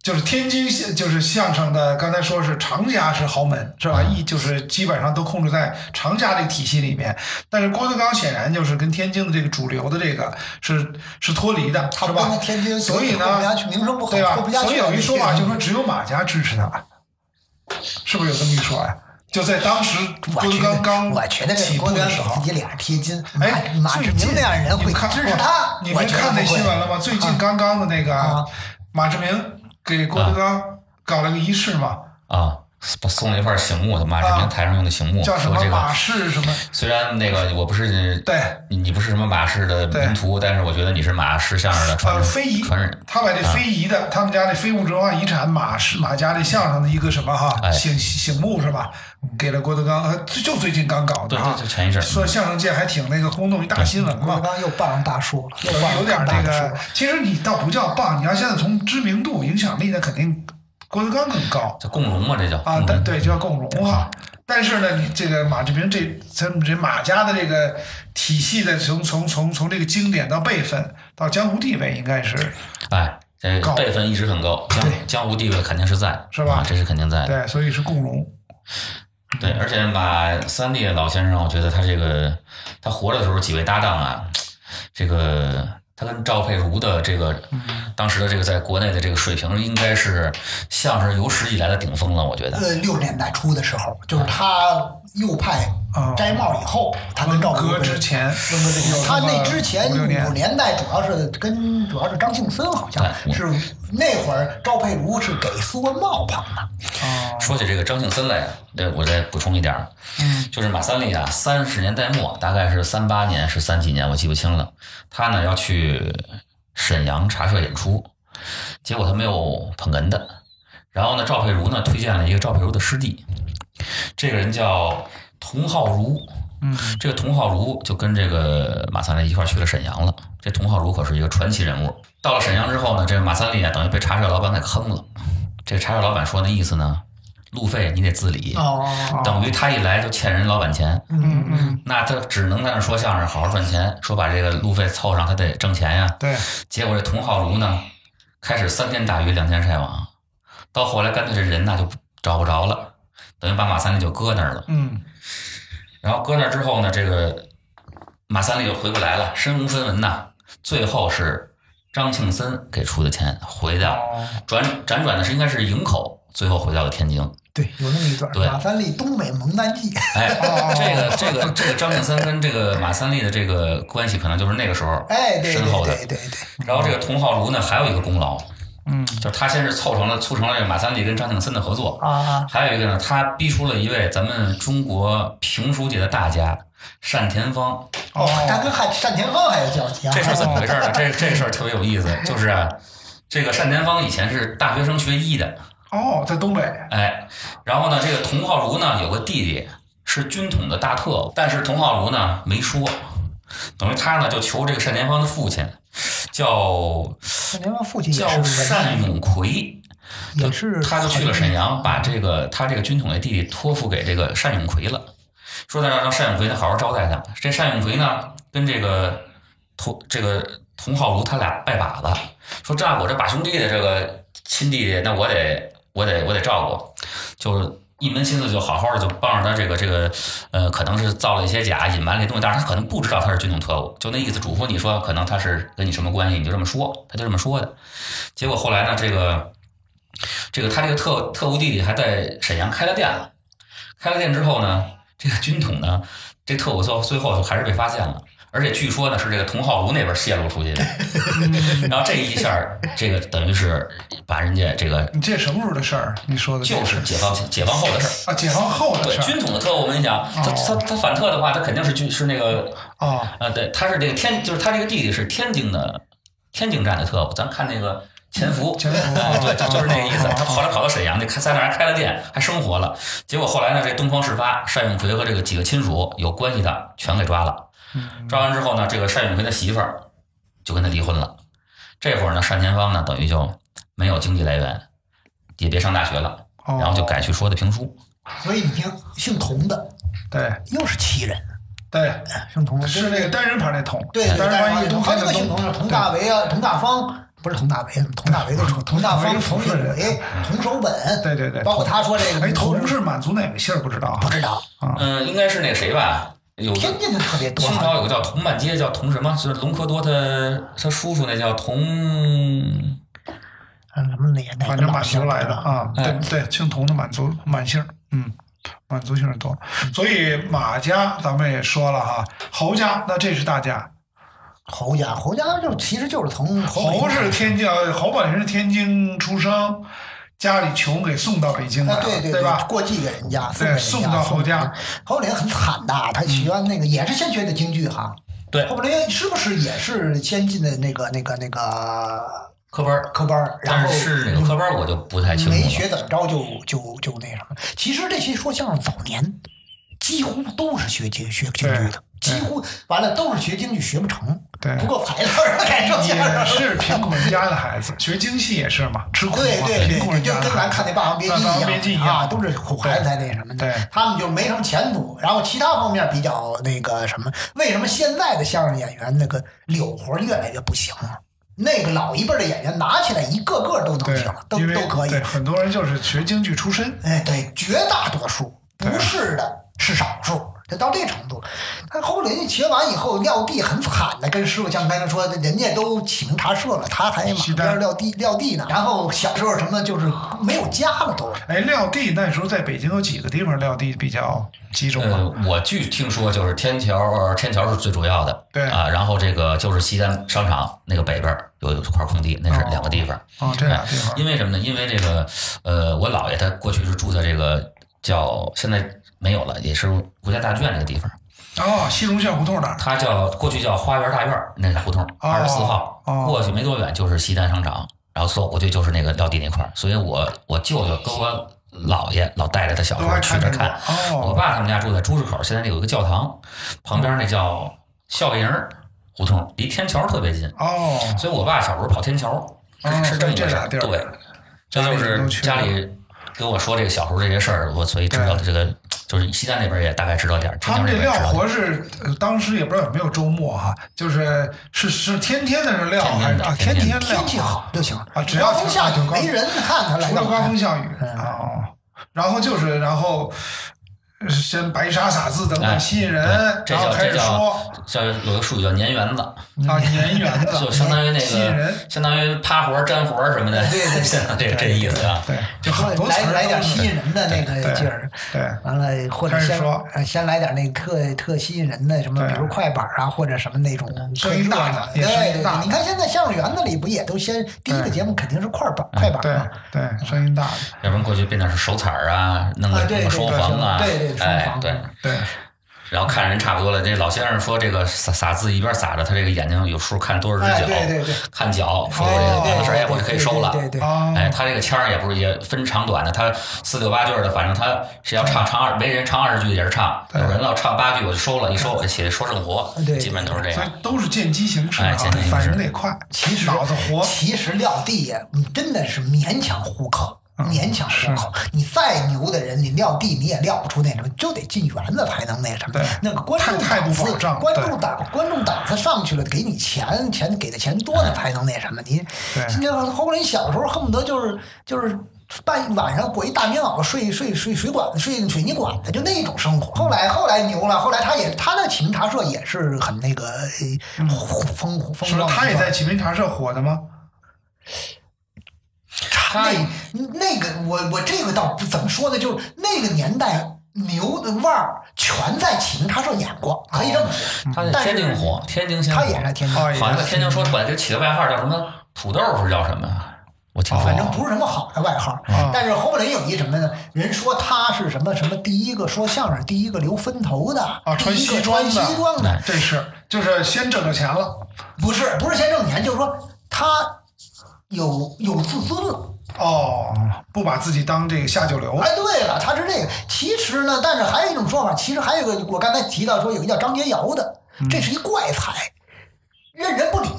[SPEAKER 3] 就是天津县，就是相声的，刚才说是常家是豪门，是
[SPEAKER 5] 嗯
[SPEAKER 3] 吧？一就是基本上都控制在常家这个体系里面。但是郭德纲显然就是跟天津的这个主流的这个是是脱离的，
[SPEAKER 5] 他
[SPEAKER 3] 是
[SPEAKER 5] 不
[SPEAKER 3] 吧
[SPEAKER 5] 跟？天津，
[SPEAKER 3] 所以呢
[SPEAKER 5] 混不下去，名声不好，
[SPEAKER 3] 对吧
[SPEAKER 5] 混不？下去。
[SPEAKER 3] 所以有一说法，就说只有马家支持他，是不是有这么一说呀、就在当时
[SPEAKER 5] 我
[SPEAKER 3] 郭德
[SPEAKER 5] 觉得
[SPEAKER 3] 纲刚
[SPEAKER 5] 我觉得
[SPEAKER 3] 起
[SPEAKER 5] 这
[SPEAKER 3] 步
[SPEAKER 5] 郭德
[SPEAKER 3] 的
[SPEAKER 5] 纲
[SPEAKER 3] 时
[SPEAKER 5] 给
[SPEAKER 3] 候
[SPEAKER 5] 自，己脸上贴金。
[SPEAKER 3] 哎，
[SPEAKER 5] 马马
[SPEAKER 3] 最
[SPEAKER 5] 志
[SPEAKER 3] 近
[SPEAKER 5] 明那样的人
[SPEAKER 3] 你
[SPEAKER 5] 会
[SPEAKER 3] 看哦
[SPEAKER 5] 支持他，
[SPEAKER 3] 你
[SPEAKER 5] 我
[SPEAKER 3] 没
[SPEAKER 5] 觉得
[SPEAKER 3] 看那
[SPEAKER 5] 不会
[SPEAKER 3] 新闻了吗？最近
[SPEAKER 5] 啊
[SPEAKER 3] 刚刚的那个、
[SPEAKER 5] 啊
[SPEAKER 3] 马志明给郭德纲搞了个仪式嘛，
[SPEAKER 4] 啊，送了一块醒木，马志
[SPEAKER 3] 啊
[SPEAKER 4] 明台上用的醒木，
[SPEAKER 3] 叫什
[SPEAKER 4] 说
[SPEAKER 3] 么
[SPEAKER 4] 这
[SPEAKER 3] 马
[SPEAKER 4] 个
[SPEAKER 3] 氏什么？
[SPEAKER 4] 虽然那个我不是
[SPEAKER 3] 对呃
[SPEAKER 4] 你你不是什么马氏的
[SPEAKER 3] 对
[SPEAKER 4] 门徒，但是我觉得你是马氏相声的传
[SPEAKER 3] 呃，
[SPEAKER 4] 人，
[SPEAKER 3] 非遗
[SPEAKER 4] 传人，
[SPEAKER 3] 他把这非遗的、他们家这非物质文化遗产马氏马家这相声的一个什么哈
[SPEAKER 4] 哎
[SPEAKER 3] 醒醒目是吧？给了郭德纲，呃就就最近刚搞的
[SPEAKER 4] 对
[SPEAKER 3] 啊
[SPEAKER 4] 对，，就前一阵儿
[SPEAKER 3] 说相声界还挺那个轰动一大新闻
[SPEAKER 5] 郭
[SPEAKER 3] 嘛
[SPEAKER 5] 德。纲又傍上大叔了，又傍
[SPEAKER 3] 有
[SPEAKER 5] 上
[SPEAKER 3] 点那
[SPEAKER 5] 更大的叔
[SPEAKER 3] 个
[SPEAKER 5] 了。，
[SPEAKER 3] 其实你倒不叫棒，你要现在从知名度、影响力，那肯定郭德纲更高
[SPEAKER 4] 叫共荣嘛，这叫
[SPEAKER 3] 啊
[SPEAKER 5] 嗯
[SPEAKER 4] 共。
[SPEAKER 3] 但
[SPEAKER 4] 荣
[SPEAKER 3] 对，就要共荣哈。但是呢，你这个马志明这咱们这马家的这个体系的，从从从从这个经典到辈分到江湖地位，应该是
[SPEAKER 4] 哎，这
[SPEAKER 3] 高
[SPEAKER 4] 辈分一直很高，江江湖地位肯定是在，
[SPEAKER 3] 是吧
[SPEAKER 4] 啊这是肯
[SPEAKER 5] 哎
[SPEAKER 4] 定在的。
[SPEAKER 3] 对，所以是共荣。
[SPEAKER 4] 对，而且马三立老先生，我觉得他这个他活着的时候几位搭档啊，这个他跟赵佩茹的这个
[SPEAKER 3] 嗯
[SPEAKER 4] 当时的这个在国内的这个水平，应该是相声有史以来的顶峰了，我觉得。
[SPEAKER 5] 呃，六十年代初的时候，就是他右派
[SPEAKER 3] 哦
[SPEAKER 5] 摘帽以后，他跟赵
[SPEAKER 3] 文革
[SPEAKER 5] 薇
[SPEAKER 3] 之前，文革
[SPEAKER 5] 对他那之前
[SPEAKER 3] 五六
[SPEAKER 5] 五
[SPEAKER 3] 年，
[SPEAKER 5] 年代主要是跟主要是张庆森，好像
[SPEAKER 4] 对我
[SPEAKER 5] 是那会儿赵佩茹是给苏文茂捧的，
[SPEAKER 3] 啊
[SPEAKER 4] 说起这个张庆森来，对我再补充一点儿，嗯，就是马三立啊，三十年代末，大概是三八年是三几年，我记不清了。他呢要去沈阳茶社演出，结果他没有捧哏的。然后呢，赵佩茹呢推荐了一个赵佩茹的师弟，这个人叫童浩如。嗯，这个童浩如就跟这个马三立一块儿去了沈阳了。这童浩如可是一个传奇人物。到了沈阳之后呢，这个马三立啊，等于被茶社老板给坑了。这个茶社老板说那意思呢，路费你得自理，
[SPEAKER 5] 哦，
[SPEAKER 4] 等于他一来就欠人老板钱。
[SPEAKER 5] 嗯嗯，
[SPEAKER 4] 那他只能在那说相声，好好赚钱，说把这个路费凑上，他得挣钱呀。
[SPEAKER 3] 对，
[SPEAKER 4] 结果这童浩如呢，开始三天打鱼两天晒网，到后来干脆这人呐就找不着了，等于把马三立就搁那儿了。
[SPEAKER 3] 嗯，
[SPEAKER 4] 然后搁那儿之后呢，这个马三立就回不来了，身无分文呐。最后是张庆森给出的钱回到转辗转的是应该是营口，最后回到了天津。
[SPEAKER 5] 对，有那么一段
[SPEAKER 4] 对
[SPEAKER 5] 马三立东北蒙难 记，
[SPEAKER 4] 哎
[SPEAKER 3] 哦，
[SPEAKER 4] 这个这个这个张庆森跟这个马三立的这个关系，可能就是那个时候
[SPEAKER 5] 哎，对对
[SPEAKER 4] 深厚的
[SPEAKER 5] 对。对对，
[SPEAKER 4] 然后这个童浩如呢，还有一个功劳，嗯，就是他先是凑成了促成了这个马三立跟张庆森的合作，
[SPEAKER 5] 啊，
[SPEAKER 4] 还有一个呢，他逼出了一位咱们中国评书界的大家单田芳。
[SPEAKER 3] 哦，
[SPEAKER 5] 他跟单单田芳还有交集啊，
[SPEAKER 4] 这事儿怎么回事呢？ 这这事儿特别有意思，就是啊，这个单田芳以前是大学生学医的，
[SPEAKER 3] 哦，在 东北，
[SPEAKER 4] 哎，然后呢，这个童浩如呢有个弟弟是军统的大特务，但是童浩如呢没说，等于他呢就求这个单田芳的父亲叫
[SPEAKER 5] 单田芳父亲也
[SPEAKER 4] 叫
[SPEAKER 5] 是文
[SPEAKER 4] 单永奎，
[SPEAKER 5] 也是
[SPEAKER 4] 他就去了沈阳，把这个他这个军统的弟弟托付给这个单永奎了，说呢让让单永奎呢好好招待他。这单永奎呢跟这个童这个童浩如他俩拜把子，说这样我这把兄弟的这个亲弟弟，那我得我得我得照顾，就是。一门心思就好好的就帮着他这个这个，呃，可能是造了一些假，隐瞒了一些东西，但是他可能不知道他是军统特务，就那意思嘱咐你说，可能他是跟你什么关系，你就这么说，他就这么说的。结果后来呢，这个这个他这个特特务弟弟还在沈阳开了店了，开了店之后呢，这个军统呢，这特务最后最后就还是被发现了，而且据说呢是这个童浩如那边泄露出 去的，然后这一下儿这个等于是把人家这个
[SPEAKER 3] 你这什么时候的事儿？你说的这
[SPEAKER 4] 就是是解哦放前解放后的事儿。
[SPEAKER 3] 啊，解放后的
[SPEAKER 4] 对
[SPEAKER 3] 事儿
[SPEAKER 4] 军统的特务，我跟你讲，他他他反特的话，他肯定是军是那个
[SPEAKER 3] 哦，
[SPEAKER 4] 啊，对，他是这个天，就是他这个弟弟是天津的天津站的特务，咱看那个潜伏，
[SPEAKER 3] 潜伏
[SPEAKER 4] 哎对，
[SPEAKER 3] 哦
[SPEAKER 4] 就是那个意思
[SPEAKER 3] 哦哦。
[SPEAKER 4] 他跑来跑到沈阳，那开在那儿还开了店，还生活了。结果后来呢，这东窗事发，单永奎和这个几个亲属有关系的全给抓了。
[SPEAKER 3] 嗯
[SPEAKER 4] 抓完之后呢，这个单永奎的媳妇儿就跟他离婚了。这会儿呢，单田芳呢，等于就没有经济来源，也别上大学了，
[SPEAKER 3] 哦
[SPEAKER 4] 然后就改去说的评书。
[SPEAKER 5] 所以你听，姓佟的
[SPEAKER 3] 对
[SPEAKER 5] 又是齐人，
[SPEAKER 3] 对，
[SPEAKER 5] 姓佟的跟
[SPEAKER 3] 是那个单人旁那桶，
[SPEAKER 5] 对，
[SPEAKER 3] 单人旁
[SPEAKER 5] 但
[SPEAKER 3] 一
[SPEAKER 5] 是
[SPEAKER 3] 东
[SPEAKER 5] 还
[SPEAKER 3] 汉
[SPEAKER 5] 有
[SPEAKER 3] 的
[SPEAKER 5] 个姓
[SPEAKER 3] 东
[SPEAKER 5] 佟的，佟大为啊，佟大方。不是佟大为，佟大为都说佟大方、
[SPEAKER 3] 哎
[SPEAKER 5] 佟应伟、佟守本，
[SPEAKER 3] 对对对
[SPEAKER 5] 包括他说这个，
[SPEAKER 3] 哎，佟是满族哪个姓儿不知道啊？
[SPEAKER 5] 不知道，
[SPEAKER 4] 嗯，应该是那个谁吧，有个
[SPEAKER 5] 天津的特别多啊
[SPEAKER 4] 清
[SPEAKER 5] 哈，
[SPEAKER 4] 朝有个叫佟满街，叫佟什么？是隆科多他他叔叔那叫佟。
[SPEAKER 5] 嗯，什么那个哪个
[SPEAKER 3] 反正满
[SPEAKER 5] 老乡
[SPEAKER 3] 族来的
[SPEAKER 5] 不知道哎
[SPEAKER 3] 啊，对对，姓佟的满族满姓儿，嗯，满族姓儿多，
[SPEAKER 5] 嗯
[SPEAKER 3] 所以马家咱们也说了哈，侯家那这是大家，
[SPEAKER 5] 侯家，侯家就其实就是从
[SPEAKER 3] 侯
[SPEAKER 5] 本
[SPEAKER 3] 是天津，呃侯本是天津出生，家里穷给送到北京来
[SPEAKER 5] 啊，
[SPEAKER 3] 了，
[SPEAKER 5] 对
[SPEAKER 3] 对
[SPEAKER 5] 对，
[SPEAKER 3] 吧？
[SPEAKER 5] 过继给人家，
[SPEAKER 3] 对送
[SPEAKER 5] 送给人家
[SPEAKER 3] 到侯家。嗯
[SPEAKER 5] 侯林很惨的，他学那个也是先学的京剧哈。
[SPEAKER 4] 对
[SPEAKER 5] 侯林是不是也是先进的那个那个那个
[SPEAKER 4] 科班儿
[SPEAKER 5] 科班儿，然
[SPEAKER 4] 但
[SPEAKER 5] 后
[SPEAKER 4] 是是哪个科班儿我就不太清楚
[SPEAKER 5] 没
[SPEAKER 4] 了。
[SPEAKER 5] 学怎么着就就就那什么。其实这些说相声早年几乎都是学京学京剧的，
[SPEAKER 3] 对
[SPEAKER 5] 几乎完了都是学京剧学不成，
[SPEAKER 3] 对
[SPEAKER 5] 不够材料儿改成相
[SPEAKER 3] 也
[SPEAKER 5] 声。
[SPEAKER 3] 是贫苦人家的孩子，学京戏也是嘛，吃苦嘛，
[SPEAKER 5] 对对
[SPEAKER 3] 贫苦
[SPEAKER 5] 对，
[SPEAKER 3] 人
[SPEAKER 5] 就
[SPEAKER 3] 家的
[SPEAKER 5] 跟咱看那《霸王别姬》
[SPEAKER 3] 那霸王别姬
[SPEAKER 5] 一
[SPEAKER 3] 一
[SPEAKER 5] 样
[SPEAKER 3] 样
[SPEAKER 5] 啊，都是苦孩子才那什么的
[SPEAKER 3] 对，
[SPEAKER 5] 他们就没什么前途。然后其他方面比较那个什么，为什么现在的相声演员那个柳活越来越不行了？那个老一辈的演员拿起来一个个都能
[SPEAKER 3] 对
[SPEAKER 5] 行，，都
[SPEAKER 3] 因为
[SPEAKER 5] 都可以
[SPEAKER 3] 对，。很多人就是学京剧出身，
[SPEAKER 5] 哎，对，绝大多数不是的是少数，就到这程度。他侯林学完以后撂地很惨的，跟师傅像刚才说的，人家都起名茶社了，他还马
[SPEAKER 3] 西
[SPEAKER 5] 路
[SPEAKER 3] 单
[SPEAKER 5] 边撂地撂地呢。然后小时候什么就是没有家了都，
[SPEAKER 3] 哎，撂地那时候在北京有几个地方撂地比较集中啊？
[SPEAKER 4] 呃，我据听说就是天桥，呃天桥是最主要的，
[SPEAKER 3] 对
[SPEAKER 4] 啊，然后这个就是西单商场那个北边儿有有块空地，那是两个地方。
[SPEAKER 3] 啊，这俩地方。
[SPEAKER 4] 呃因为什么呢？因为这个，呃，我姥爷他过去是住在这个叫现在没有了，也是国家大剧院那个地方，
[SPEAKER 3] 哦，西荣县胡同那儿，
[SPEAKER 4] 他叫过去叫花园大院儿那个胡同
[SPEAKER 3] 哦
[SPEAKER 4] 二十四号，
[SPEAKER 3] 哦
[SPEAKER 4] 过去没多远就是西单商场，然后走过去就是那个撂地那块儿，所以我我舅舅跟我姥爷老带着他小时
[SPEAKER 3] 都
[SPEAKER 4] 候
[SPEAKER 3] 还
[SPEAKER 4] 去那
[SPEAKER 3] 看
[SPEAKER 4] 儿
[SPEAKER 3] 着
[SPEAKER 4] 看
[SPEAKER 3] 过。哦
[SPEAKER 4] 我爸他们家住在朱市口，现在那有一个教堂，旁边那叫校营儿胡同，离天桥特别近，
[SPEAKER 3] 哦，
[SPEAKER 4] 所以我爸小时候跑天桥
[SPEAKER 3] 哦
[SPEAKER 4] 是是这么一
[SPEAKER 3] 这
[SPEAKER 4] 个事
[SPEAKER 3] 俩
[SPEAKER 4] 儿。
[SPEAKER 3] 地儿
[SPEAKER 4] 对，这
[SPEAKER 3] 家
[SPEAKER 4] 就
[SPEAKER 3] 里人
[SPEAKER 4] 是
[SPEAKER 3] 都去
[SPEAKER 4] 家
[SPEAKER 3] 了
[SPEAKER 4] 里跟我说这个小时候这些事儿，我所以知道
[SPEAKER 3] 对
[SPEAKER 4] 这个就是西单那边也大概知道点儿，天
[SPEAKER 3] 他
[SPEAKER 4] 桥
[SPEAKER 3] 们
[SPEAKER 4] 那
[SPEAKER 3] 这
[SPEAKER 4] 边
[SPEAKER 3] 撂
[SPEAKER 4] 也知道点儿。
[SPEAKER 3] 活是、呃当时也不知道有没有周末哈、就是是是天天在这撂
[SPEAKER 4] 天
[SPEAKER 3] 还
[SPEAKER 4] 天
[SPEAKER 3] 是
[SPEAKER 4] 的
[SPEAKER 3] 啊
[SPEAKER 4] 天天
[SPEAKER 3] 天
[SPEAKER 4] 的
[SPEAKER 3] 撂
[SPEAKER 5] 天气好就行
[SPEAKER 3] 啊只要
[SPEAKER 5] 刮风下雨
[SPEAKER 3] 啊
[SPEAKER 5] 没人看他来
[SPEAKER 3] 除了
[SPEAKER 5] 干
[SPEAKER 3] 刮
[SPEAKER 5] 嘛
[SPEAKER 3] 风下雨
[SPEAKER 5] 嗯
[SPEAKER 3] 啊、哦，然后就是然后呃先白沙撒字等
[SPEAKER 4] 哎
[SPEAKER 3] 等吸引人，
[SPEAKER 4] 这
[SPEAKER 3] 然后
[SPEAKER 4] 叫
[SPEAKER 3] 开
[SPEAKER 4] 这
[SPEAKER 3] 始说
[SPEAKER 4] 叫叫有个术语叫粘园子，
[SPEAKER 5] 嗯
[SPEAKER 3] 啊年缘 的，
[SPEAKER 4] 就相当于那
[SPEAKER 3] 吸引人
[SPEAKER 4] 个，相当于趴活儿粘活儿什么的，
[SPEAKER 5] 对对对
[SPEAKER 4] 这这意思啊。
[SPEAKER 3] 对，就
[SPEAKER 5] 说
[SPEAKER 3] 很多词
[SPEAKER 5] 来
[SPEAKER 3] 儿
[SPEAKER 5] 来
[SPEAKER 3] 都
[SPEAKER 5] 点
[SPEAKER 3] 是
[SPEAKER 5] 吸引人的那
[SPEAKER 3] 对
[SPEAKER 5] 个
[SPEAKER 3] 对
[SPEAKER 5] 劲儿，
[SPEAKER 3] 对
[SPEAKER 5] 完了或者
[SPEAKER 3] 开始
[SPEAKER 5] 先
[SPEAKER 3] 说
[SPEAKER 5] 呃先来点那特特吸引人的什么，
[SPEAKER 3] 对嗯
[SPEAKER 5] 比如快板啊，或者什么那种
[SPEAKER 3] 声音
[SPEAKER 5] 特热
[SPEAKER 3] 大
[SPEAKER 5] 闹
[SPEAKER 3] 的
[SPEAKER 5] 对
[SPEAKER 3] 也声音
[SPEAKER 5] 对对
[SPEAKER 3] 大，的
[SPEAKER 5] 你看现在相声园子里不也都先第一个
[SPEAKER 3] 对
[SPEAKER 5] 节目肯定是快板
[SPEAKER 4] 嗯
[SPEAKER 5] 快板
[SPEAKER 3] 对
[SPEAKER 5] 嘛，
[SPEAKER 3] 对，声音大的，
[SPEAKER 4] 要不然过去变点是手彩儿啊，弄
[SPEAKER 5] 啊
[SPEAKER 4] 个
[SPEAKER 5] 对
[SPEAKER 4] 弄个双簧啊，
[SPEAKER 5] 对对对双
[SPEAKER 4] 哎
[SPEAKER 5] 簧嗯
[SPEAKER 4] 对，
[SPEAKER 3] 对，
[SPEAKER 4] 然后看人差不多了，这老先生说这个撒撒字一边撒着，他这个眼睛有时候看多少只
[SPEAKER 5] 哎
[SPEAKER 4] 脚，
[SPEAKER 5] 对对对
[SPEAKER 4] 看脚，说
[SPEAKER 3] 哦
[SPEAKER 4] 这个完了事儿，哎，
[SPEAKER 5] 对
[SPEAKER 4] 我就可以收了。
[SPEAKER 5] 对对对
[SPEAKER 3] 哦
[SPEAKER 4] 哎，他这个腔儿也不是也分长短的，他四六八句儿的，反正他是要唱唱二，没人唱二十句也是唱，有人要唱八句我就收了，一收我就起来说生活
[SPEAKER 5] 哎对，
[SPEAKER 4] 基本都是这
[SPEAKER 3] 所以
[SPEAKER 4] 样。
[SPEAKER 3] 都是见机行事啊，
[SPEAKER 4] 哎见机行事
[SPEAKER 3] 反应得快，
[SPEAKER 5] 其实
[SPEAKER 3] 脑子活，
[SPEAKER 5] 其实撂地呀，你真的是勉强糊口，
[SPEAKER 3] 嗯
[SPEAKER 5] 勉强糊口。你再牛的人，你撂地你也撂不出那什么，就得进园子才能那什么
[SPEAKER 3] 对。
[SPEAKER 5] 那个观众
[SPEAKER 3] 太太
[SPEAKER 5] 档
[SPEAKER 3] 不
[SPEAKER 5] 次
[SPEAKER 3] 保障，
[SPEAKER 5] 观
[SPEAKER 3] 对
[SPEAKER 5] 众档观众档次上去了，给你钱，钱给的钱多呢才能那什么。你
[SPEAKER 3] 对
[SPEAKER 5] 今天侯林小时候恨不得就是就是。半晚上裹一大棉袄睡睡睡水管子睡水泥管子，就那种生活。后来后来牛了，后来他也他的启明茶社也是很那个呃风风
[SPEAKER 3] 嗯
[SPEAKER 5] 风
[SPEAKER 3] 是吧
[SPEAKER 5] 光。
[SPEAKER 3] 他也在启明茶社火的吗？
[SPEAKER 5] 那那个我我这个倒不怎么说呢，就是那个年代牛的腕儿全在启明茶社演过，可以这么说。
[SPEAKER 4] 哦他在
[SPEAKER 5] 但是
[SPEAKER 4] 天津火，天津先火哎
[SPEAKER 5] 他也是天津，
[SPEAKER 3] 哦
[SPEAKER 4] 好像在天津说管这起个外号叫什么土豆是叫什么呀？我听说
[SPEAKER 5] 反正不是什么好的外号
[SPEAKER 3] 哦。
[SPEAKER 5] 但是侯宝林有一什么呢？人说他是什么什么第一个说相声，第一个留分头的，
[SPEAKER 4] 哦
[SPEAKER 3] 啊，
[SPEAKER 5] 第一
[SPEAKER 3] 穿
[SPEAKER 5] 个
[SPEAKER 3] 西装
[SPEAKER 5] 穿西装
[SPEAKER 4] 哎
[SPEAKER 5] 的，
[SPEAKER 3] 这是就是先挣着钱了，
[SPEAKER 5] 不是不是先挣钱，就是说他有有自尊了。
[SPEAKER 3] 哦，不把自己当这个下九流，
[SPEAKER 5] 哎，对了，他是这个。其实呢，但是还有一种说法，其实还有一个，我刚才提到说有一个叫张杰尧的，这是一怪才，任人不理，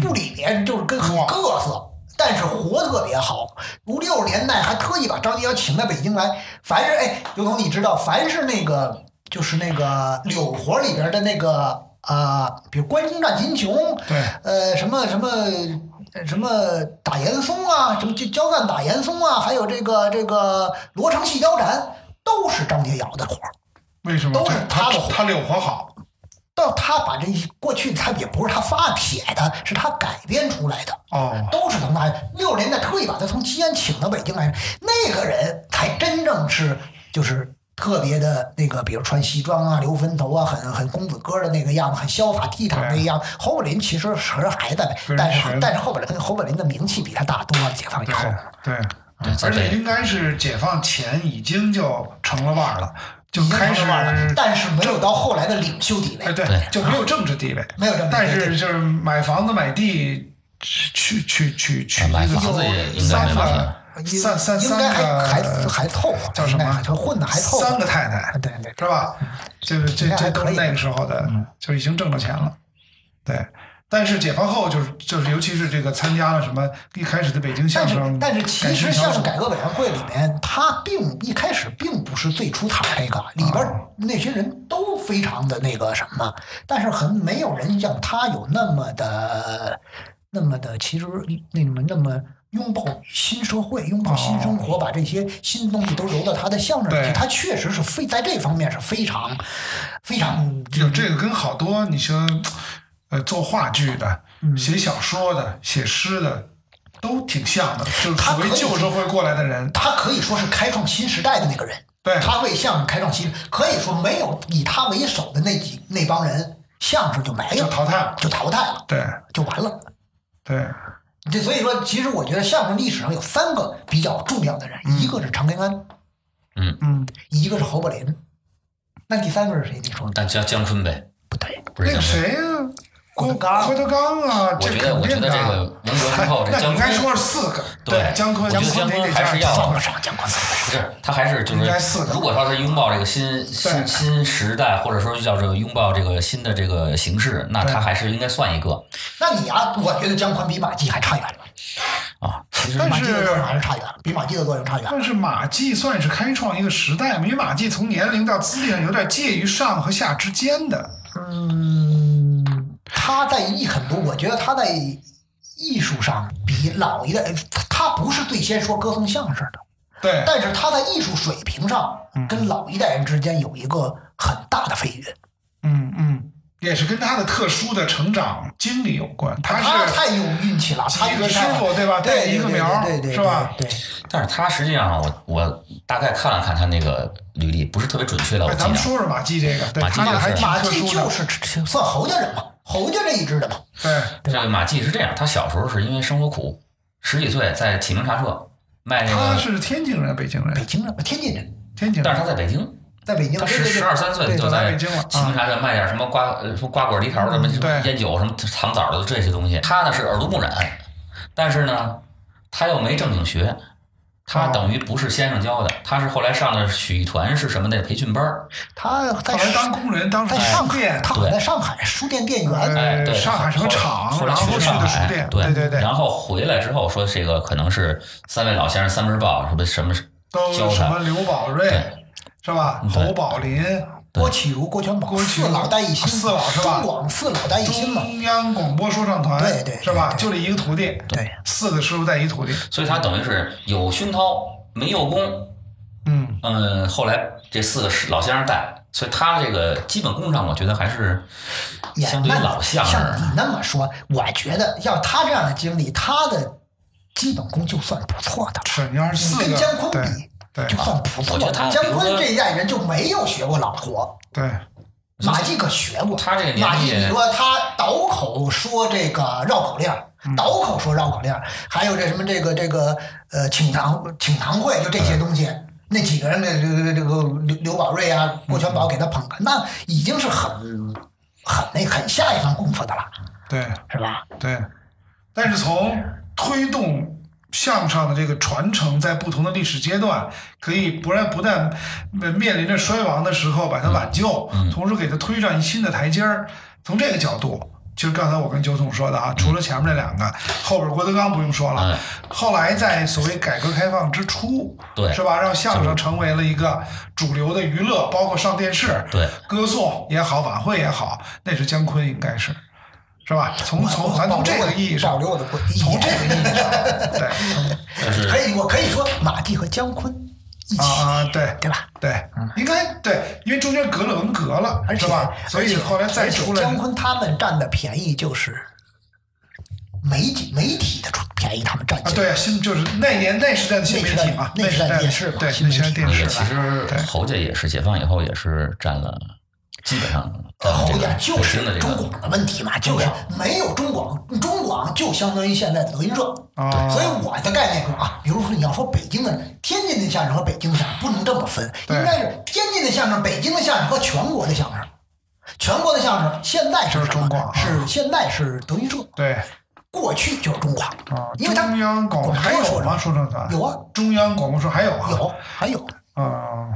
[SPEAKER 5] 不理别人就是跟很
[SPEAKER 3] 哇
[SPEAKER 5] 各色。但是活特别好。五六十年代还特意把张吉阳请到北京来，凡是哎，刘总你知道，凡是那个就是那个柳活里边的那个啊、比如关公战秦琼，
[SPEAKER 3] 对，
[SPEAKER 5] 呃，什么什么。呃什么打严嵩啊，什么就焦干打严嵩啊，还有这个这个罗成戏腰斩，都是张杰瑶的活儿。
[SPEAKER 3] 为什么？
[SPEAKER 5] 都是
[SPEAKER 3] 他
[SPEAKER 5] 他的活
[SPEAKER 3] 他柳活好，
[SPEAKER 5] 到他把这一过去，他也不是他发撇的，是他改编出来的，
[SPEAKER 3] 哦，
[SPEAKER 5] 都是从他六十年代特意把他从西安请到北京来，那个人才真正是就是特别的那个，比如穿西装啊、留分头啊，很很公子哥的那个样子，很潇洒倜傥那样。侯宝林其实是还在，
[SPEAKER 3] 对
[SPEAKER 5] 但
[SPEAKER 3] 是
[SPEAKER 5] 是
[SPEAKER 3] 的
[SPEAKER 5] 但是侯宝林侯宝林的名气比他大多了，解放以
[SPEAKER 3] 对
[SPEAKER 5] 后。
[SPEAKER 3] 对，
[SPEAKER 4] 对在
[SPEAKER 3] 而
[SPEAKER 4] 北
[SPEAKER 3] 且应该是解放前已经就成了腕儿了，就开始，
[SPEAKER 5] 但是没有到后来的领袖地
[SPEAKER 3] 哎
[SPEAKER 5] 位，
[SPEAKER 3] 对
[SPEAKER 4] 对，
[SPEAKER 3] 就没有政治地位，
[SPEAKER 5] 没有这么
[SPEAKER 3] 但
[SPEAKER 5] 对对
[SPEAKER 3] 是就是买房子买地，去去去去
[SPEAKER 4] 买
[SPEAKER 3] 那个
[SPEAKER 4] 房子也应该
[SPEAKER 3] 三
[SPEAKER 4] 没问
[SPEAKER 3] 个
[SPEAKER 5] 应
[SPEAKER 3] 三三
[SPEAKER 5] 应
[SPEAKER 3] 三
[SPEAKER 5] 该
[SPEAKER 3] 个
[SPEAKER 5] 还还还凑合，
[SPEAKER 3] 叫什么
[SPEAKER 5] 应该还混的还凑合，
[SPEAKER 3] 三个太太
[SPEAKER 5] 对对
[SPEAKER 3] 是吧？这个这
[SPEAKER 5] 那
[SPEAKER 3] 这
[SPEAKER 5] 还
[SPEAKER 3] 都
[SPEAKER 5] 可
[SPEAKER 3] 是
[SPEAKER 5] 以
[SPEAKER 3] 那个时候的，就已经挣着钱了，对。但是解放后就是就是，尤其是这个参加了什么一开始的北京相
[SPEAKER 5] 但
[SPEAKER 3] 声
[SPEAKER 5] 是，但是
[SPEAKER 3] 改
[SPEAKER 5] 其
[SPEAKER 3] 制
[SPEAKER 5] 实
[SPEAKER 3] 小
[SPEAKER 5] 相声
[SPEAKER 3] 品
[SPEAKER 5] 改革委员会里面，他并一开始并不是最出彩儿那个，里
[SPEAKER 3] 啊
[SPEAKER 5] 边儿那些人都非常的那个什么，但是很没有人像他有那么的那么的，其实那么那么。拥抱新社会，拥抱新生活，把这些新东西都揉到他的相声里
[SPEAKER 3] 哦对
[SPEAKER 5] 去。他确实是非在这方面是非常非常
[SPEAKER 3] 有这个跟好多你说，呃，做话剧的、
[SPEAKER 5] 嗯
[SPEAKER 3] 写小说的、写诗的，都挺像的，就是
[SPEAKER 5] 他
[SPEAKER 3] 属于
[SPEAKER 5] 可以
[SPEAKER 3] 旧社会过来的人。
[SPEAKER 5] 他可以说是开创新时代的那个人，
[SPEAKER 3] 对
[SPEAKER 5] 他为相声开创新，可以说没有以他为首的那几那帮人，相声就没有
[SPEAKER 3] 就淘汰了
[SPEAKER 5] 就淘汰了，
[SPEAKER 3] 对
[SPEAKER 5] 就完了。
[SPEAKER 3] 对，
[SPEAKER 5] 这所以说，其实我觉得相声历史上有三个比较重要的人，一个是常根安，
[SPEAKER 3] 嗯，
[SPEAKER 5] 一个是侯宝林，那第三个是谁？你说
[SPEAKER 4] 但叫姜昆呗，
[SPEAKER 5] 不对，
[SPEAKER 4] 不是
[SPEAKER 3] 那
[SPEAKER 4] 姜
[SPEAKER 3] 个
[SPEAKER 4] 昆。
[SPEAKER 3] 谁呀、郭
[SPEAKER 5] 郭德纲
[SPEAKER 3] 郭德纲啊，
[SPEAKER 4] 我
[SPEAKER 3] 这
[SPEAKER 4] 觉得，
[SPEAKER 3] 肯
[SPEAKER 4] 我觉
[SPEAKER 3] 定
[SPEAKER 4] 得
[SPEAKER 3] 的
[SPEAKER 4] 这
[SPEAKER 3] 啊。
[SPEAKER 4] 个民国之后，
[SPEAKER 3] 那
[SPEAKER 4] 这
[SPEAKER 3] 你
[SPEAKER 4] 姜
[SPEAKER 3] 应该
[SPEAKER 4] 昆
[SPEAKER 3] 说是四个，
[SPEAKER 4] 对
[SPEAKER 3] 姜昆，
[SPEAKER 4] 我觉得姜
[SPEAKER 3] 得
[SPEAKER 4] 昆
[SPEAKER 3] 得
[SPEAKER 4] 还是
[SPEAKER 3] 加
[SPEAKER 4] 要
[SPEAKER 5] 算不上姜昆，算不上
[SPEAKER 4] 不是，他还是就
[SPEAKER 3] 应该
[SPEAKER 4] 是
[SPEAKER 3] 四，个
[SPEAKER 4] 如果说是拥抱这个新
[SPEAKER 3] 对
[SPEAKER 4] 新新时代，或者说就叫这个拥抱这个新的这个形式，那他还是应该算一个
[SPEAKER 5] 那你啊，我觉得姜昆比马季还差远了，
[SPEAKER 4] 啊。其实
[SPEAKER 3] 但
[SPEAKER 5] 马季的作用
[SPEAKER 3] 是
[SPEAKER 5] 还是差远了，比马季的作用差远了。
[SPEAKER 3] 但是马季算是开创一个时代嘛，因为马季从年龄到资历上有点介于上和下之间的。
[SPEAKER 5] 嗯，他在艺很多，我觉得他在艺术上比老一代，他他不是最先说歌颂相声的，
[SPEAKER 3] 对，
[SPEAKER 5] 但是他在艺术水平上
[SPEAKER 3] 嗯
[SPEAKER 5] 跟老一代人之间有一个很大的飞跃。
[SPEAKER 3] 嗯，嗯，也是跟他的特殊的成长经历有关。他
[SPEAKER 5] 他
[SPEAKER 3] 是
[SPEAKER 5] 太有运气了，他
[SPEAKER 3] 几个
[SPEAKER 5] 运气太
[SPEAKER 3] 师傅
[SPEAKER 5] 好
[SPEAKER 3] 对吧带
[SPEAKER 5] 对，
[SPEAKER 3] 一个苗儿
[SPEAKER 5] 对对对对
[SPEAKER 3] 是吧
[SPEAKER 5] 对，
[SPEAKER 4] 但是他实际上，我我大概看了看他那个履历，不是特别准确的，我
[SPEAKER 3] 哎，
[SPEAKER 4] 记
[SPEAKER 3] 咱们
[SPEAKER 4] 得。
[SPEAKER 3] 说说马季这个，对，
[SPEAKER 4] 马季
[SPEAKER 3] 他
[SPEAKER 4] 这个
[SPEAKER 3] 还
[SPEAKER 4] 是
[SPEAKER 3] 挺
[SPEAKER 5] 马
[SPEAKER 3] 特
[SPEAKER 5] 季
[SPEAKER 3] 殊
[SPEAKER 5] 就
[SPEAKER 3] 的。
[SPEAKER 5] 是算侯家人嘛，侯家这一支的嘛。
[SPEAKER 3] 对，
[SPEAKER 4] 这个马季是这样，他小时候是因为生活苦，十几岁在启明茶社卖那
[SPEAKER 3] 他
[SPEAKER 4] 个，
[SPEAKER 3] 是天津人，北京
[SPEAKER 5] 北
[SPEAKER 3] 人，
[SPEAKER 5] 京人，天津人，
[SPEAKER 3] 天津
[SPEAKER 4] 但是
[SPEAKER 3] 人。
[SPEAKER 4] 他在北京，
[SPEAKER 5] 在北京，
[SPEAKER 4] 他
[SPEAKER 5] 对
[SPEAKER 4] 十
[SPEAKER 5] 对对
[SPEAKER 4] 十二三岁
[SPEAKER 5] 对
[SPEAKER 4] 就
[SPEAKER 3] 来
[SPEAKER 4] 在
[SPEAKER 3] 北京了啊嗯
[SPEAKER 4] 清明茶社卖点什么瓜呃什么瓜果梨桃什么
[SPEAKER 3] 对
[SPEAKER 4] 烟酒什么糖枣的这些东西。他呢是耳濡目染，但是呢他又没正经学，他
[SPEAKER 3] 哦
[SPEAKER 4] 等于不是先生教的，他是后来上的曲艺团是什么的培训班儿。
[SPEAKER 5] 他在
[SPEAKER 3] 后来当工哎人，当
[SPEAKER 5] 在上
[SPEAKER 3] 书
[SPEAKER 5] 海
[SPEAKER 3] 店，，
[SPEAKER 5] 他好像在上海书店店员。
[SPEAKER 4] 哎，
[SPEAKER 3] 呃
[SPEAKER 4] 对，
[SPEAKER 3] 上海什么
[SPEAKER 4] 后
[SPEAKER 3] 厂，
[SPEAKER 4] 来
[SPEAKER 3] 然后
[SPEAKER 4] 去
[SPEAKER 3] 去
[SPEAKER 4] 上
[SPEAKER 3] 的
[SPEAKER 4] 海
[SPEAKER 3] 书店，
[SPEAKER 4] 对
[SPEAKER 3] 对对，
[SPEAKER 4] 然后回来之后说这个可能是三位老先生三门报什么什么
[SPEAKER 3] 都
[SPEAKER 4] 教
[SPEAKER 3] 什么
[SPEAKER 4] 他，
[SPEAKER 3] 刘宝瑞
[SPEAKER 4] 对
[SPEAKER 3] 是吧？
[SPEAKER 4] 对
[SPEAKER 3] 侯宝林，
[SPEAKER 5] 郭启儒、郭全宝，
[SPEAKER 3] 郭启儒
[SPEAKER 5] 四老带一心，
[SPEAKER 3] 四老是吧
[SPEAKER 5] 中广四老带一心嘛。
[SPEAKER 3] 中央广播说唱团，
[SPEAKER 5] 对对对
[SPEAKER 3] 是吧？
[SPEAKER 5] 对
[SPEAKER 3] 就这一个徒弟，
[SPEAKER 5] 对，
[SPEAKER 3] 四个师傅带一徒弟，
[SPEAKER 4] 所以他等于是有熏陶没有功。
[SPEAKER 3] 嗯，
[SPEAKER 4] 嗯，后来这四个是老先生带，所以他这个基本功上，我觉得还是
[SPEAKER 5] 也
[SPEAKER 4] 相对
[SPEAKER 5] 那
[SPEAKER 4] 老相声啊
[SPEAKER 5] 像你那么说，我觉得要他这样的经历，他的基本功就算不错的了。
[SPEAKER 3] 是你要是四
[SPEAKER 5] 你
[SPEAKER 3] 个，
[SPEAKER 5] 嗯跟姜昆
[SPEAKER 3] 对
[SPEAKER 5] 比，
[SPEAKER 3] 对
[SPEAKER 5] 就算不错
[SPEAKER 4] 我觉得
[SPEAKER 5] 的。
[SPEAKER 4] 他
[SPEAKER 5] 姜
[SPEAKER 4] 比如
[SPEAKER 5] 昆
[SPEAKER 4] 说
[SPEAKER 5] 这一代人就没有学过老活，
[SPEAKER 3] 对，
[SPEAKER 5] 马季可学过。
[SPEAKER 4] 他这个年纪
[SPEAKER 5] 马季，你说他倒口说这个绕口令儿，
[SPEAKER 3] 嗯
[SPEAKER 5] 倒口说绕口令儿，还有这什么这个这个呃请堂请堂会，就这些东西。那几个人，这这这这个刘刘宝瑞啊，郭全宝
[SPEAKER 3] 嗯
[SPEAKER 5] 给他捧哏，那已经是很很那很下一番功夫的了，
[SPEAKER 3] 对。
[SPEAKER 5] 是吧？
[SPEAKER 3] 对，但是从推动相声的这个传承，在不同的历史阶段，可以不然不但呃面临着
[SPEAKER 4] 嗯
[SPEAKER 3] 衰亡的时候把它挽救，同时给它推上一新的台阶儿。从这个角度，就是刚才我跟九总说的啊，除了前面那两个，后边郭德纲不用说了。
[SPEAKER 4] 嗯
[SPEAKER 3] 后来在所谓改革开放之初，
[SPEAKER 4] 对
[SPEAKER 3] 是吧？让相声成为了一个主流的娱乐，包括上电视，
[SPEAKER 4] 对，
[SPEAKER 3] 歌颂也好，晚会也好，那是姜昆应该是，是吧？从从咱从这个意义
[SPEAKER 5] 保
[SPEAKER 3] 上，
[SPEAKER 5] 留我的观
[SPEAKER 3] 从这个意义上，对，从
[SPEAKER 4] 但是
[SPEAKER 5] 可以，我可以说马季和姜昆一起，
[SPEAKER 3] 啊啊对
[SPEAKER 5] 对吧？嗯
[SPEAKER 3] 对，应该对，因为中间隔了文革了，
[SPEAKER 5] 而且
[SPEAKER 3] 是吧？所以后来再
[SPEAKER 5] 而且
[SPEAKER 3] 出来
[SPEAKER 5] 姜昆他们占的便宜就是媒体媒体的便宜，他们占
[SPEAKER 3] 啊，
[SPEAKER 5] 尽。
[SPEAKER 3] 对，新就是那年那时代的新媒体嘛，
[SPEAKER 5] 那
[SPEAKER 3] 那
[SPEAKER 5] 时代
[SPEAKER 3] 代的
[SPEAKER 5] 那时代电视嘛
[SPEAKER 3] 对，那
[SPEAKER 5] 新媒体
[SPEAKER 3] 时代电
[SPEAKER 4] 那
[SPEAKER 3] 视
[SPEAKER 4] 个
[SPEAKER 3] 吧
[SPEAKER 4] 其实
[SPEAKER 3] 对
[SPEAKER 4] 侯家也是解放以后也是占了，基本上占了哦
[SPEAKER 5] 侯
[SPEAKER 4] 这个
[SPEAKER 5] 家就
[SPEAKER 4] 北
[SPEAKER 5] 是
[SPEAKER 4] 京的这
[SPEAKER 5] 中
[SPEAKER 4] 个
[SPEAKER 5] 广的问题嘛，就是没有中广，中广就相当于现在的德云社。
[SPEAKER 3] 啊
[SPEAKER 5] 所以我的概念是啊，比如说你要说北京的天津的相声和北京的相声不能这么分，应
[SPEAKER 3] 对
[SPEAKER 5] 该是天津的相声、北京的相声和全国的相声。全国的相声现在是
[SPEAKER 3] 就是
[SPEAKER 5] 什
[SPEAKER 3] 中
[SPEAKER 5] 么
[SPEAKER 3] 广啊
[SPEAKER 5] 是现在是德云社，
[SPEAKER 3] 对
[SPEAKER 5] 过去就是中广
[SPEAKER 3] 啊，，
[SPEAKER 5] 因为它
[SPEAKER 3] 中央广播还有
[SPEAKER 5] 说
[SPEAKER 3] 吗？说正
[SPEAKER 5] 有
[SPEAKER 3] 常，
[SPEAKER 5] 啊，
[SPEAKER 3] 中央广播说还有啊，
[SPEAKER 5] 有还有，
[SPEAKER 3] 啊，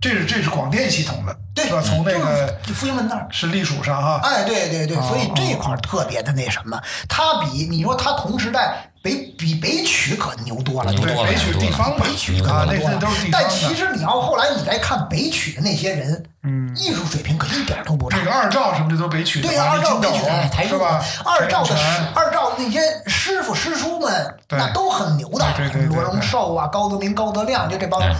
[SPEAKER 3] 这是这是广电系统的，
[SPEAKER 5] 对
[SPEAKER 3] 是吧？从那个
[SPEAKER 5] 就是复兴门那儿。
[SPEAKER 3] 是隶属上哈，
[SPEAKER 5] 哎，对对对，所以这块儿特别的那什么，他比你说他同时代北比北曲可牛多了，
[SPEAKER 4] 牛
[SPEAKER 5] 对
[SPEAKER 3] 对
[SPEAKER 5] 吧
[SPEAKER 4] 多了
[SPEAKER 3] 北曲
[SPEAKER 4] 牛多
[SPEAKER 3] 地
[SPEAKER 4] 了
[SPEAKER 3] 方嘛
[SPEAKER 4] 北曲牛多
[SPEAKER 3] 啊，
[SPEAKER 4] 了
[SPEAKER 3] 那
[SPEAKER 5] 多
[SPEAKER 3] 那
[SPEAKER 5] 了
[SPEAKER 3] 都是地方
[SPEAKER 5] 但其
[SPEAKER 3] 的。
[SPEAKER 5] 实你要后来你再看北曲的那些人，
[SPEAKER 3] 嗯
[SPEAKER 5] 艺术水平可一点儿都不差
[SPEAKER 3] 这。个二赵什么这都北曲的
[SPEAKER 5] 哎对
[SPEAKER 3] 吧，
[SPEAKER 5] 呀，二
[SPEAKER 3] 李金
[SPEAKER 5] 赵北曲
[SPEAKER 3] 斗
[SPEAKER 5] 哎台
[SPEAKER 3] 是
[SPEAKER 5] 柱
[SPEAKER 3] 吧？
[SPEAKER 5] 二赵的
[SPEAKER 3] 陈
[SPEAKER 5] 师
[SPEAKER 3] 永泉
[SPEAKER 5] 二赵那些师傅师叔们，
[SPEAKER 3] 对
[SPEAKER 5] 那都很牛的
[SPEAKER 3] 对对对，对
[SPEAKER 5] 罗荣寿啊、高德明、高德亮，就这帮
[SPEAKER 4] 哎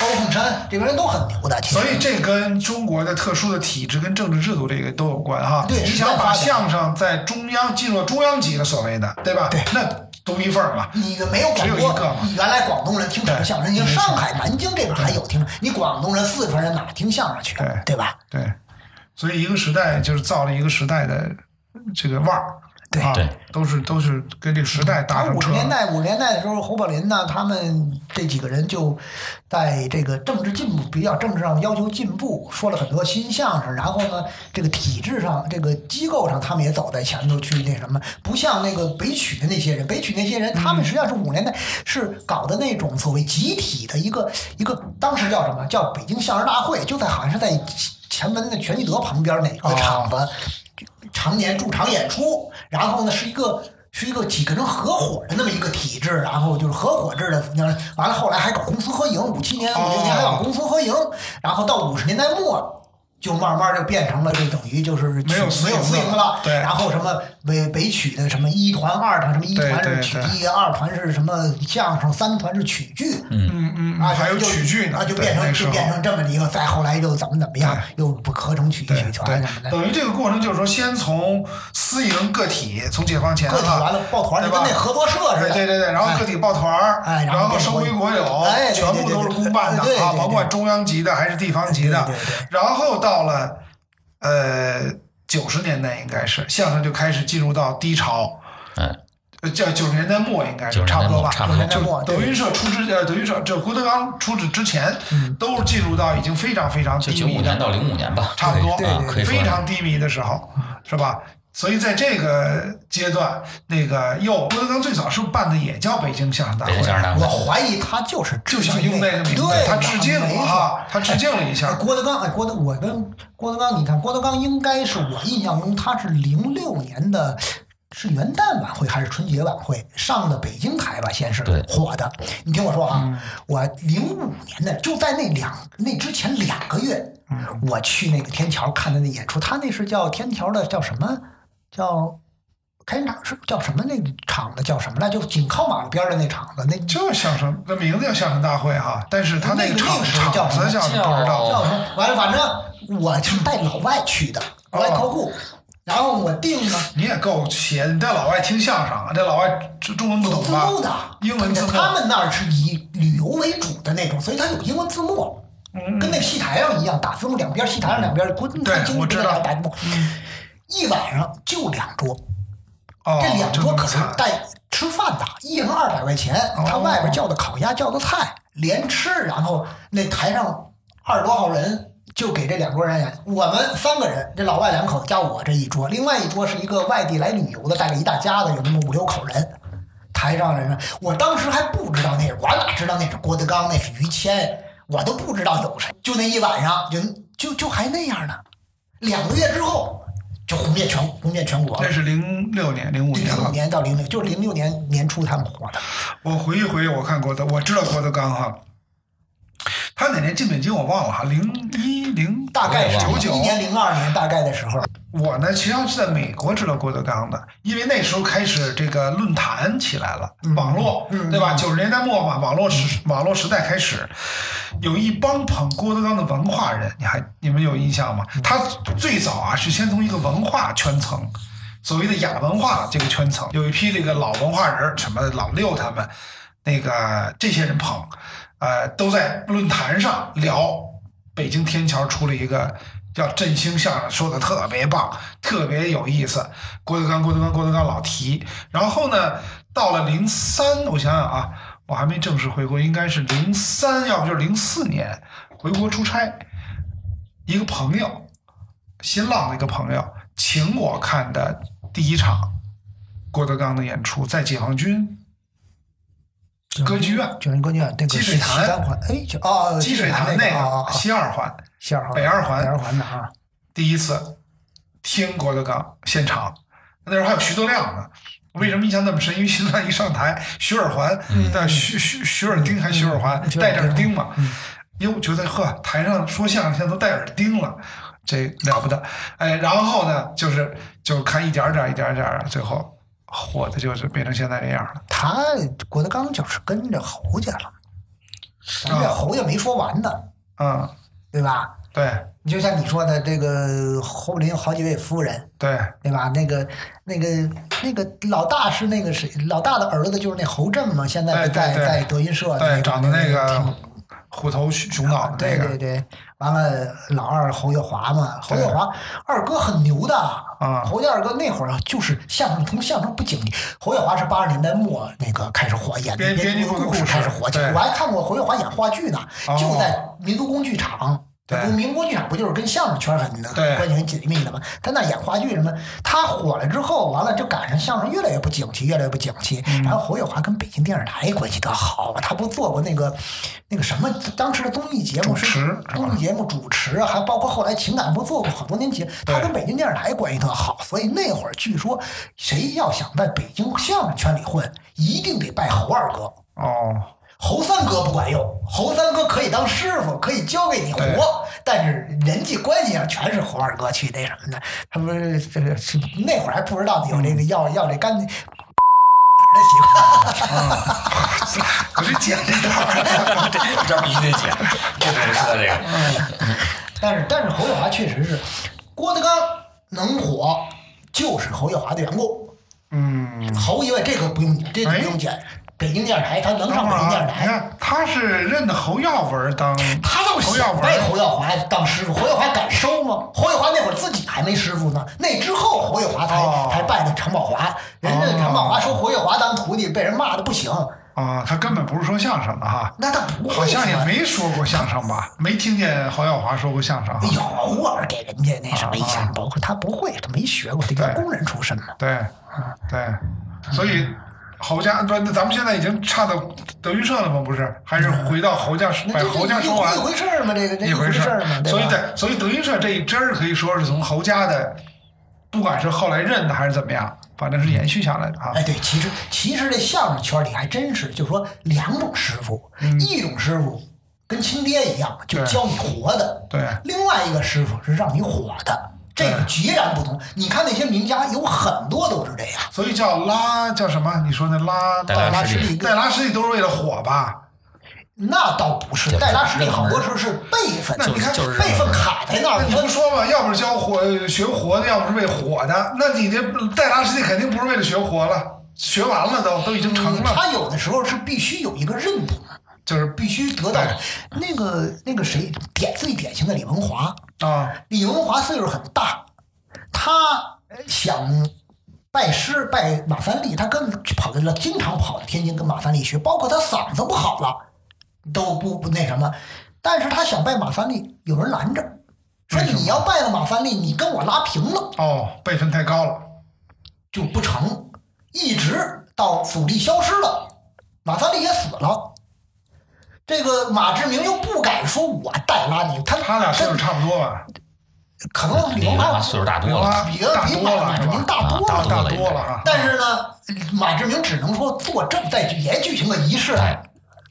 [SPEAKER 5] 高凤山这帮人都很牛的。其实
[SPEAKER 3] 所以这跟中国的特殊的体制跟政治制度这个都有关哈。
[SPEAKER 5] 对
[SPEAKER 3] 你
[SPEAKER 5] 时代
[SPEAKER 3] 想把
[SPEAKER 5] 发展
[SPEAKER 3] 相声在中央进入中央级的所谓的，对吧？
[SPEAKER 5] 对嗯
[SPEAKER 3] 那独一份儿嘛。
[SPEAKER 5] 你没有
[SPEAKER 3] 只
[SPEAKER 5] 广
[SPEAKER 3] 有一
[SPEAKER 5] 播
[SPEAKER 3] 个嘛，嗯
[SPEAKER 5] 你原来广东人听什么相声？你像上海、南京这边还有听，你广东人、四川人哪听相声去？啊
[SPEAKER 3] 对
[SPEAKER 5] 对吧？
[SPEAKER 3] 对，所以一个时代就是造了一个时代的这个腕儿，
[SPEAKER 5] 对
[SPEAKER 3] 啊
[SPEAKER 4] 对，
[SPEAKER 3] 都是都是跟这个时代搭
[SPEAKER 5] 然后
[SPEAKER 3] 上
[SPEAKER 5] 五十
[SPEAKER 3] 车。
[SPEAKER 5] 年代，五十年代的时候，侯宝林呐，他们这几个人就在这个政治进步，比较政治上要求进步，说了很多新相声。然后呢，这个体制上、这个机构上，他们也走在前头去那什么，不像那个北曲的那些人，北曲那些人，他
[SPEAKER 3] 嗯
[SPEAKER 5] 们实际上是五十年代是搞的那种所谓集体的一个一个，当时叫什么叫北京相声大会，就在好像是在前门的全聚德旁边哪
[SPEAKER 3] 哦
[SPEAKER 5] 个厂子。常年驻场演出，然后呢是一个是一个几个人合伙的那么一个体制，然后就是合伙制的，完了后来还搞公私合营，五七年、
[SPEAKER 3] 哦
[SPEAKER 5] 五六年还搞公私合营，然后到五十年代末。就慢慢就变成了，就等于就是
[SPEAKER 3] 没有私
[SPEAKER 5] 没
[SPEAKER 3] 营
[SPEAKER 5] 有私营
[SPEAKER 3] 了
[SPEAKER 5] 了。
[SPEAKER 3] 对
[SPEAKER 5] 然后什么北北曲的什么一团、二团，什么一
[SPEAKER 3] 对
[SPEAKER 5] 团是
[SPEAKER 3] 对
[SPEAKER 5] 曲
[SPEAKER 3] 对
[SPEAKER 5] 艺，二团是什么相声，三团是曲剧。
[SPEAKER 3] 嗯嗯，
[SPEAKER 5] 啊，
[SPEAKER 3] 还有
[SPEAKER 5] 就
[SPEAKER 3] 曲剧呢，
[SPEAKER 5] 啊，就
[SPEAKER 3] 对
[SPEAKER 5] 变
[SPEAKER 3] 那
[SPEAKER 5] 成
[SPEAKER 3] 时
[SPEAKER 5] 就
[SPEAKER 3] 候
[SPEAKER 5] 变成这么一个，再后来又怎么怎么样，又不合成曲艺
[SPEAKER 3] 对
[SPEAKER 5] 曲团什么
[SPEAKER 3] 对，。
[SPEAKER 5] 的
[SPEAKER 3] 等于这个过程就是说，先从私营个体，从解放前
[SPEAKER 5] 个体
[SPEAKER 3] 哈
[SPEAKER 5] 完了抱团儿，
[SPEAKER 3] 对
[SPEAKER 5] 就跟
[SPEAKER 3] 吧
[SPEAKER 5] 那？合作社
[SPEAKER 3] 啊对
[SPEAKER 5] 似的。
[SPEAKER 3] 对对对，然后
[SPEAKER 5] 哎
[SPEAKER 3] 个体抱团儿，
[SPEAKER 5] 哎然后
[SPEAKER 3] 然后
[SPEAKER 5] 变成
[SPEAKER 3] 收
[SPEAKER 5] 国
[SPEAKER 3] 归国有，
[SPEAKER 5] 哎对
[SPEAKER 3] 全
[SPEAKER 5] 对
[SPEAKER 3] 部
[SPEAKER 5] 对
[SPEAKER 3] 都是
[SPEAKER 5] 对
[SPEAKER 3] 公办的
[SPEAKER 5] 对对
[SPEAKER 3] 啊，
[SPEAKER 5] 对
[SPEAKER 3] 甭管
[SPEAKER 5] 对
[SPEAKER 3] 中央级的还是地方级的
[SPEAKER 5] 对对对。
[SPEAKER 3] 然后到了呃九十年代，应该是相声就开始进入到低潮，
[SPEAKER 4] 嗯，
[SPEAKER 3] 呃，叫九十年代末应该是
[SPEAKER 4] 90
[SPEAKER 3] 差不多吧，
[SPEAKER 4] 年代末
[SPEAKER 3] 就
[SPEAKER 4] 差不多
[SPEAKER 5] 90年代末
[SPEAKER 3] 德
[SPEAKER 5] 对
[SPEAKER 3] 云社出之呃，德云社这郭德纲出之之前，
[SPEAKER 5] 嗯
[SPEAKER 3] 都是进入到已经非常非常
[SPEAKER 4] 就
[SPEAKER 3] 低
[SPEAKER 4] 九
[SPEAKER 3] 迷
[SPEAKER 4] 五年
[SPEAKER 3] 的，
[SPEAKER 4] 到零五年吧，
[SPEAKER 3] 差不多嗯
[SPEAKER 4] 啊，可以说
[SPEAKER 3] 非常低迷的时候，是吧？所以在这个阶段，那个又郭德纲最早是不是办的也叫北京相声大
[SPEAKER 4] 北
[SPEAKER 3] 会
[SPEAKER 4] 京相声
[SPEAKER 3] 啊？
[SPEAKER 4] 大
[SPEAKER 5] 我
[SPEAKER 4] 会。
[SPEAKER 5] 怀疑他就是
[SPEAKER 3] 就
[SPEAKER 5] 致
[SPEAKER 3] 想
[SPEAKER 5] 敬
[SPEAKER 3] 用那个名字
[SPEAKER 5] 对，，
[SPEAKER 3] 他致敬
[SPEAKER 5] 没
[SPEAKER 3] 了
[SPEAKER 5] 错。
[SPEAKER 3] 啊，他致敬了一
[SPEAKER 5] 哎
[SPEAKER 3] 下，
[SPEAKER 5] 郭德纲，哎，郭德，我跟郭德纲，你看郭德纲应该是我印象中他是零六年的，是元旦晚会还是春节晚会上的北京台吧？先是
[SPEAKER 4] 对
[SPEAKER 5] 火的。你听我说啊，我零五年的就在那两那之前两个月，我去那个天桥看的那演出，他那是叫天桥的叫什么？叫开场是叫什么那个场子叫什么来？就紧靠马路边儿的那场子，那
[SPEAKER 3] 就是相声，这名字叫相声大会哈，但是他
[SPEAKER 5] 那
[SPEAKER 3] 个
[SPEAKER 5] 个
[SPEAKER 3] 场
[SPEAKER 5] 历史
[SPEAKER 3] 场
[SPEAKER 5] 叫什
[SPEAKER 3] 子
[SPEAKER 5] 么
[SPEAKER 3] 叫什么不知道
[SPEAKER 4] 叫
[SPEAKER 5] 叫什么？完了，反正我是带老外去的，
[SPEAKER 3] 哦
[SPEAKER 5] 老外客户，然后我订呢。
[SPEAKER 3] 你也够邪的，你带老外听相声，啊这老外中中文不
[SPEAKER 5] 有
[SPEAKER 3] 懂
[SPEAKER 5] 字
[SPEAKER 3] 吧
[SPEAKER 5] 幕的？，
[SPEAKER 3] 英文字幕。
[SPEAKER 5] 他们那儿是以旅游为主的那种，所以它有英文字幕，跟那戏台上一样，打字幕两边，戏台上两边，滚
[SPEAKER 3] 对
[SPEAKER 5] 看京
[SPEAKER 3] 我
[SPEAKER 5] 剧
[SPEAKER 3] 知
[SPEAKER 5] 那
[SPEAKER 3] 道嗯
[SPEAKER 5] 边打字幕，一晚上就两桌，
[SPEAKER 3] 哦，
[SPEAKER 5] 这两桌可是
[SPEAKER 3] 真的惨
[SPEAKER 5] 带吃饭的，一人二百块钱，他外边叫的烤鸭，叫的菜，连吃，然后那台上二十多号人。就给这两桌人演，我们三个人，这老外两口子加我这一桌，另外一桌是一个外地来旅游的，大概一大家子，有那么五六口人。台上人呢，我当时还不知道那是，我哪知道那是郭德纲，那是于谦，我都不知道有谁。就那一晚上，人就就还那样呢。两个月之后，就红遍全红遍全国了
[SPEAKER 3] 那。是零六年、零五
[SPEAKER 5] 零
[SPEAKER 3] 年
[SPEAKER 5] 五
[SPEAKER 3] 了。
[SPEAKER 5] 年到零六，就是零六年年初他们火的。
[SPEAKER 3] 我回忆回忆，我看郭德，我知道郭德纲哈，他哪年进北京我忘了哈，零一零
[SPEAKER 5] 大概是
[SPEAKER 3] 哎九九
[SPEAKER 5] 一。年零二年大概的时候，
[SPEAKER 3] 我呢，实际上是在美国知道郭德纲的，因为那时候开始这个论坛起来了，网络，对吧？九十年代末嘛，网络时网络时代开始，有一帮捧郭德纲的文化人，你还你们有印象吗？他最早啊是先从一个文化圈层。所谓的亚文化这个圈层，有一批这个老文化人儿，什么老六他们，那个这些人捧，呃，都在论坛上聊北京天桥出了一个叫振兴相声，说的特别棒，特别有意思。郭德纲，郭德纲，郭德纲老提。然后呢，到了零三，我想想啊，我还没正式回国，应该是零三，要不就是零四年回国出差，一个朋友，新浪的一个朋友，请我看的第一场郭德纲的演出，在解放军歌剧院
[SPEAKER 5] 九人歌剧院那个
[SPEAKER 3] 积水潭
[SPEAKER 5] 西单环，哎，就哦，
[SPEAKER 3] 积水潭
[SPEAKER 5] 那
[SPEAKER 3] 那
[SPEAKER 5] 个啊
[SPEAKER 3] 个
[SPEAKER 5] 啊，
[SPEAKER 3] 西二环。
[SPEAKER 5] 西二环、
[SPEAKER 3] 北二环
[SPEAKER 5] 北二环的啊，
[SPEAKER 3] 第一次听郭德纲现场，那时候还有徐德亮呢。为什么印象那么深？因为徐德亮一上台，徐尔环，但徐徐徐尔丁还徐尔环
[SPEAKER 5] 嗯徐尔
[SPEAKER 3] 戴着耳
[SPEAKER 5] 丁
[SPEAKER 3] 钉嘛，因为我觉得呵，台上说相声现在都戴耳钉了，这了不得。哎，然后呢，就是就看一点儿点儿一点儿点儿，最后火的就是变成现在这样了。
[SPEAKER 5] 他郭德纲就是跟着侯家了，咱
[SPEAKER 3] 啊
[SPEAKER 5] 这侯家没说完呢，
[SPEAKER 3] 嗯，
[SPEAKER 5] 对吧？
[SPEAKER 3] 对
[SPEAKER 5] 你就像你说的，这个侯林有好几位夫人，
[SPEAKER 3] 对，
[SPEAKER 5] 对吧？那个、那个、那个老大是那个谁？老大的儿子就是那侯震嘛，现
[SPEAKER 3] 对
[SPEAKER 5] 在
[SPEAKER 3] 对
[SPEAKER 5] 在
[SPEAKER 3] 对
[SPEAKER 5] 在德云社
[SPEAKER 3] 对，长得那
[SPEAKER 5] 挺
[SPEAKER 3] 个虎头熊熊脑的那
[SPEAKER 5] 对对
[SPEAKER 3] 个
[SPEAKER 5] 对，完了老二侯月华嘛，侯月
[SPEAKER 3] 对
[SPEAKER 5] 华二哥很牛的
[SPEAKER 3] 嗯
[SPEAKER 5] 侯家二哥那会儿啊就是相声从相声不景气，侯月华是八十年代末那个开始火，演
[SPEAKER 3] 编
[SPEAKER 5] 民
[SPEAKER 3] 编
[SPEAKER 5] 族
[SPEAKER 3] 辑部的
[SPEAKER 5] 故事
[SPEAKER 3] 故事
[SPEAKER 5] 开始火起来。
[SPEAKER 3] 对
[SPEAKER 5] 我还看过侯月华演话剧呢，
[SPEAKER 3] 哦
[SPEAKER 5] 就在民族宫剧场。
[SPEAKER 3] 对
[SPEAKER 5] 不民族宫剧场不就是跟相声圈很
[SPEAKER 3] 对
[SPEAKER 5] 关系很紧密的吗？他那演话剧什么，他火了之后，完了就赶上相声越来越不景气，越来越不景气。
[SPEAKER 3] 嗯
[SPEAKER 5] 然后侯月华跟北京电视台关系特好，他不做过那个那个什么当时的综艺节目
[SPEAKER 3] 主持
[SPEAKER 5] 是综艺节目主持啊，还包括后来情感不做过好多年节，他
[SPEAKER 3] 对
[SPEAKER 5] 跟北京电视台关系特好，所以那会儿据说谁要想在北京相声圈里混，一定得拜侯二哥。
[SPEAKER 3] 哦，
[SPEAKER 5] 侯三哥不管用，侯三哥可以当师傅，可以教给你
[SPEAKER 3] 对
[SPEAKER 5] 活，但是人际关系上全是侯二哥去那什么的。他不是这个是那会儿还不知道有这个
[SPEAKER 3] 嗯
[SPEAKER 5] 要要这干 的习惯，
[SPEAKER 3] 我这姐这段儿。
[SPEAKER 4] 这这必须得剪， 这得说这个。
[SPEAKER 5] 但是但是侯月华确实是郭德纲能火，就是侯月华的缘故。
[SPEAKER 3] 嗯，
[SPEAKER 5] 毫无疑问，这个不用这个
[SPEAKER 3] 哎
[SPEAKER 5] 不用剪。北京电视台他能
[SPEAKER 3] 等
[SPEAKER 5] 上
[SPEAKER 3] 会
[SPEAKER 5] 北
[SPEAKER 3] 儿
[SPEAKER 5] 京电视
[SPEAKER 3] 啊，你
[SPEAKER 5] 台，
[SPEAKER 3] 看他是认的侯耀文当，
[SPEAKER 5] 他倒
[SPEAKER 3] 侯
[SPEAKER 5] 是
[SPEAKER 3] 耀
[SPEAKER 5] 想
[SPEAKER 3] 文
[SPEAKER 5] 拜侯耀华当师傅，侯耀华敢收吗？侯耀华那会儿自己还没师傅呢，那之后侯耀华才、
[SPEAKER 3] 哦
[SPEAKER 5] 才拜的常宝华，人家
[SPEAKER 3] 哦
[SPEAKER 5] 常宝华收侯耀华当徒弟，被人骂的不行，
[SPEAKER 3] 啊，他根本不是说相声的哈，
[SPEAKER 5] 那他不会
[SPEAKER 3] 好像也
[SPEAKER 5] 说
[SPEAKER 3] 没说过相声吧，没听见侯耀华说过相声哈。
[SPEAKER 5] 有哎偶尔给人家那什么一下，包括他不会，他没学过，这个
[SPEAKER 3] 啊对
[SPEAKER 5] 工人出身嘛。
[SPEAKER 3] 对，
[SPEAKER 5] 嗯
[SPEAKER 3] 对，所以侯家不，那咱们现在已经差到德云社了吗？不是，还是回到侯家
[SPEAKER 5] 嗯那
[SPEAKER 3] 把
[SPEAKER 5] 这
[SPEAKER 3] 哎侯家
[SPEAKER 5] 这一
[SPEAKER 3] 说完
[SPEAKER 5] 一回事儿嘛，这个这
[SPEAKER 3] 一回
[SPEAKER 5] 回
[SPEAKER 3] 事
[SPEAKER 5] 事儿
[SPEAKER 3] 儿
[SPEAKER 5] 嘛，对吧？
[SPEAKER 3] 所以对，所以德云社这一支儿可以说是从侯家的，不管是后来认的还是怎么样，反正是延续下来的啊。
[SPEAKER 5] 哎，对，其实其实这相声圈里还真是，就是说两种师傅，一种师傅跟亲爹一样，就
[SPEAKER 3] 嗯对
[SPEAKER 5] 教你活的；
[SPEAKER 3] 对
[SPEAKER 5] 另外一个师傅是让你火的，这个
[SPEAKER 4] 嗯
[SPEAKER 3] 对
[SPEAKER 5] 截然不同。你看那些名家，有很多都是这样。
[SPEAKER 3] 所以叫拉叫什么？你说那拉
[SPEAKER 4] 戴拉
[SPEAKER 5] 拉
[SPEAKER 4] 师弟
[SPEAKER 5] 弟
[SPEAKER 3] 戴拉师弟都是为了火吧？
[SPEAKER 5] 那倒不是，
[SPEAKER 4] 这不是
[SPEAKER 5] 戴拉师弟
[SPEAKER 4] 热门
[SPEAKER 5] 好多时候是辈分，
[SPEAKER 4] 那
[SPEAKER 5] 你看
[SPEAKER 4] 就是
[SPEAKER 5] 辈分卡哎在那儿
[SPEAKER 3] 那
[SPEAKER 5] 了。
[SPEAKER 3] 你不说嘛，要不是教活学活的，要不是为火的，那你这戴拉师弟肯定不是为了学活了，学完了都都已经成了，
[SPEAKER 5] 嗯他有的时候是必须有一个认同，
[SPEAKER 3] 就是
[SPEAKER 5] 必须得到那个那个谁典最典型的李文华，
[SPEAKER 3] 啊，
[SPEAKER 5] 李文华岁数很大，他呃想拜师拜马三立，他跟跑到了经常跑到天津跟马三立学，包括他嗓子不好了，都不不那什么，但是他想拜马三立，有人拦着，说
[SPEAKER 3] 为什么
[SPEAKER 5] 你要拜了马三立，你跟我拉平了
[SPEAKER 3] 哦，辈分太高了，
[SPEAKER 5] 就不成，一直到祖力消失了，马三立也死了。这个马志明又不敢说我代拉你，他
[SPEAKER 3] 他俩岁数
[SPEAKER 5] 他
[SPEAKER 3] 差不多吧？
[SPEAKER 5] 可能
[SPEAKER 4] 李
[SPEAKER 5] 李
[SPEAKER 4] 玉
[SPEAKER 5] 文
[SPEAKER 4] 华
[SPEAKER 5] 华
[SPEAKER 4] 岁数大多
[SPEAKER 3] 刘
[SPEAKER 4] 了，
[SPEAKER 3] 华
[SPEAKER 5] 比
[SPEAKER 3] 大
[SPEAKER 5] 比
[SPEAKER 3] 多
[SPEAKER 5] 马
[SPEAKER 3] 了
[SPEAKER 5] 马
[SPEAKER 3] 是
[SPEAKER 5] 志
[SPEAKER 3] 吧
[SPEAKER 5] 明？大多
[SPEAKER 4] 啊
[SPEAKER 5] 了。
[SPEAKER 3] 大
[SPEAKER 4] 大
[SPEAKER 3] 多
[SPEAKER 4] 多
[SPEAKER 3] 了
[SPEAKER 4] 了
[SPEAKER 3] 啊！
[SPEAKER 5] 但是呢，马志明只能说做这在也举行个仪 式，
[SPEAKER 4] 哎，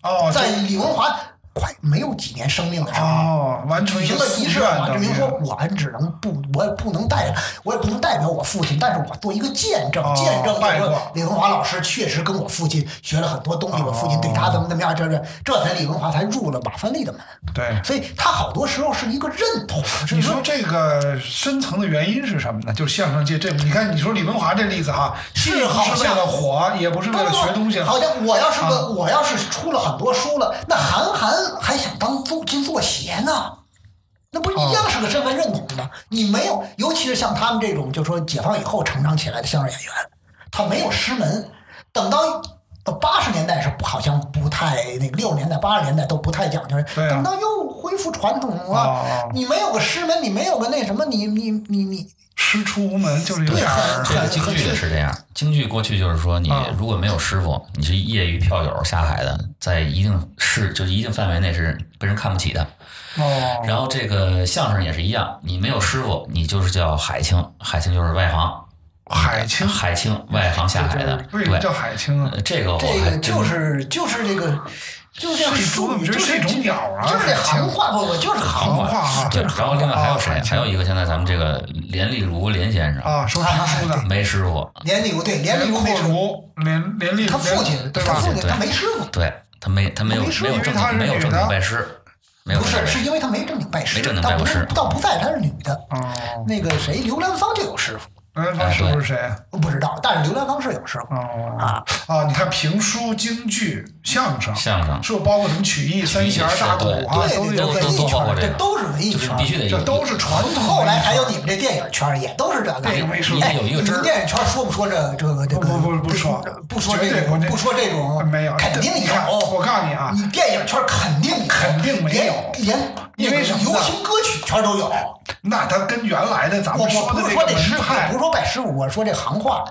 [SPEAKER 3] 哦，
[SPEAKER 5] 在
[SPEAKER 3] 就
[SPEAKER 5] 李文华快没有几年生命的时候。
[SPEAKER 3] 哦，完成
[SPEAKER 5] 举
[SPEAKER 3] 一
[SPEAKER 5] 行
[SPEAKER 3] 个
[SPEAKER 5] 个
[SPEAKER 3] 夙
[SPEAKER 5] 仪式，
[SPEAKER 3] 愿
[SPEAKER 5] 马志
[SPEAKER 3] 等于
[SPEAKER 5] 明说：“我只能不，我也不能代，我也不能代表我父亲，但是我做一个见证，
[SPEAKER 3] 哦
[SPEAKER 5] 见证
[SPEAKER 3] 拜
[SPEAKER 5] 就是说
[SPEAKER 3] 过
[SPEAKER 5] 李文华老师确实跟我父亲学了很多东西，我父亲对
[SPEAKER 3] 哦
[SPEAKER 5] 他怎么怎么样，这这这才李文华才入了马三立的门。
[SPEAKER 3] 对。
[SPEAKER 5] 所以他好多时候是一个认同，是
[SPEAKER 3] 你
[SPEAKER 5] 一
[SPEAKER 3] 说
[SPEAKER 5] 个
[SPEAKER 3] 这个深层的原因是什么呢？就是相声界这，你看你说李文华这例子哈，
[SPEAKER 5] 是
[SPEAKER 3] 既不
[SPEAKER 5] 好
[SPEAKER 3] 是为
[SPEAKER 5] 像
[SPEAKER 3] 了火，也不是为了学东西，
[SPEAKER 5] 哦好像我要是
[SPEAKER 3] 啊
[SPEAKER 5] 个，我要是出了很多书了，那韩寒还想当做金做鞋呢，那不是一样是个身份认同吗？你没有，尤其是像他们这种，就说解放以后成长起来的相声演员，他没有师门，等到。八十年代是好像不太那个，六十年代、八十年代都不太讲究。
[SPEAKER 3] 对啊
[SPEAKER 5] 等到又恢复传统了，
[SPEAKER 3] 哦
[SPEAKER 5] 你没有个师门，你没有个那什么，你你你你
[SPEAKER 3] 师出无门，就是有点儿
[SPEAKER 4] 这个京剧也是这样，京剧过去就是说，你
[SPEAKER 3] 啊
[SPEAKER 4] 如果没有师傅，你是业余票友下海的，在一定是就是一定范围内是被人看不起的。
[SPEAKER 3] 哦，
[SPEAKER 4] 然后这个相声也是一样，你没有师傅，你就是叫海清，海清就是外行，
[SPEAKER 3] 海清，
[SPEAKER 4] 海清外行下海的，
[SPEAKER 3] 为什么
[SPEAKER 4] 对
[SPEAKER 3] 叫。海清啊？
[SPEAKER 4] 呃这个
[SPEAKER 5] 这
[SPEAKER 4] 我
[SPEAKER 5] 个
[SPEAKER 4] 还
[SPEAKER 5] 就
[SPEAKER 4] 真
[SPEAKER 5] 是就是这个，就是这个
[SPEAKER 3] 是一
[SPEAKER 5] 术
[SPEAKER 3] 种
[SPEAKER 5] 语，
[SPEAKER 3] 这
[SPEAKER 5] 就是是
[SPEAKER 3] 一种鸟啊
[SPEAKER 5] 就是这行话，不不，就是行
[SPEAKER 3] 行话啊
[SPEAKER 5] 就
[SPEAKER 4] 对。
[SPEAKER 5] 是
[SPEAKER 4] 然后另外还有
[SPEAKER 3] 哦海
[SPEAKER 4] 谁？啊
[SPEAKER 3] 清
[SPEAKER 4] 还有一个现在咱们这个连丽如连先生，
[SPEAKER 3] 啊，说师出的，
[SPEAKER 4] 没师傅，
[SPEAKER 5] 连李如对连李如没
[SPEAKER 3] 阔
[SPEAKER 5] 师傅，
[SPEAKER 3] 如，连连丽如，
[SPEAKER 5] 他父亲
[SPEAKER 3] 对
[SPEAKER 5] 他
[SPEAKER 3] 吧？
[SPEAKER 5] 父亲
[SPEAKER 4] 对
[SPEAKER 5] 他没师傅，
[SPEAKER 4] 对他没他没有
[SPEAKER 3] 没师傅
[SPEAKER 4] 没有
[SPEAKER 3] 因为
[SPEAKER 4] 正
[SPEAKER 3] 她是
[SPEAKER 4] 经没有
[SPEAKER 3] 女
[SPEAKER 4] 正
[SPEAKER 3] 的
[SPEAKER 4] 经拜师，没有
[SPEAKER 5] 不
[SPEAKER 4] 正经
[SPEAKER 5] 是
[SPEAKER 4] 拜师
[SPEAKER 5] 是因为他没正经拜师，
[SPEAKER 4] 没正经
[SPEAKER 5] 倒
[SPEAKER 4] 拜过
[SPEAKER 5] 不
[SPEAKER 4] 师嗯
[SPEAKER 5] 是倒不在他是女的。
[SPEAKER 3] 哦，
[SPEAKER 5] 那个谁，刘兰芳就有师傅，
[SPEAKER 3] 刘兰芳
[SPEAKER 4] 哎
[SPEAKER 3] 是不
[SPEAKER 4] 对
[SPEAKER 3] 是谁啊？
[SPEAKER 5] 不知道，但是刘兰芳是有师傅
[SPEAKER 3] 哦
[SPEAKER 5] 啊。
[SPEAKER 3] 啊，你看评书、京剧、相声，
[SPEAKER 4] 相声
[SPEAKER 3] 是不是包括什么曲艺、三弦、大鼓啊，
[SPEAKER 5] 对
[SPEAKER 3] 都得
[SPEAKER 5] 对对，
[SPEAKER 3] 有
[SPEAKER 4] 都
[SPEAKER 5] 文
[SPEAKER 4] 都
[SPEAKER 5] 艺
[SPEAKER 4] 包括这
[SPEAKER 5] 圈这
[SPEAKER 4] 个
[SPEAKER 5] 都是文艺
[SPEAKER 4] 就是
[SPEAKER 5] 圈，
[SPEAKER 4] 必须得有
[SPEAKER 3] 这都是传统。
[SPEAKER 5] 后来还有你们这电影圈也都是这个。
[SPEAKER 3] 电影没说
[SPEAKER 5] 哎，
[SPEAKER 4] 有一个
[SPEAKER 5] 你
[SPEAKER 4] 汁
[SPEAKER 5] 们
[SPEAKER 4] 儿
[SPEAKER 5] 电影圈说不说这这个这个？
[SPEAKER 3] 不不不不说
[SPEAKER 5] 不说
[SPEAKER 3] 绝
[SPEAKER 5] 这
[SPEAKER 3] 对
[SPEAKER 5] 种
[SPEAKER 3] 不这呃
[SPEAKER 5] 不说这种，
[SPEAKER 3] 没有哎
[SPEAKER 5] 肯定
[SPEAKER 3] 你看
[SPEAKER 5] 有。哦
[SPEAKER 3] 我告诉你啊
[SPEAKER 5] 你电影圈肯定有
[SPEAKER 3] 肯定没有
[SPEAKER 5] 连连
[SPEAKER 3] 因为
[SPEAKER 5] 那个
[SPEAKER 3] 什么呢
[SPEAKER 5] 流行歌曲圈都有。
[SPEAKER 3] 那它跟原来的咱
[SPEAKER 5] 我
[SPEAKER 3] 们
[SPEAKER 5] 我
[SPEAKER 3] 说
[SPEAKER 5] 不
[SPEAKER 3] 的
[SPEAKER 5] 是
[SPEAKER 3] 这
[SPEAKER 5] 说
[SPEAKER 3] 个
[SPEAKER 5] 这师
[SPEAKER 3] 门
[SPEAKER 5] 傅，我
[SPEAKER 3] 派
[SPEAKER 5] 不是说拜师傅，我说这行话。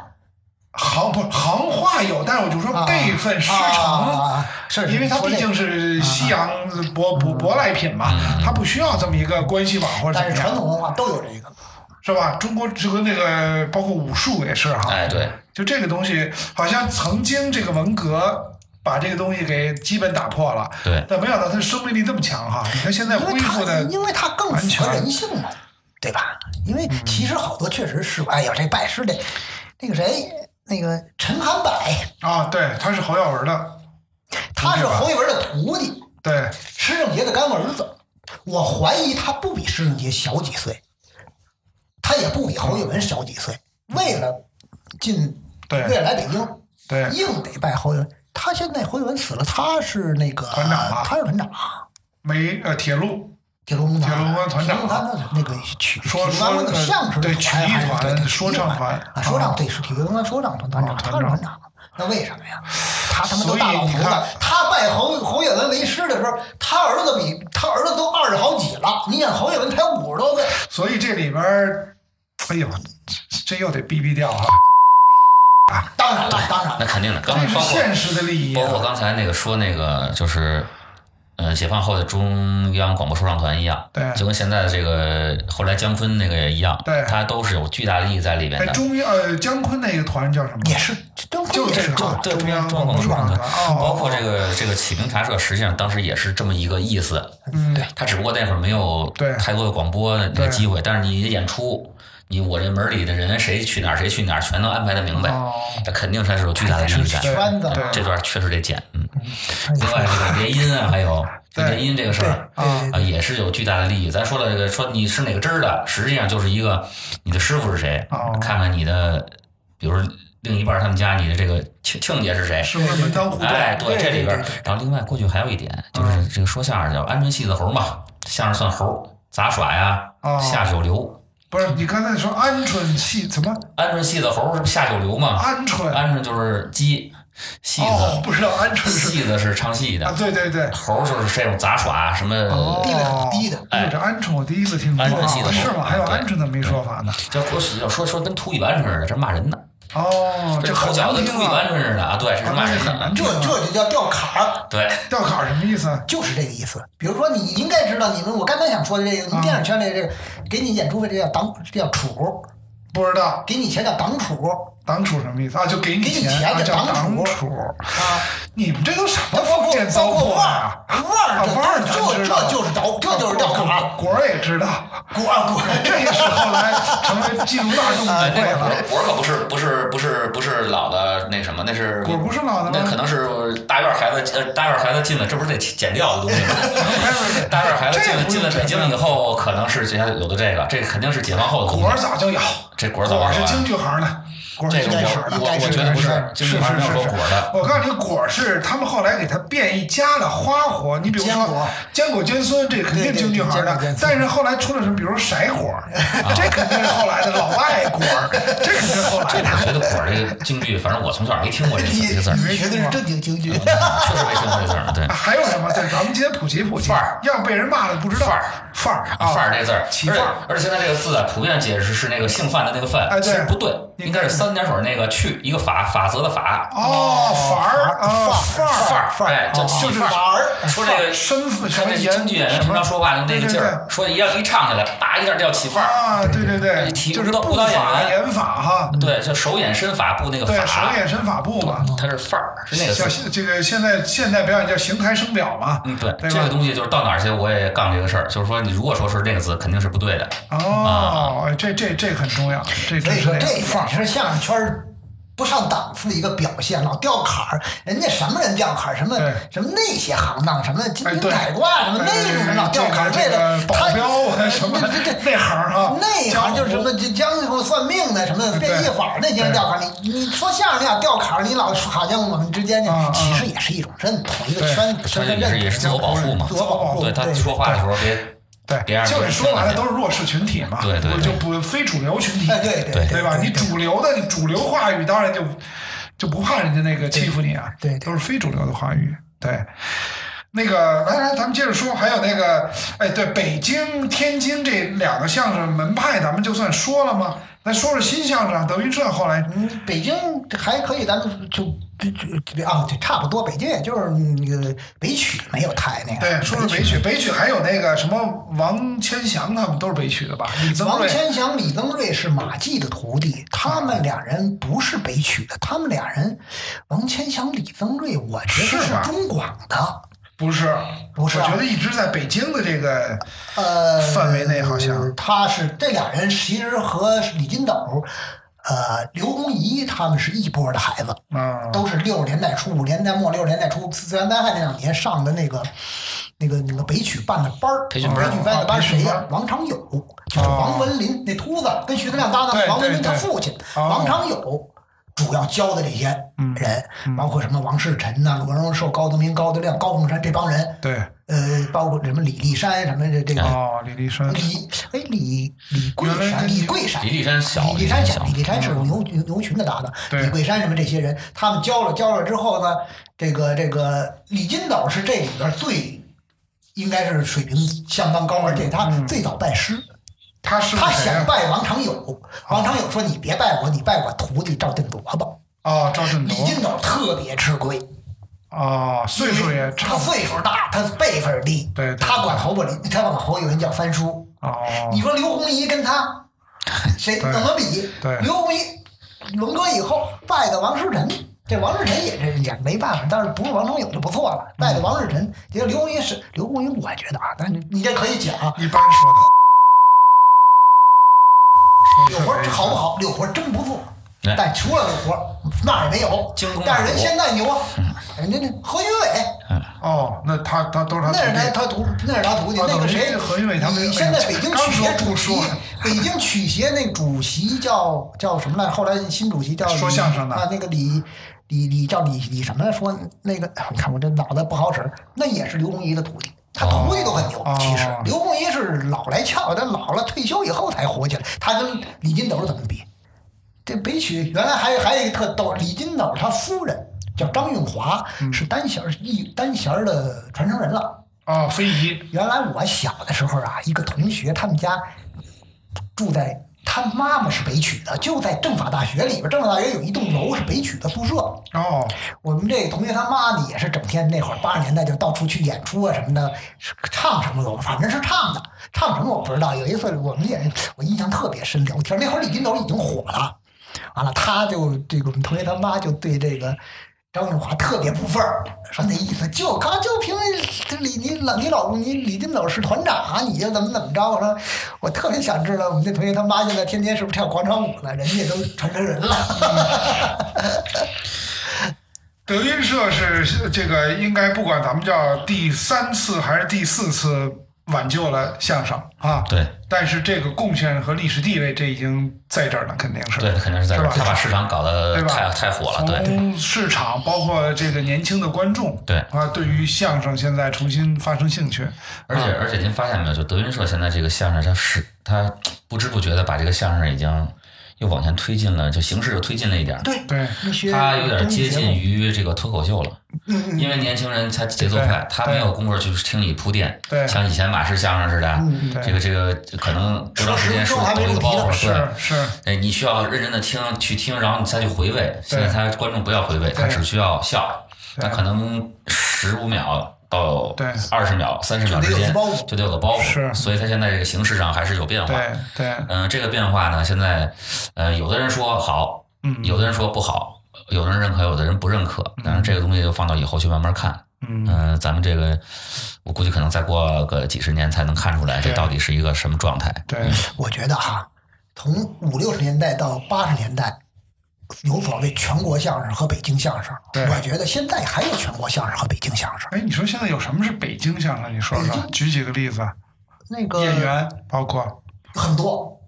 [SPEAKER 3] 行不是行话有，但是我就说
[SPEAKER 5] 啊
[SPEAKER 3] 辈分师
[SPEAKER 5] 啊啊啊
[SPEAKER 3] 承
[SPEAKER 5] 啊，是是
[SPEAKER 3] 因为它
[SPEAKER 5] 说
[SPEAKER 3] 毕
[SPEAKER 5] 这啊
[SPEAKER 3] 竟是西洋
[SPEAKER 5] 嗯
[SPEAKER 3] 舶舶舶来品嘛，它不需要这么一个关系网或者
[SPEAKER 5] 但
[SPEAKER 3] 怎
[SPEAKER 5] 是
[SPEAKER 3] 么
[SPEAKER 5] 传
[SPEAKER 3] 样，
[SPEAKER 5] 统文化都有这个，
[SPEAKER 3] 是吧？中国这个那个包括武术也是哈，
[SPEAKER 4] 哎对，
[SPEAKER 3] 就这个东西，好像曾经这个文革把这个东西给基本打破了，
[SPEAKER 4] 对
[SPEAKER 3] 但没想到它生命力这么强哈。你看现在
[SPEAKER 5] 因为
[SPEAKER 3] 恢
[SPEAKER 5] 它
[SPEAKER 3] 复的，
[SPEAKER 5] 因为它更
[SPEAKER 3] 完
[SPEAKER 5] 符合
[SPEAKER 3] 全嗯
[SPEAKER 5] 人性嘛，对吧？因为其实好多确实是，哎呀，这拜师的，那个谁，那个陈寒柏，
[SPEAKER 3] 啊，对，他是侯耀文的，
[SPEAKER 5] 他是侯耀文的徒弟，
[SPEAKER 3] 对，
[SPEAKER 5] 施正杰的干儿子。我怀疑他不比施正杰小几岁，他也不比侯耀文小几岁。为了进，
[SPEAKER 3] 对
[SPEAKER 5] 为了来北京，
[SPEAKER 3] 对
[SPEAKER 5] 硬得拜侯耀文。他现在侯耀文死了，他是那个
[SPEAKER 3] 团长吧
[SPEAKER 5] 他是团长，啊
[SPEAKER 3] 煤呃铁路
[SPEAKER 5] 铁路工
[SPEAKER 3] 铁路工
[SPEAKER 5] 团，
[SPEAKER 3] 团
[SPEAKER 5] 铁
[SPEAKER 3] 长啊
[SPEAKER 5] 路团的那个曲，
[SPEAKER 3] 说
[SPEAKER 5] 铁路工
[SPEAKER 3] 说
[SPEAKER 5] 的
[SPEAKER 3] 呃
[SPEAKER 5] 相声
[SPEAKER 3] 对曲艺
[SPEAKER 5] 还是
[SPEAKER 3] 团
[SPEAKER 5] 对对
[SPEAKER 3] 说
[SPEAKER 5] 曲艺
[SPEAKER 3] 唱
[SPEAKER 5] 团
[SPEAKER 3] 团
[SPEAKER 5] 啊，说唱
[SPEAKER 3] 啊
[SPEAKER 5] 对是铁路工团说唱团团长，
[SPEAKER 3] 啊
[SPEAKER 5] 他
[SPEAKER 3] 团
[SPEAKER 5] 是团
[SPEAKER 3] 长
[SPEAKER 5] 长。那为什么呀？他他妈
[SPEAKER 3] 所
[SPEAKER 5] 都
[SPEAKER 3] 以
[SPEAKER 5] 大老
[SPEAKER 3] 你
[SPEAKER 5] 头
[SPEAKER 3] 看
[SPEAKER 5] 了，他拜侯侯耀文为师的时候，他儿子比他儿子都二十好几了。你想侯耀文才五十多岁，
[SPEAKER 3] 所以这里边儿，哎呦，这这又得逼逼掉啊！
[SPEAKER 5] 当然了，当然
[SPEAKER 4] 那
[SPEAKER 5] 了，
[SPEAKER 4] 肯定的。刚
[SPEAKER 3] 这
[SPEAKER 4] 才
[SPEAKER 3] 是
[SPEAKER 4] 包括
[SPEAKER 3] 现实的利益、
[SPEAKER 4] 包括
[SPEAKER 3] 啊，
[SPEAKER 4] 刚才那个说那个就是，呃，解放后的中央广播说唱团一样，
[SPEAKER 3] 对
[SPEAKER 4] 就跟现在的这个后来姜昆那个也一样，
[SPEAKER 3] 对
[SPEAKER 4] 它都是有巨大的意义在里边
[SPEAKER 3] 哎，
[SPEAKER 4] 的。
[SPEAKER 3] 中央呃姜昆那个团叫什么？
[SPEAKER 5] 也是，都
[SPEAKER 3] 就
[SPEAKER 5] 也
[SPEAKER 3] 这
[SPEAKER 5] 是
[SPEAKER 3] 个啊
[SPEAKER 5] 这
[SPEAKER 4] 对
[SPEAKER 3] 中
[SPEAKER 4] 中
[SPEAKER 3] 央
[SPEAKER 4] 央
[SPEAKER 3] 广
[SPEAKER 4] 广
[SPEAKER 3] 播说
[SPEAKER 4] 播说
[SPEAKER 3] 唱
[SPEAKER 4] 唱
[SPEAKER 3] 团
[SPEAKER 4] 团，
[SPEAKER 3] 哦
[SPEAKER 4] 包括这个这个启明茶社，实际上当时也是这么一个意思，
[SPEAKER 3] 嗯
[SPEAKER 5] 对
[SPEAKER 4] 它只不过那会儿没有
[SPEAKER 3] 对
[SPEAKER 4] 太多的广播那
[SPEAKER 3] 对
[SPEAKER 4] 个机会，但是你演出，你我这门里的人谁去哪儿谁去哪儿，全都安排的明白
[SPEAKER 3] 哦，
[SPEAKER 4] 那肯定它是有巨大的意义在
[SPEAKER 5] 是。圈子啊
[SPEAKER 3] 对
[SPEAKER 5] 嘛，
[SPEAKER 4] 这段确实得减，嗯。另外这个联姻啊，还有
[SPEAKER 3] 对
[SPEAKER 4] 联姻这个事儿
[SPEAKER 5] 对对
[SPEAKER 4] 啊，也是有巨大的利益。咱说了这个，说你是哪个支儿的，实际上就是一个你的师傅是谁
[SPEAKER 3] 哦，
[SPEAKER 4] 看看你的，比如说另一半他们家你的这个亲亲家是谁。
[SPEAKER 3] 是不是门当户对？
[SPEAKER 4] 哎，对，
[SPEAKER 5] 对
[SPEAKER 4] 这里边
[SPEAKER 5] 对
[SPEAKER 4] 儿，然后另外过去还有一点，就是这个说相声叫鹌鹑戏子猴嘛，相声算猴，杂耍呀
[SPEAKER 3] 哦，
[SPEAKER 4] 下九流，
[SPEAKER 3] 不是，你刚才说鹌鹑戏怎么
[SPEAKER 4] 鹌鹑戏子猴是不是下九流嘛？
[SPEAKER 3] 鹌鹑？
[SPEAKER 4] 啊鹌鹑就是鸡，戏
[SPEAKER 3] 哦，
[SPEAKER 4] 子
[SPEAKER 3] 不知道鹌鹑 是
[SPEAKER 4] 戏子是唱戏 的
[SPEAKER 3] 啊，，对对对，
[SPEAKER 4] 猴儿就是这种杂耍，什么、
[SPEAKER 3] 哦，
[SPEAKER 5] 地位很低的
[SPEAKER 3] 哎呦这鹌鹑我第一次听说
[SPEAKER 4] 鹌鹑
[SPEAKER 3] 啊
[SPEAKER 4] 系的，
[SPEAKER 3] 是吗？还有
[SPEAKER 4] 对
[SPEAKER 3] 鹌鹑这么一说法呢？
[SPEAKER 4] 要说要说说跟秃尾巴鹌鹑似的，这骂人呢。
[SPEAKER 3] 哦，
[SPEAKER 4] 这
[SPEAKER 3] 这
[SPEAKER 4] 嗯口
[SPEAKER 3] 很
[SPEAKER 4] 角
[SPEAKER 3] 难
[SPEAKER 4] 子
[SPEAKER 3] 听
[SPEAKER 4] 吐一般
[SPEAKER 3] 啊。
[SPEAKER 4] 春似的啊，对，这是骂
[SPEAKER 3] 啊那
[SPEAKER 4] 人
[SPEAKER 3] 是很
[SPEAKER 4] 的
[SPEAKER 3] 难，
[SPEAKER 5] 这这就叫掉坎儿，
[SPEAKER 4] 对，
[SPEAKER 3] 吊卡什么意思啊？
[SPEAKER 5] 就是这个意思。比如说，你应该知道，你们我刚才想说的这个，你
[SPEAKER 3] 嗯
[SPEAKER 5] 们电影圈里这个，给你演出费这叫党，这叫储，
[SPEAKER 3] 不知道
[SPEAKER 5] 给你钱叫党储
[SPEAKER 3] 党储什么意思啊？就给你
[SPEAKER 5] 给你
[SPEAKER 3] 钱
[SPEAKER 5] 钱
[SPEAKER 3] 啊，
[SPEAKER 5] 给
[SPEAKER 3] 叫
[SPEAKER 5] 党
[SPEAKER 3] 党
[SPEAKER 5] 储
[SPEAKER 3] 储。
[SPEAKER 5] 啊。
[SPEAKER 3] 你们这都什
[SPEAKER 5] 它
[SPEAKER 3] 么
[SPEAKER 5] 包
[SPEAKER 3] 封
[SPEAKER 5] 括
[SPEAKER 3] 建
[SPEAKER 5] 包
[SPEAKER 3] 糟
[SPEAKER 5] 括
[SPEAKER 3] 粕
[SPEAKER 5] 腕
[SPEAKER 3] 呀
[SPEAKER 5] 儿，？腕
[SPEAKER 3] 啊
[SPEAKER 5] 儿，
[SPEAKER 3] 腕儿咱
[SPEAKER 5] 这
[SPEAKER 3] 知道
[SPEAKER 5] 这就是倒，啊这就是掉坎儿。
[SPEAKER 3] 果儿也知道，
[SPEAKER 5] 果果
[SPEAKER 3] 这也是后来成为缉毒大众
[SPEAKER 4] 哎
[SPEAKER 3] 的会
[SPEAKER 4] 那
[SPEAKER 3] 了。
[SPEAKER 4] 果儿可不是不是不是不是老的那什么，那是
[SPEAKER 3] 果儿不是老的吗
[SPEAKER 4] 那可能是大院儿孩子呃大院儿孩子进了，这不是得剪掉的东西吗？ 大院儿孩子进了
[SPEAKER 3] 这不是
[SPEAKER 4] 进了北京
[SPEAKER 3] 真
[SPEAKER 4] 以
[SPEAKER 3] 的
[SPEAKER 4] 后，可能是家有的这个，这肯定是解放后的
[SPEAKER 3] 果
[SPEAKER 4] 东
[SPEAKER 3] 儿
[SPEAKER 4] 西。
[SPEAKER 3] 早就有，
[SPEAKER 4] 嗯这果
[SPEAKER 3] 果
[SPEAKER 4] 儿早
[SPEAKER 3] 是
[SPEAKER 4] 就有啊
[SPEAKER 3] 京剧行的，果儿是
[SPEAKER 4] 这
[SPEAKER 3] 京
[SPEAKER 4] 个
[SPEAKER 3] 剧行的。
[SPEAKER 4] 我我
[SPEAKER 5] 应该是
[SPEAKER 4] 我觉得不是，京
[SPEAKER 3] 是是
[SPEAKER 4] 剧行没有说
[SPEAKER 3] 是
[SPEAKER 4] 果儿的，
[SPEAKER 3] 我告诉你，果儿是他们后来给它变异加了花活。你比如
[SPEAKER 5] 坚
[SPEAKER 3] 说
[SPEAKER 5] 果
[SPEAKER 3] 坚果尖酸，这肯定
[SPEAKER 5] 对对
[SPEAKER 3] 京剧行
[SPEAKER 5] 坚果
[SPEAKER 3] 的
[SPEAKER 5] 尖。酸
[SPEAKER 3] 但是后来出了什么，比如说色果儿，这肯定是后来的老外果儿，这肯定是后来
[SPEAKER 4] 我
[SPEAKER 3] 的。啊
[SPEAKER 4] 觉得果儿这个京剧，反正我从小没听过这个
[SPEAKER 5] 你
[SPEAKER 4] 这个字儿，
[SPEAKER 5] 你学的是正经京剧，
[SPEAKER 3] 啊
[SPEAKER 4] 确实没听过这字儿。对，
[SPEAKER 3] 还有什么？对，咱们今天普及普及，
[SPEAKER 4] 范儿
[SPEAKER 3] 要不被人骂了不知道
[SPEAKER 4] 范儿
[SPEAKER 3] 范儿啊，
[SPEAKER 4] 范儿这字儿，
[SPEAKER 3] 起范儿。
[SPEAKER 4] 而且而且现在这个字啊，普遍解释是那个姓范的那个范，
[SPEAKER 3] 哎
[SPEAKER 4] 其
[SPEAKER 3] 对
[SPEAKER 4] 实不对，应
[SPEAKER 3] 应
[SPEAKER 4] 该
[SPEAKER 3] 该
[SPEAKER 4] 是
[SPEAKER 3] 是
[SPEAKER 4] 三点水那个去，一个法法则的法，
[SPEAKER 3] 哦，法儿啊，
[SPEAKER 5] 范儿
[SPEAKER 4] 范儿，哎，就
[SPEAKER 5] 哦
[SPEAKER 4] 起范
[SPEAKER 5] 范儿
[SPEAKER 4] 说这个
[SPEAKER 3] 身份什
[SPEAKER 4] 看
[SPEAKER 3] 么
[SPEAKER 4] 那
[SPEAKER 3] 言
[SPEAKER 4] 京剧演员平常说话用那个劲
[SPEAKER 3] 对对
[SPEAKER 4] 儿，
[SPEAKER 3] 对
[SPEAKER 4] 说一要一唱起来，叭一下就要起范儿。
[SPEAKER 3] 啊，对对对，
[SPEAKER 4] 体
[SPEAKER 3] 就是
[SPEAKER 4] 舞蹈舞
[SPEAKER 3] 步
[SPEAKER 4] 蹈演
[SPEAKER 3] 法
[SPEAKER 4] 员
[SPEAKER 3] 演法哈，
[SPEAKER 4] 对，就手眼身法步那个
[SPEAKER 3] 对，手
[SPEAKER 4] 法，
[SPEAKER 3] 眼身法步嘛，
[SPEAKER 4] 它是范儿，是那个
[SPEAKER 3] 小
[SPEAKER 4] 字。
[SPEAKER 3] 现这个现在现代表演叫形台声表嘛，
[SPEAKER 4] 嗯，对，
[SPEAKER 3] 对
[SPEAKER 4] 这个
[SPEAKER 3] 吧？
[SPEAKER 4] 东西就是到哪儿去我也杠这个事儿，就是说你如果说是那个字，肯定是不对的。
[SPEAKER 3] 哦，
[SPEAKER 4] 啊
[SPEAKER 3] 哎这这这很重要，这
[SPEAKER 5] 所
[SPEAKER 3] 这
[SPEAKER 5] 以说这
[SPEAKER 3] 这
[SPEAKER 5] 也是相声圈儿不上档次的一个表现，老掉坎儿。人家什么人掉坎儿，什么
[SPEAKER 3] 对
[SPEAKER 5] 什么那些行当，什么金
[SPEAKER 3] 哎
[SPEAKER 5] 瓶
[SPEAKER 3] 对哎
[SPEAKER 5] 改卦，什么那种人老掉坎儿，为了
[SPEAKER 3] 保
[SPEAKER 5] 他
[SPEAKER 3] 镖啊什么
[SPEAKER 5] 对对对
[SPEAKER 3] 那行哈，
[SPEAKER 5] 那行啊就是什
[SPEAKER 3] 江湖
[SPEAKER 5] 么这江湖算命的，什么变戏法儿那些人掉坎儿。你你说相声你俩掉坎儿，你老好像我们之间
[SPEAKER 3] 啊
[SPEAKER 5] 呢
[SPEAKER 3] 啊，
[SPEAKER 5] 其实也是一种认同，一个
[SPEAKER 3] 对
[SPEAKER 5] 圈
[SPEAKER 4] 所
[SPEAKER 5] 圈
[SPEAKER 4] 以也
[SPEAKER 5] 认同
[SPEAKER 4] 是也是自我保护嘛，
[SPEAKER 5] 自我保护。
[SPEAKER 4] 对他说话的时候别别
[SPEAKER 3] 哦对，
[SPEAKER 4] 让
[SPEAKER 3] 就是
[SPEAKER 4] 别人
[SPEAKER 3] 说白
[SPEAKER 4] 听
[SPEAKER 3] 了
[SPEAKER 4] 见
[SPEAKER 3] 都是弱势群体嘛，
[SPEAKER 4] 对对
[SPEAKER 3] 我
[SPEAKER 4] 对
[SPEAKER 3] 就不非主流群体，
[SPEAKER 5] 哎对
[SPEAKER 4] 对
[SPEAKER 3] 对吧？你主流的你主流话语当然就就不怕人家那个欺负你啊，
[SPEAKER 5] 对对对
[SPEAKER 3] 都是非主流的话语，对。那个来来，咱们接着说，还有那个，哎，对，北京、天津这两个相声门派，咱们就算说了吗？咱说说新相声，德云社后来，
[SPEAKER 5] 嗯，北京还可以，咱们就就就啊，对，差不多。北京也就是那个北曲没有太那个。
[SPEAKER 3] 对，说说北曲，北曲还有那个什么王千祥，他们都是北曲的吧？李增
[SPEAKER 5] 王
[SPEAKER 3] 瑞，
[SPEAKER 5] 千祥、李增瑞是马季的徒弟，他们俩人不是北曲的，他们俩人，王千祥、李增瑞，我觉得
[SPEAKER 3] 是
[SPEAKER 5] 是
[SPEAKER 3] 吧
[SPEAKER 5] 中广的，
[SPEAKER 3] 不是，
[SPEAKER 5] 不是啊
[SPEAKER 3] 我觉得一直在北京的这个
[SPEAKER 5] 呃，
[SPEAKER 3] 范围内好像
[SPEAKER 5] 他是这俩人其实和李金斗、呃刘洪怡他们是一波的孩子，
[SPEAKER 3] 啊，
[SPEAKER 5] 都是六十年代初、五十年代末、六十年代初自然灾害那两年上的那个、那个、那个北曲办的班儿，
[SPEAKER 4] 培
[SPEAKER 5] 培
[SPEAKER 4] 训
[SPEAKER 5] 训
[SPEAKER 4] 班儿
[SPEAKER 5] 班的
[SPEAKER 3] 啊
[SPEAKER 5] 班儿
[SPEAKER 3] 培训
[SPEAKER 5] 谁呀、
[SPEAKER 3] 班儿
[SPEAKER 5] 王长友，就是
[SPEAKER 3] 哦
[SPEAKER 5] 王文林那秃子，跟徐德亮搭档
[SPEAKER 3] 对
[SPEAKER 5] 的王文林
[SPEAKER 3] 对
[SPEAKER 5] 他
[SPEAKER 3] 对
[SPEAKER 5] 父亲
[SPEAKER 3] 哦嗯
[SPEAKER 5] 王长友。主要教的这些人，包括什么王世臣呐、罗荣寿、高德明、高德亮、高凤山这帮人，
[SPEAKER 3] 对，
[SPEAKER 5] 呃，包括什么李立山什么这
[SPEAKER 4] 哎
[SPEAKER 5] 这个
[SPEAKER 3] 哦，李立山，
[SPEAKER 4] 嗯
[SPEAKER 5] 李哎李李桂
[SPEAKER 3] 原来
[SPEAKER 5] 山
[SPEAKER 3] 跟
[SPEAKER 5] 李
[SPEAKER 3] 你
[SPEAKER 5] 桂山
[SPEAKER 4] 李立山小
[SPEAKER 5] 李
[SPEAKER 4] 李
[SPEAKER 5] 立
[SPEAKER 4] 立山
[SPEAKER 5] 山
[SPEAKER 4] 小
[SPEAKER 5] 小李立山是牛牛牛群的搭档，
[SPEAKER 3] 对
[SPEAKER 5] 李桂山什么这些人，他们交了交了之后呢，这个这个李金斗是这里边最应该是水平相当高，而且他最早拜师，
[SPEAKER 3] 他嗯是
[SPEAKER 5] 他
[SPEAKER 3] 谁啊
[SPEAKER 5] 想
[SPEAKER 3] 呀？
[SPEAKER 5] 拜王长友，王长友说你别拜我，你拜我徒弟赵定铎吧。
[SPEAKER 3] 哦，赵振
[SPEAKER 5] 李
[SPEAKER 3] 铎。
[SPEAKER 5] 金斗特别吃亏，
[SPEAKER 3] 哦，岁数也差
[SPEAKER 5] 他
[SPEAKER 3] 不多。
[SPEAKER 5] 岁数大，他辈分低，
[SPEAKER 3] 对对
[SPEAKER 5] 他管侯宝林，他管侯友仁叫三叔，
[SPEAKER 3] 哦
[SPEAKER 5] 你，说刘洪怡 跟他谁怎
[SPEAKER 3] 对
[SPEAKER 5] 么比？
[SPEAKER 3] 对
[SPEAKER 5] 刘洪怡文革以后败的王世臣，这王世臣也是也没办法，但是不是王成友就不错了，败的
[SPEAKER 3] 嗯
[SPEAKER 5] 王世臣。结果刘洪怡是刘洪怡，我觉得啊，但是你这可以讲，啊
[SPEAKER 3] 一般说的。
[SPEAKER 5] 柳活儿好不好？柳活儿真不错
[SPEAKER 4] 哎。
[SPEAKER 5] 但除了柳活儿，那也没有
[SPEAKER 4] 精工。
[SPEAKER 5] 但是人
[SPEAKER 4] 大活
[SPEAKER 5] 现在牛啊，
[SPEAKER 3] 嗯
[SPEAKER 5] 人家那何云伟，
[SPEAKER 3] 哦，那他他都是他
[SPEAKER 5] 那是
[SPEAKER 3] 徒
[SPEAKER 5] 他
[SPEAKER 3] 弟
[SPEAKER 5] 他徒，那是他徒弟，
[SPEAKER 3] 啊
[SPEAKER 5] 那个
[SPEAKER 3] 等于
[SPEAKER 5] 谁，
[SPEAKER 3] 何云伟他们
[SPEAKER 5] 你现在北京
[SPEAKER 3] 刚
[SPEAKER 5] 曲
[SPEAKER 3] 说
[SPEAKER 5] 协主
[SPEAKER 3] 不
[SPEAKER 5] 席
[SPEAKER 3] 说，
[SPEAKER 5] 北京曲协那主席叫叫什么来着？后来新主席叫
[SPEAKER 3] 说
[SPEAKER 5] 李
[SPEAKER 3] 相声的
[SPEAKER 5] 啊，那个李李李叫李李什么来说那个，哎你看我这脑袋不好使，那也是刘洪怡的徒弟。他徒弟都很牛
[SPEAKER 3] 哦，
[SPEAKER 5] 其实
[SPEAKER 3] 哦
[SPEAKER 5] 刘洪怡是老来俏，但老了退休以后才火起来。他跟李金斗怎么比？这北曲原来还有还有一个特逗，李金斗他夫人叫张运华，
[SPEAKER 3] 嗯
[SPEAKER 5] 是单弦儿一单弦儿的传承人了。
[SPEAKER 3] 哦，非遗
[SPEAKER 5] 原来我小的时候啊，一个同学他们家住在他妈妈是北曲的，就在政法大学里边。政法大学有一栋楼是北曲的宿舍。
[SPEAKER 3] 哦，
[SPEAKER 5] 我们这个同学他妈呢，也是整天那会儿八十年代就到处去演出啊什么的，是唱什么的，反正是唱的，唱什么我不知道。有一次我们也我印象特别深，聊天那会儿李金斗已经火了，完了他就这个我们同学他妈就对这个张永华特别不忿儿，说那意思就刚就凭这李你老你老公你李金斗是团长啊，你就怎么怎么着？我说我特别想知道我们这同学他妈现在天天是不是跳广场舞了？人家都传承人了。
[SPEAKER 3] 德云社是这个应该不管咱们叫第三次还是第四次挽救了相声啊。
[SPEAKER 4] 对。
[SPEAKER 3] 但是这个贡献和历史地位，这已经在这儿了，肯定是。
[SPEAKER 4] 对，肯定是在这
[SPEAKER 3] 是
[SPEAKER 4] 儿，
[SPEAKER 3] 吧
[SPEAKER 4] 他把市场搞得
[SPEAKER 3] 对吧
[SPEAKER 4] 太太火了，对。
[SPEAKER 3] 从市场包括这个年轻的观众，
[SPEAKER 4] 对
[SPEAKER 3] 啊，对于相声现在重新发生兴趣，
[SPEAKER 4] 而
[SPEAKER 3] 啊
[SPEAKER 4] 且而且您发现没有，就德云社现在这个相声，它是它不知不觉的把这个相声已经又往前推进了，就形式又推进了一点儿。
[SPEAKER 5] 对
[SPEAKER 3] 对
[SPEAKER 5] 你学
[SPEAKER 4] 它有点
[SPEAKER 5] 综艺
[SPEAKER 4] 接
[SPEAKER 5] 节目
[SPEAKER 4] 近于这个脱口秀了，因为年轻人他节奏快
[SPEAKER 3] 对，
[SPEAKER 4] 他没有功夫去听你铺垫，
[SPEAKER 3] 对嗯
[SPEAKER 4] 像以前马式相声似的，
[SPEAKER 3] 对
[SPEAKER 4] 这个这个可能多长时间
[SPEAKER 5] 说
[SPEAKER 4] 说
[SPEAKER 5] 说还没
[SPEAKER 4] 抖一个
[SPEAKER 5] 入题呢
[SPEAKER 4] 包袱，
[SPEAKER 3] 是
[SPEAKER 4] 对。
[SPEAKER 3] 是，
[SPEAKER 4] 哎，你需要认真的听去听，然后你再去回味。现在他观众不要回味，他只需要笑。
[SPEAKER 3] 对
[SPEAKER 4] 他可能十五秒到
[SPEAKER 3] 对
[SPEAKER 4] 二十秒、三十秒
[SPEAKER 5] 就
[SPEAKER 4] 之
[SPEAKER 5] 得有
[SPEAKER 4] 间
[SPEAKER 5] 个包袱
[SPEAKER 4] 就得有个包袱，
[SPEAKER 3] 是
[SPEAKER 4] 所以他现在这个形式上还是有变化。
[SPEAKER 3] 对对，
[SPEAKER 4] 嗯、这个变化呢，现在呃，有的人说好，
[SPEAKER 3] 嗯
[SPEAKER 4] 有的人说不好，有的人认可，有的人不认可。但是这个东西就放到以后去慢慢看。
[SPEAKER 3] 嗯
[SPEAKER 4] 嗯、咱们这个，我估计可能再过个几十年才能看出来，这
[SPEAKER 3] 对
[SPEAKER 4] 到底是一个什么状态。
[SPEAKER 3] 对，
[SPEAKER 5] 我觉得哈，从五六十年代到八十年代，有所谓全国相声和北京相声。
[SPEAKER 3] 对
[SPEAKER 5] 我觉得现在还有全国相声和北京相声。
[SPEAKER 3] 哎，你说现在有什么是北京相声？你说
[SPEAKER 5] 北
[SPEAKER 3] 说，
[SPEAKER 5] 京
[SPEAKER 3] 举几个例子，
[SPEAKER 5] 那个
[SPEAKER 3] 演员包括
[SPEAKER 5] 很多，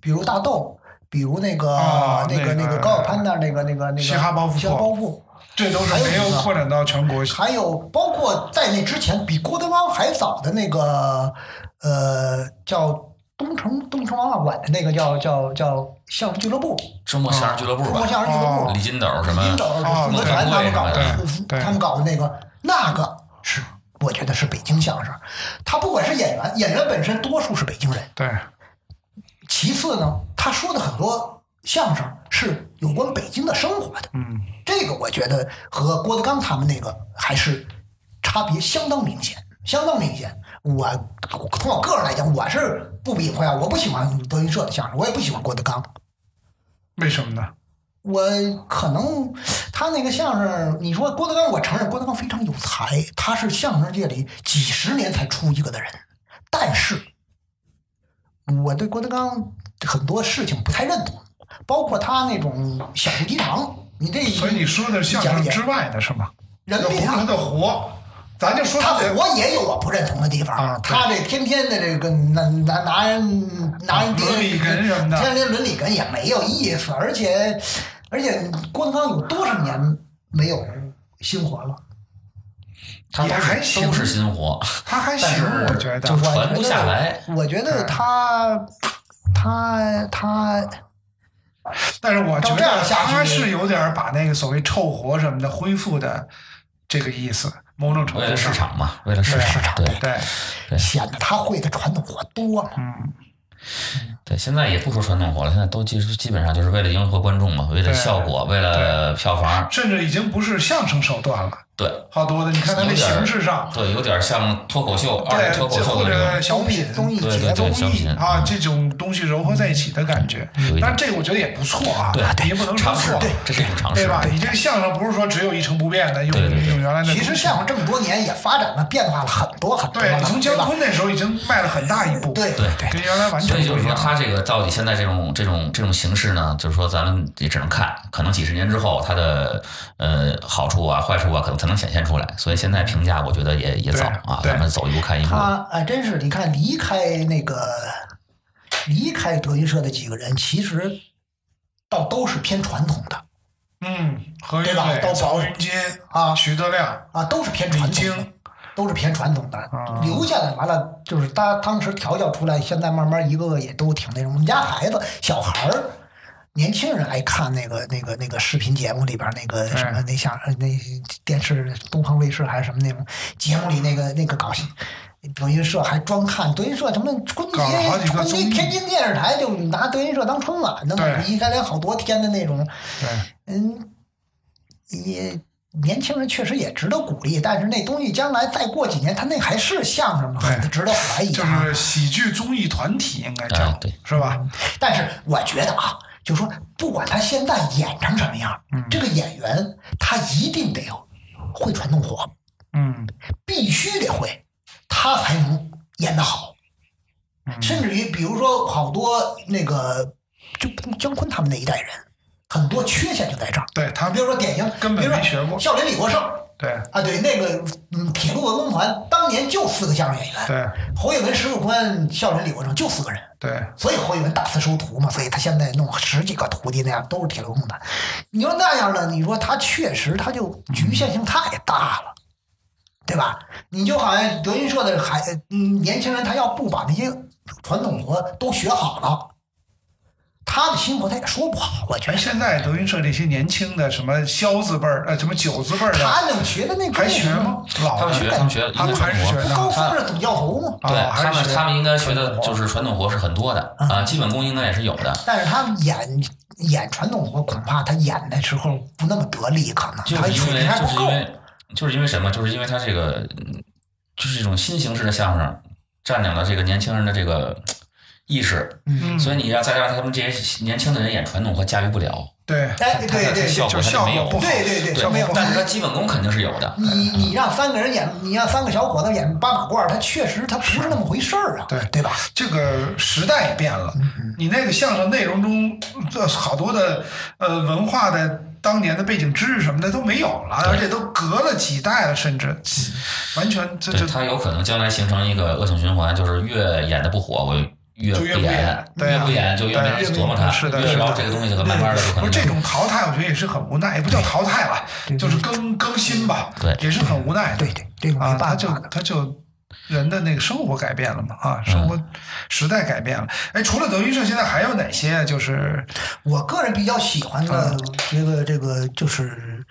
[SPEAKER 5] 比如大豆，比如那个、
[SPEAKER 3] 啊
[SPEAKER 5] 那
[SPEAKER 3] 那个
[SPEAKER 5] 个那个高晓攀那儿那个那个那个
[SPEAKER 3] 嘻哈包袱
[SPEAKER 5] 嘻哈包袱，
[SPEAKER 3] 这都是
[SPEAKER 5] 还有
[SPEAKER 3] 没有
[SPEAKER 5] 几个
[SPEAKER 3] 扩展到全国，
[SPEAKER 5] 还有包括在那之前比郭德纲还早的那个呃叫。东城东城文化馆的那个叫叫叫相声俱乐部，
[SPEAKER 4] 周末相声俱乐部
[SPEAKER 5] 中
[SPEAKER 4] 吧
[SPEAKER 5] 国，相声俱乐部
[SPEAKER 3] 哦，
[SPEAKER 4] 李金斗什么，啊
[SPEAKER 5] 金斗
[SPEAKER 3] 哦
[SPEAKER 5] 宋德全他们搞
[SPEAKER 4] 对啊
[SPEAKER 5] 的
[SPEAKER 3] 对，
[SPEAKER 5] 他们搞的那个那个是，我觉得是北京相声。他不管是演员，演员本身多数是北京人。
[SPEAKER 3] 对
[SPEAKER 5] 其次呢，他说的很多相声是有关北京的生活的，嗯，这个我觉得和郭德纲他们那个还是差别相当明显，相当明显。我从我个人来讲，我是不避讳啊，我不喜欢德云社的相声，我也不喜欢郭德纲，
[SPEAKER 3] 为什么呢？
[SPEAKER 5] 我可能他那个相声，你说郭德纲，我承认郭德纲非常有才，他是相声界里几十年才出一个的人。但是，我对郭德纲很多事情不太认同，包括他那种小肚鸡肠。你这
[SPEAKER 3] 所以你说的是相声之外的是吗？
[SPEAKER 5] 人
[SPEAKER 3] 要不
[SPEAKER 5] 品
[SPEAKER 3] 是
[SPEAKER 5] 啊
[SPEAKER 3] 他的活，咱就说
[SPEAKER 5] 他
[SPEAKER 3] 的
[SPEAKER 5] 火也有我不认同的地方，
[SPEAKER 3] 啊对
[SPEAKER 5] 他这天天的这个拿拿拿人拿人
[SPEAKER 3] 啊伦理哏什么的
[SPEAKER 5] 天天伦理哏也没有意思，而且而且郭德纲有多少年没有新活了？
[SPEAKER 4] 他都
[SPEAKER 3] 也还
[SPEAKER 4] 是
[SPEAKER 3] 行
[SPEAKER 4] 都是新活，
[SPEAKER 3] 他还
[SPEAKER 4] 但
[SPEAKER 3] 行
[SPEAKER 4] 是，
[SPEAKER 3] 我觉
[SPEAKER 4] 就
[SPEAKER 3] 得
[SPEAKER 4] 是。传不下来。
[SPEAKER 5] 我觉得他他他
[SPEAKER 3] 但是我觉
[SPEAKER 5] 照这
[SPEAKER 3] 得
[SPEAKER 5] 样下去
[SPEAKER 3] 他是有点把那个所谓臭活什么的恢复的这个意思，某种程
[SPEAKER 4] 为
[SPEAKER 3] 度
[SPEAKER 4] 了市
[SPEAKER 3] 上。
[SPEAKER 4] 场嘛，为了市
[SPEAKER 3] 对
[SPEAKER 4] 场，对
[SPEAKER 3] 对，嗯
[SPEAKER 5] 显得他会的传统活多了。
[SPEAKER 4] 对，现在也不说传统活了，现在都基基本上就是为了迎合观众嘛，为了
[SPEAKER 3] 对
[SPEAKER 4] 效果，为了票房，
[SPEAKER 3] 甚至已经不是相声手段了，
[SPEAKER 4] 对
[SPEAKER 3] 好多的。你看他那
[SPEAKER 4] 有点儿
[SPEAKER 3] 形式上，
[SPEAKER 4] 对，有点像脱口秀，二
[SPEAKER 3] 对
[SPEAKER 4] 人脱口秀
[SPEAKER 3] 或
[SPEAKER 4] 的这
[SPEAKER 3] 者
[SPEAKER 4] 个，
[SPEAKER 3] 小品、
[SPEAKER 5] 综艺
[SPEAKER 4] 对
[SPEAKER 5] 节
[SPEAKER 4] 对对，
[SPEAKER 5] 目
[SPEAKER 3] 综
[SPEAKER 4] 小
[SPEAKER 3] 艺
[SPEAKER 4] 品嗯
[SPEAKER 3] 啊，这种东西糅合在一起的感觉
[SPEAKER 4] 有一点。
[SPEAKER 3] 但这个我觉得也不错啊，
[SPEAKER 4] 对
[SPEAKER 3] 也不能说
[SPEAKER 4] 尝试
[SPEAKER 3] 错，，
[SPEAKER 4] 这是一种尝试
[SPEAKER 3] 对，吧？你这个相声不是说只有一成不变的，有
[SPEAKER 4] 对对对
[SPEAKER 3] 有原来的东西。
[SPEAKER 5] 其实相声这么多年也发展了，变化了很多很多
[SPEAKER 3] 对
[SPEAKER 5] 了，，
[SPEAKER 3] 从姜
[SPEAKER 5] 对吧
[SPEAKER 3] 昆那时候已经迈了很大一步，
[SPEAKER 5] 对
[SPEAKER 4] 对
[SPEAKER 3] 跟原来完全
[SPEAKER 4] 所
[SPEAKER 3] 不
[SPEAKER 4] 以
[SPEAKER 3] 一
[SPEAKER 4] 就是说，
[SPEAKER 3] 样。
[SPEAKER 4] 他这个到底现在这种这种这种形式呢，就是说咱们也只能看，可能几十年之后它的呃好处啊、坏处啊，可能才能显现出来。所以现在评价，我觉得也也早啊，
[SPEAKER 3] 对
[SPEAKER 4] 咱们走一步看一步。
[SPEAKER 5] 他哎，真是你看离开那个离开德云社的几个人，其实倒都是偏传统的
[SPEAKER 3] 嗯，何云
[SPEAKER 5] 对吧
[SPEAKER 3] 伟、
[SPEAKER 5] 都
[SPEAKER 3] 曹云金
[SPEAKER 5] 啊
[SPEAKER 3] 徐德亮，
[SPEAKER 5] 啊，都是偏传统
[SPEAKER 3] 北京
[SPEAKER 5] 的，都是偏传统的，
[SPEAKER 3] 啊
[SPEAKER 5] 留下来完了就是他当时调教出来，现在慢慢一个个也都挺那种。我们家孩子小孩儿。年轻人爱看那个、那个、那个视频节目里边那个什
[SPEAKER 3] 哎
[SPEAKER 5] 么那相那电视东方卫视还是什么那种节目里那个那个搞笑德云社还专看德云社，他们春节
[SPEAKER 3] 搞了好几个
[SPEAKER 5] 春
[SPEAKER 3] 综
[SPEAKER 5] 节
[SPEAKER 3] 艺
[SPEAKER 5] 天津电视台就拿德云社当春晚的嘛，
[SPEAKER 3] 对
[SPEAKER 5] 一连连好多天的那种。
[SPEAKER 3] 对，
[SPEAKER 5] 嗯，也年轻人确实也值得鼓励，但是那东西将来再过几年，他那还是相声吗？
[SPEAKER 3] 对
[SPEAKER 5] 很值得怀疑
[SPEAKER 3] 就
[SPEAKER 5] 啊。
[SPEAKER 3] 是喜剧综艺团体应该叫
[SPEAKER 4] 哎对，
[SPEAKER 3] 是吧？
[SPEAKER 5] 但是我觉得啊，就说不管他现在演成什么样，
[SPEAKER 3] 嗯
[SPEAKER 5] 这个演员他一定得会传统火，
[SPEAKER 3] 嗯，
[SPEAKER 5] 必须得会，他才能演得
[SPEAKER 3] 嗯
[SPEAKER 5] 好。甚至于，比如说好多那个，就姜昆他们那一代人，很多缺陷就在这儿。
[SPEAKER 3] 对他
[SPEAKER 5] 比如说典型，
[SPEAKER 3] 啊根本
[SPEAKER 5] 比如说
[SPEAKER 3] 没学过
[SPEAKER 5] 笑林李国盛
[SPEAKER 3] 对
[SPEAKER 5] 啊，对，那个嗯，铁路文工团当年就四个相声演员，
[SPEAKER 3] 对
[SPEAKER 5] 侯月文、石富宽、笑林、李国盛就四个人。
[SPEAKER 3] 对，
[SPEAKER 5] 所以侯宇文大肆收徒嘛，所以他现在弄十几个徒弟那样都是铁路工的。你说那样的，你说他确实他就局限性太大了，对吧？你就好像德云社的孩嗯年轻人，他要不把那些传统活都学好了，他的新活他也说不好，啊我觉
[SPEAKER 3] 哎，
[SPEAKER 5] 得。
[SPEAKER 3] 现在德云社这些年轻的什么萧字辈儿，呃，什么九字辈儿的，
[SPEAKER 5] 他能学的那个
[SPEAKER 3] 还学吗？？
[SPEAKER 4] 他
[SPEAKER 3] 老
[SPEAKER 4] 们学，
[SPEAKER 3] 的
[SPEAKER 4] 他们学，应
[SPEAKER 3] 他
[SPEAKER 4] 该
[SPEAKER 3] 们还
[SPEAKER 4] 传
[SPEAKER 3] 是学
[SPEAKER 4] 统活。
[SPEAKER 5] 不高
[SPEAKER 3] 呢，
[SPEAKER 5] 峰是总教头吗？
[SPEAKER 3] 啊
[SPEAKER 4] 对
[SPEAKER 3] 还
[SPEAKER 4] 他
[SPEAKER 3] 是
[SPEAKER 4] 们，
[SPEAKER 3] 学
[SPEAKER 4] 他们应该学的
[SPEAKER 3] 传统活
[SPEAKER 4] 就是传统活是很多的啊，基本功应该也是有
[SPEAKER 3] 啊
[SPEAKER 4] 的。
[SPEAKER 5] 但是他们演演传统活，恐怕他演的时候不那么得力，可能
[SPEAKER 4] 就
[SPEAKER 5] 他
[SPEAKER 4] 是因
[SPEAKER 5] 水平
[SPEAKER 4] 为
[SPEAKER 5] 还
[SPEAKER 4] 就
[SPEAKER 5] 不
[SPEAKER 4] 是因
[SPEAKER 5] 够。
[SPEAKER 4] 为就是因为什么？就是因为他这个嗯就是一种新形式的相声占领了这个年轻人的这个意识，
[SPEAKER 3] 嗯，
[SPEAKER 4] 所以你要再让他们这些年轻的人演传统和驾驭不了，
[SPEAKER 3] 对
[SPEAKER 5] 哎，对
[SPEAKER 4] 他
[SPEAKER 5] 对
[SPEAKER 4] 的
[SPEAKER 5] 对，
[SPEAKER 4] 效
[SPEAKER 3] 就
[SPEAKER 4] 果他
[SPEAKER 3] 效
[SPEAKER 4] 没
[SPEAKER 3] 果
[SPEAKER 4] 有
[SPEAKER 3] 不。好，
[SPEAKER 5] 对对对效果不好
[SPEAKER 4] 但是他基本功肯定是有的。
[SPEAKER 3] 嗯
[SPEAKER 5] 你你让三个人演，你让三个小伙子演八马褂儿，他确实他不是那么回事儿啊，
[SPEAKER 3] 对
[SPEAKER 5] 对吧？
[SPEAKER 3] 这个时代也变了，
[SPEAKER 5] 嗯
[SPEAKER 3] 你那个相声内容中，这好多的呃文化的当年的背景知识什么的都没有了，而且都隔了几代了，甚至
[SPEAKER 5] 嗯
[SPEAKER 3] 完全这
[SPEAKER 4] 对
[SPEAKER 3] 这
[SPEAKER 4] 他有可能将来形成一个恶性循环，就是越演的不火，我越
[SPEAKER 3] 就
[SPEAKER 4] 不
[SPEAKER 3] 越不演
[SPEAKER 4] 演，
[SPEAKER 3] 对啊
[SPEAKER 4] 越不演就越没人
[SPEAKER 3] 对啊
[SPEAKER 4] 琢磨它，
[SPEAKER 3] 是的
[SPEAKER 4] 越
[SPEAKER 3] 是的
[SPEAKER 4] 然后这个东西就慢慢的就可
[SPEAKER 3] 不是
[SPEAKER 4] 能
[SPEAKER 3] 这种淘汰，我觉得也是很无奈，也不叫淘汰了，就是更更新吧，
[SPEAKER 4] 对
[SPEAKER 3] 也是很无奈的。
[SPEAKER 5] 对对，这个
[SPEAKER 3] 啊，
[SPEAKER 5] 没
[SPEAKER 3] 他
[SPEAKER 5] 办
[SPEAKER 3] 就
[SPEAKER 5] 法的。
[SPEAKER 3] 他就人的那个生活改变了嘛，啊，生
[SPEAKER 5] 嗯
[SPEAKER 3] 活时代改变了。哎，除了德云社，现在还有哪些啊就是
[SPEAKER 5] 我个人比较喜欢
[SPEAKER 3] 啊
[SPEAKER 5] 的这个这个就是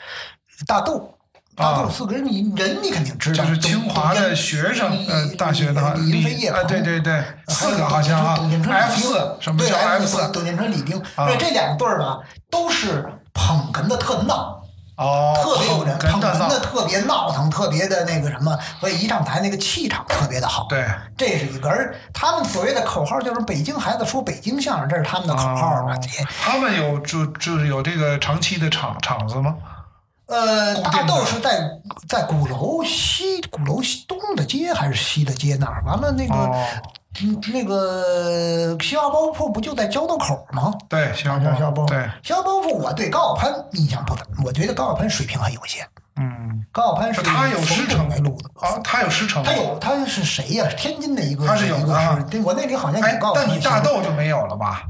[SPEAKER 5] 大豆。大
[SPEAKER 3] 啊
[SPEAKER 5] 豆四个人，你人你肯定知道，
[SPEAKER 3] 就是
[SPEAKER 5] 董
[SPEAKER 3] 清华的
[SPEAKER 5] 董
[SPEAKER 3] 学生
[SPEAKER 5] 李，
[SPEAKER 3] 呃，大学的
[SPEAKER 5] 李云飞叶
[SPEAKER 3] 啊，
[SPEAKER 5] 鹏
[SPEAKER 3] 对对对，
[SPEAKER 5] 还有
[SPEAKER 3] 四个好像啊
[SPEAKER 5] 董建春李
[SPEAKER 3] ，F
[SPEAKER 5] 丁
[SPEAKER 3] 四什么
[SPEAKER 5] 对
[SPEAKER 3] 叫 F
[SPEAKER 5] 四？
[SPEAKER 3] 四？
[SPEAKER 5] 董建春、李丁，
[SPEAKER 3] 啊
[SPEAKER 5] 对这两对儿吧，都是捧哏的特闹，
[SPEAKER 3] 哦，
[SPEAKER 5] 特别有人，
[SPEAKER 3] 跟
[SPEAKER 5] 捧
[SPEAKER 3] 大
[SPEAKER 5] 哏
[SPEAKER 3] 闹
[SPEAKER 5] 的，特别闹腾，特别的那个什么，所以一上台那个气场特别的好。
[SPEAKER 3] 对，
[SPEAKER 5] 这是一个，而他们所谓的口号就是北京孩子说北京相声，这是他们的口号啊吧？
[SPEAKER 3] 哦
[SPEAKER 5] 姐
[SPEAKER 3] 他们有就就是有这个长期的厂厂子吗？
[SPEAKER 5] 呃，
[SPEAKER 3] 固定的
[SPEAKER 5] 大豆是在在鼓楼西鼓楼西东的街还是西的街那儿？完了那个、
[SPEAKER 3] 哦，
[SPEAKER 5] 嗯那个西瓜包铺不就在交道口吗？
[SPEAKER 3] 对，行
[SPEAKER 5] 啊西瓜
[SPEAKER 3] 行，
[SPEAKER 5] 包铺
[SPEAKER 3] 对，，
[SPEAKER 5] 西瓜包铺，我对高晓攀印象不怎么，我觉得高晓攀水平很有限。
[SPEAKER 3] 嗯，
[SPEAKER 5] 高晓攀是
[SPEAKER 3] 他有师
[SPEAKER 5] 风口
[SPEAKER 3] 承
[SPEAKER 5] 来录的，
[SPEAKER 3] 啊，他有师承，
[SPEAKER 5] 他有他是谁呀、天津的一个，
[SPEAKER 3] 他是有的
[SPEAKER 5] 一个
[SPEAKER 3] 啊
[SPEAKER 5] 对我那里好像
[SPEAKER 3] 哎
[SPEAKER 5] 有高，晓
[SPEAKER 3] 但
[SPEAKER 5] 攀
[SPEAKER 3] 你大豆就没有了吧？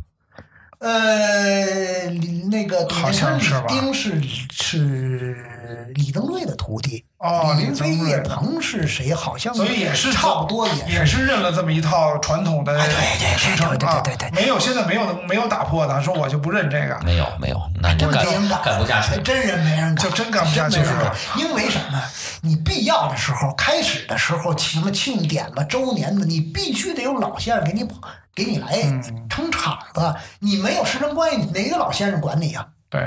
[SPEAKER 5] 呃，李那个
[SPEAKER 3] 好像是吧
[SPEAKER 5] 李丁是是李登瑞的徒弟
[SPEAKER 3] 哦
[SPEAKER 5] 李云飞
[SPEAKER 3] 李登瑞
[SPEAKER 5] 叶鹏是谁？好像
[SPEAKER 3] 所以也是
[SPEAKER 5] 嗯差不多
[SPEAKER 3] 也
[SPEAKER 5] 也是。
[SPEAKER 3] 是认了这么一套传统的
[SPEAKER 5] 哎对对对
[SPEAKER 3] 师承
[SPEAKER 5] 对对
[SPEAKER 3] 啊
[SPEAKER 5] 对对，对
[SPEAKER 3] 没有现在没有没有打破的，说我就不认这个，
[SPEAKER 4] 没有没有，那你就干
[SPEAKER 5] 真
[SPEAKER 4] 干不下去。
[SPEAKER 5] 真人没人敢，
[SPEAKER 3] 就真干不下去
[SPEAKER 5] 真没人
[SPEAKER 3] 是
[SPEAKER 5] 干
[SPEAKER 3] 吧。
[SPEAKER 5] 因为什么？你必要的时候，开始的时候，什么庆典了、周年的，你必须得有老先生给你捧给你来
[SPEAKER 3] 嗯
[SPEAKER 5] 撑场子。你没有师承关系，哪个老先生管你呀、
[SPEAKER 3] 对，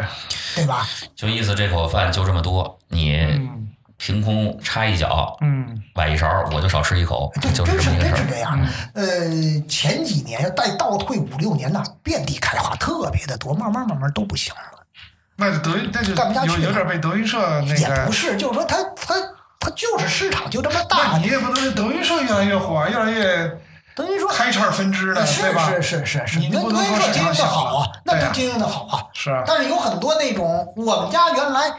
[SPEAKER 5] 对吧？
[SPEAKER 4] 就意思这口饭就这么多，你
[SPEAKER 3] 嗯
[SPEAKER 4] 凭空插一脚，
[SPEAKER 3] 嗯，
[SPEAKER 4] 崴一勺，我就少吃一口，
[SPEAKER 5] 对，
[SPEAKER 4] 就
[SPEAKER 5] 真
[SPEAKER 4] 这
[SPEAKER 5] 是
[SPEAKER 4] 么一个事
[SPEAKER 5] 真是
[SPEAKER 4] 儿。
[SPEAKER 5] 哎这样。
[SPEAKER 3] 嗯
[SPEAKER 5] 呃，前几年要待倒退五六年呐，遍地开花，特别的多，慢慢慢慢都不行了。
[SPEAKER 3] 那就德云那就
[SPEAKER 5] 干不下去
[SPEAKER 3] 有
[SPEAKER 5] 了
[SPEAKER 3] 有点被德云社那
[SPEAKER 5] 也不
[SPEAKER 3] 个，
[SPEAKER 5] 是，就是说它它它就是市场就这么
[SPEAKER 3] 那
[SPEAKER 5] 大
[SPEAKER 3] 你，也不能德云社越来越火，越来越
[SPEAKER 5] 等于说。
[SPEAKER 3] 开叉分支了，
[SPEAKER 5] 呃是
[SPEAKER 3] 对吧？
[SPEAKER 5] 是是是是，
[SPEAKER 3] 你
[SPEAKER 5] 那
[SPEAKER 3] 不
[SPEAKER 5] 德
[SPEAKER 3] 能
[SPEAKER 5] 云
[SPEAKER 3] 说
[SPEAKER 5] 社
[SPEAKER 3] 市
[SPEAKER 5] 经营
[SPEAKER 3] 场
[SPEAKER 5] 的
[SPEAKER 3] 小
[SPEAKER 5] 好啊
[SPEAKER 3] 啊，，
[SPEAKER 5] 那
[SPEAKER 3] 对
[SPEAKER 5] 都
[SPEAKER 3] 呀
[SPEAKER 5] 经营的好啊。
[SPEAKER 3] 是啊
[SPEAKER 5] 但是有很多那种，我们家原来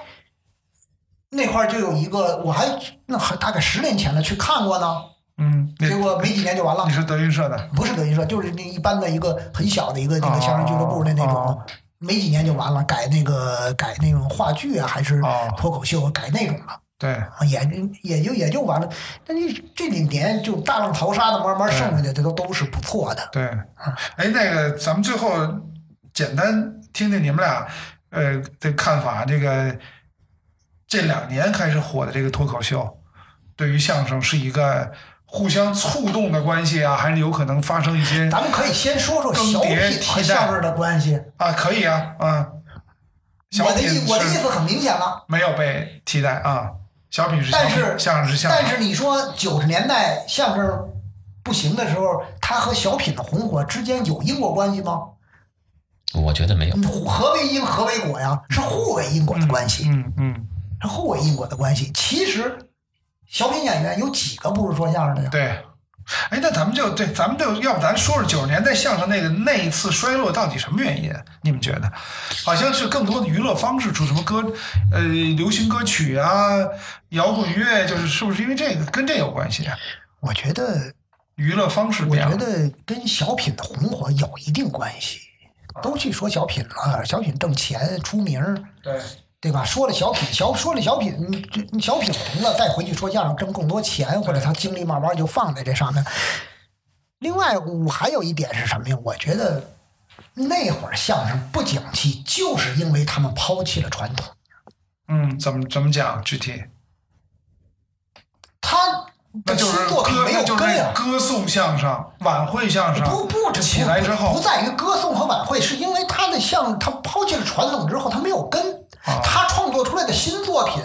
[SPEAKER 5] 那块儿就有一个，我还那还大概十年前了去看过呢，
[SPEAKER 3] 嗯，你
[SPEAKER 5] 结果没几年就完了
[SPEAKER 3] 你。是德云社的，
[SPEAKER 5] 不是德云社，就是那一般的一个很小的一个那个相声俱乐部的那种
[SPEAKER 3] 哦，
[SPEAKER 5] 没几年就完了，改那个改那种话剧啊，还是
[SPEAKER 3] 哦
[SPEAKER 5] 脱口秀，啊改那种了。
[SPEAKER 3] 对，
[SPEAKER 5] 啊，也也就也就完了，但是这几年就大浪淘沙的，慢慢剩下的这都都是不错的。
[SPEAKER 3] 对，哎，那个，咱们最后简单听听你们俩，呃，的看法。这个这两年开始火的这个脱口秀，对于相声是一个互相触动的关系啊，还是有可能发生一些
[SPEAKER 5] 咱们可以先说说小
[SPEAKER 3] 更别
[SPEAKER 5] 品
[SPEAKER 3] 提
[SPEAKER 5] 和
[SPEAKER 3] 了
[SPEAKER 5] 相声的关系。
[SPEAKER 3] 啊，可以啊，啊，小
[SPEAKER 5] 我的
[SPEAKER 3] 品
[SPEAKER 5] 意我的意
[SPEAKER 3] 是
[SPEAKER 5] 思很明显了，
[SPEAKER 3] 没有被替代啊，小品是小
[SPEAKER 5] 但
[SPEAKER 3] 品，
[SPEAKER 5] 是
[SPEAKER 3] 相声是相声，
[SPEAKER 5] 但是你说九十年代相声不行的时候，它和小品的红火之间有因果关系吗？
[SPEAKER 4] 我觉得没有。
[SPEAKER 5] 嗯何为因，何为果呀？是互为因果的关系，
[SPEAKER 3] 嗯嗯，
[SPEAKER 5] 是互为因果的关系。其实，小品演员有几个不是说相声的呀？
[SPEAKER 3] 对。哎，那咱们就对，咱们就要不咱说说九十年代相声那个那一次衰落到底什么原因？你们觉得？好像是更多的娱乐方式出什么歌，呃，流行歌曲啊，摇滚乐，就是是不是因为这个跟这有关系啊？
[SPEAKER 5] 我觉得，
[SPEAKER 3] 娱乐方式
[SPEAKER 5] 我
[SPEAKER 3] 变
[SPEAKER 5] 觉
[SPEAKER 3] 了，
[SPEAKER 5] 得跟小品的红火有一定关系。都去说小品了，小品挣钱出名儿，
[SPEAKER 3] 对，
[SPEAKER 5] 对吧？说了小品，小说了小品，嗯这你小品红了，再回去说相声挣更多钱，或者他精力慢慢就放在这上面。另外，我还有一点是什么呀？我觉得那会儿相声不景气，就是因为他们抛弃了传统。
[SPEAKER 3] 嗯，怎么怎么讲具体？
[SPEAKER 5] 他
[SPEAKER 3] 那
[SPEAKER 5] 的
[SPEAKER 3] 就
[SPEAKER 5] 新
[SPEAKER 3] 是
[SPEAKER 5] 作品
[SPEAKER 3] 歌，
[SPEAKER 5] 没
[SPEAKER 3] 那
[SPEAKER 5] 有
[SPEAKER 3] 就是
[SPEAKER 5] 根呀、
[SPEAKER 3] 歌颂相声、晚会相声，
[SPEAKER 5] 哎不不止
[SPEAKER 3] 起来之后
[SPEAKER 5] 不在于歌颂和晚会，是因为他的像他抛弃了传统之后，他没有根，
[SPEAKER 3] 啊
[SPEAKER 5] 他创作出来的新作品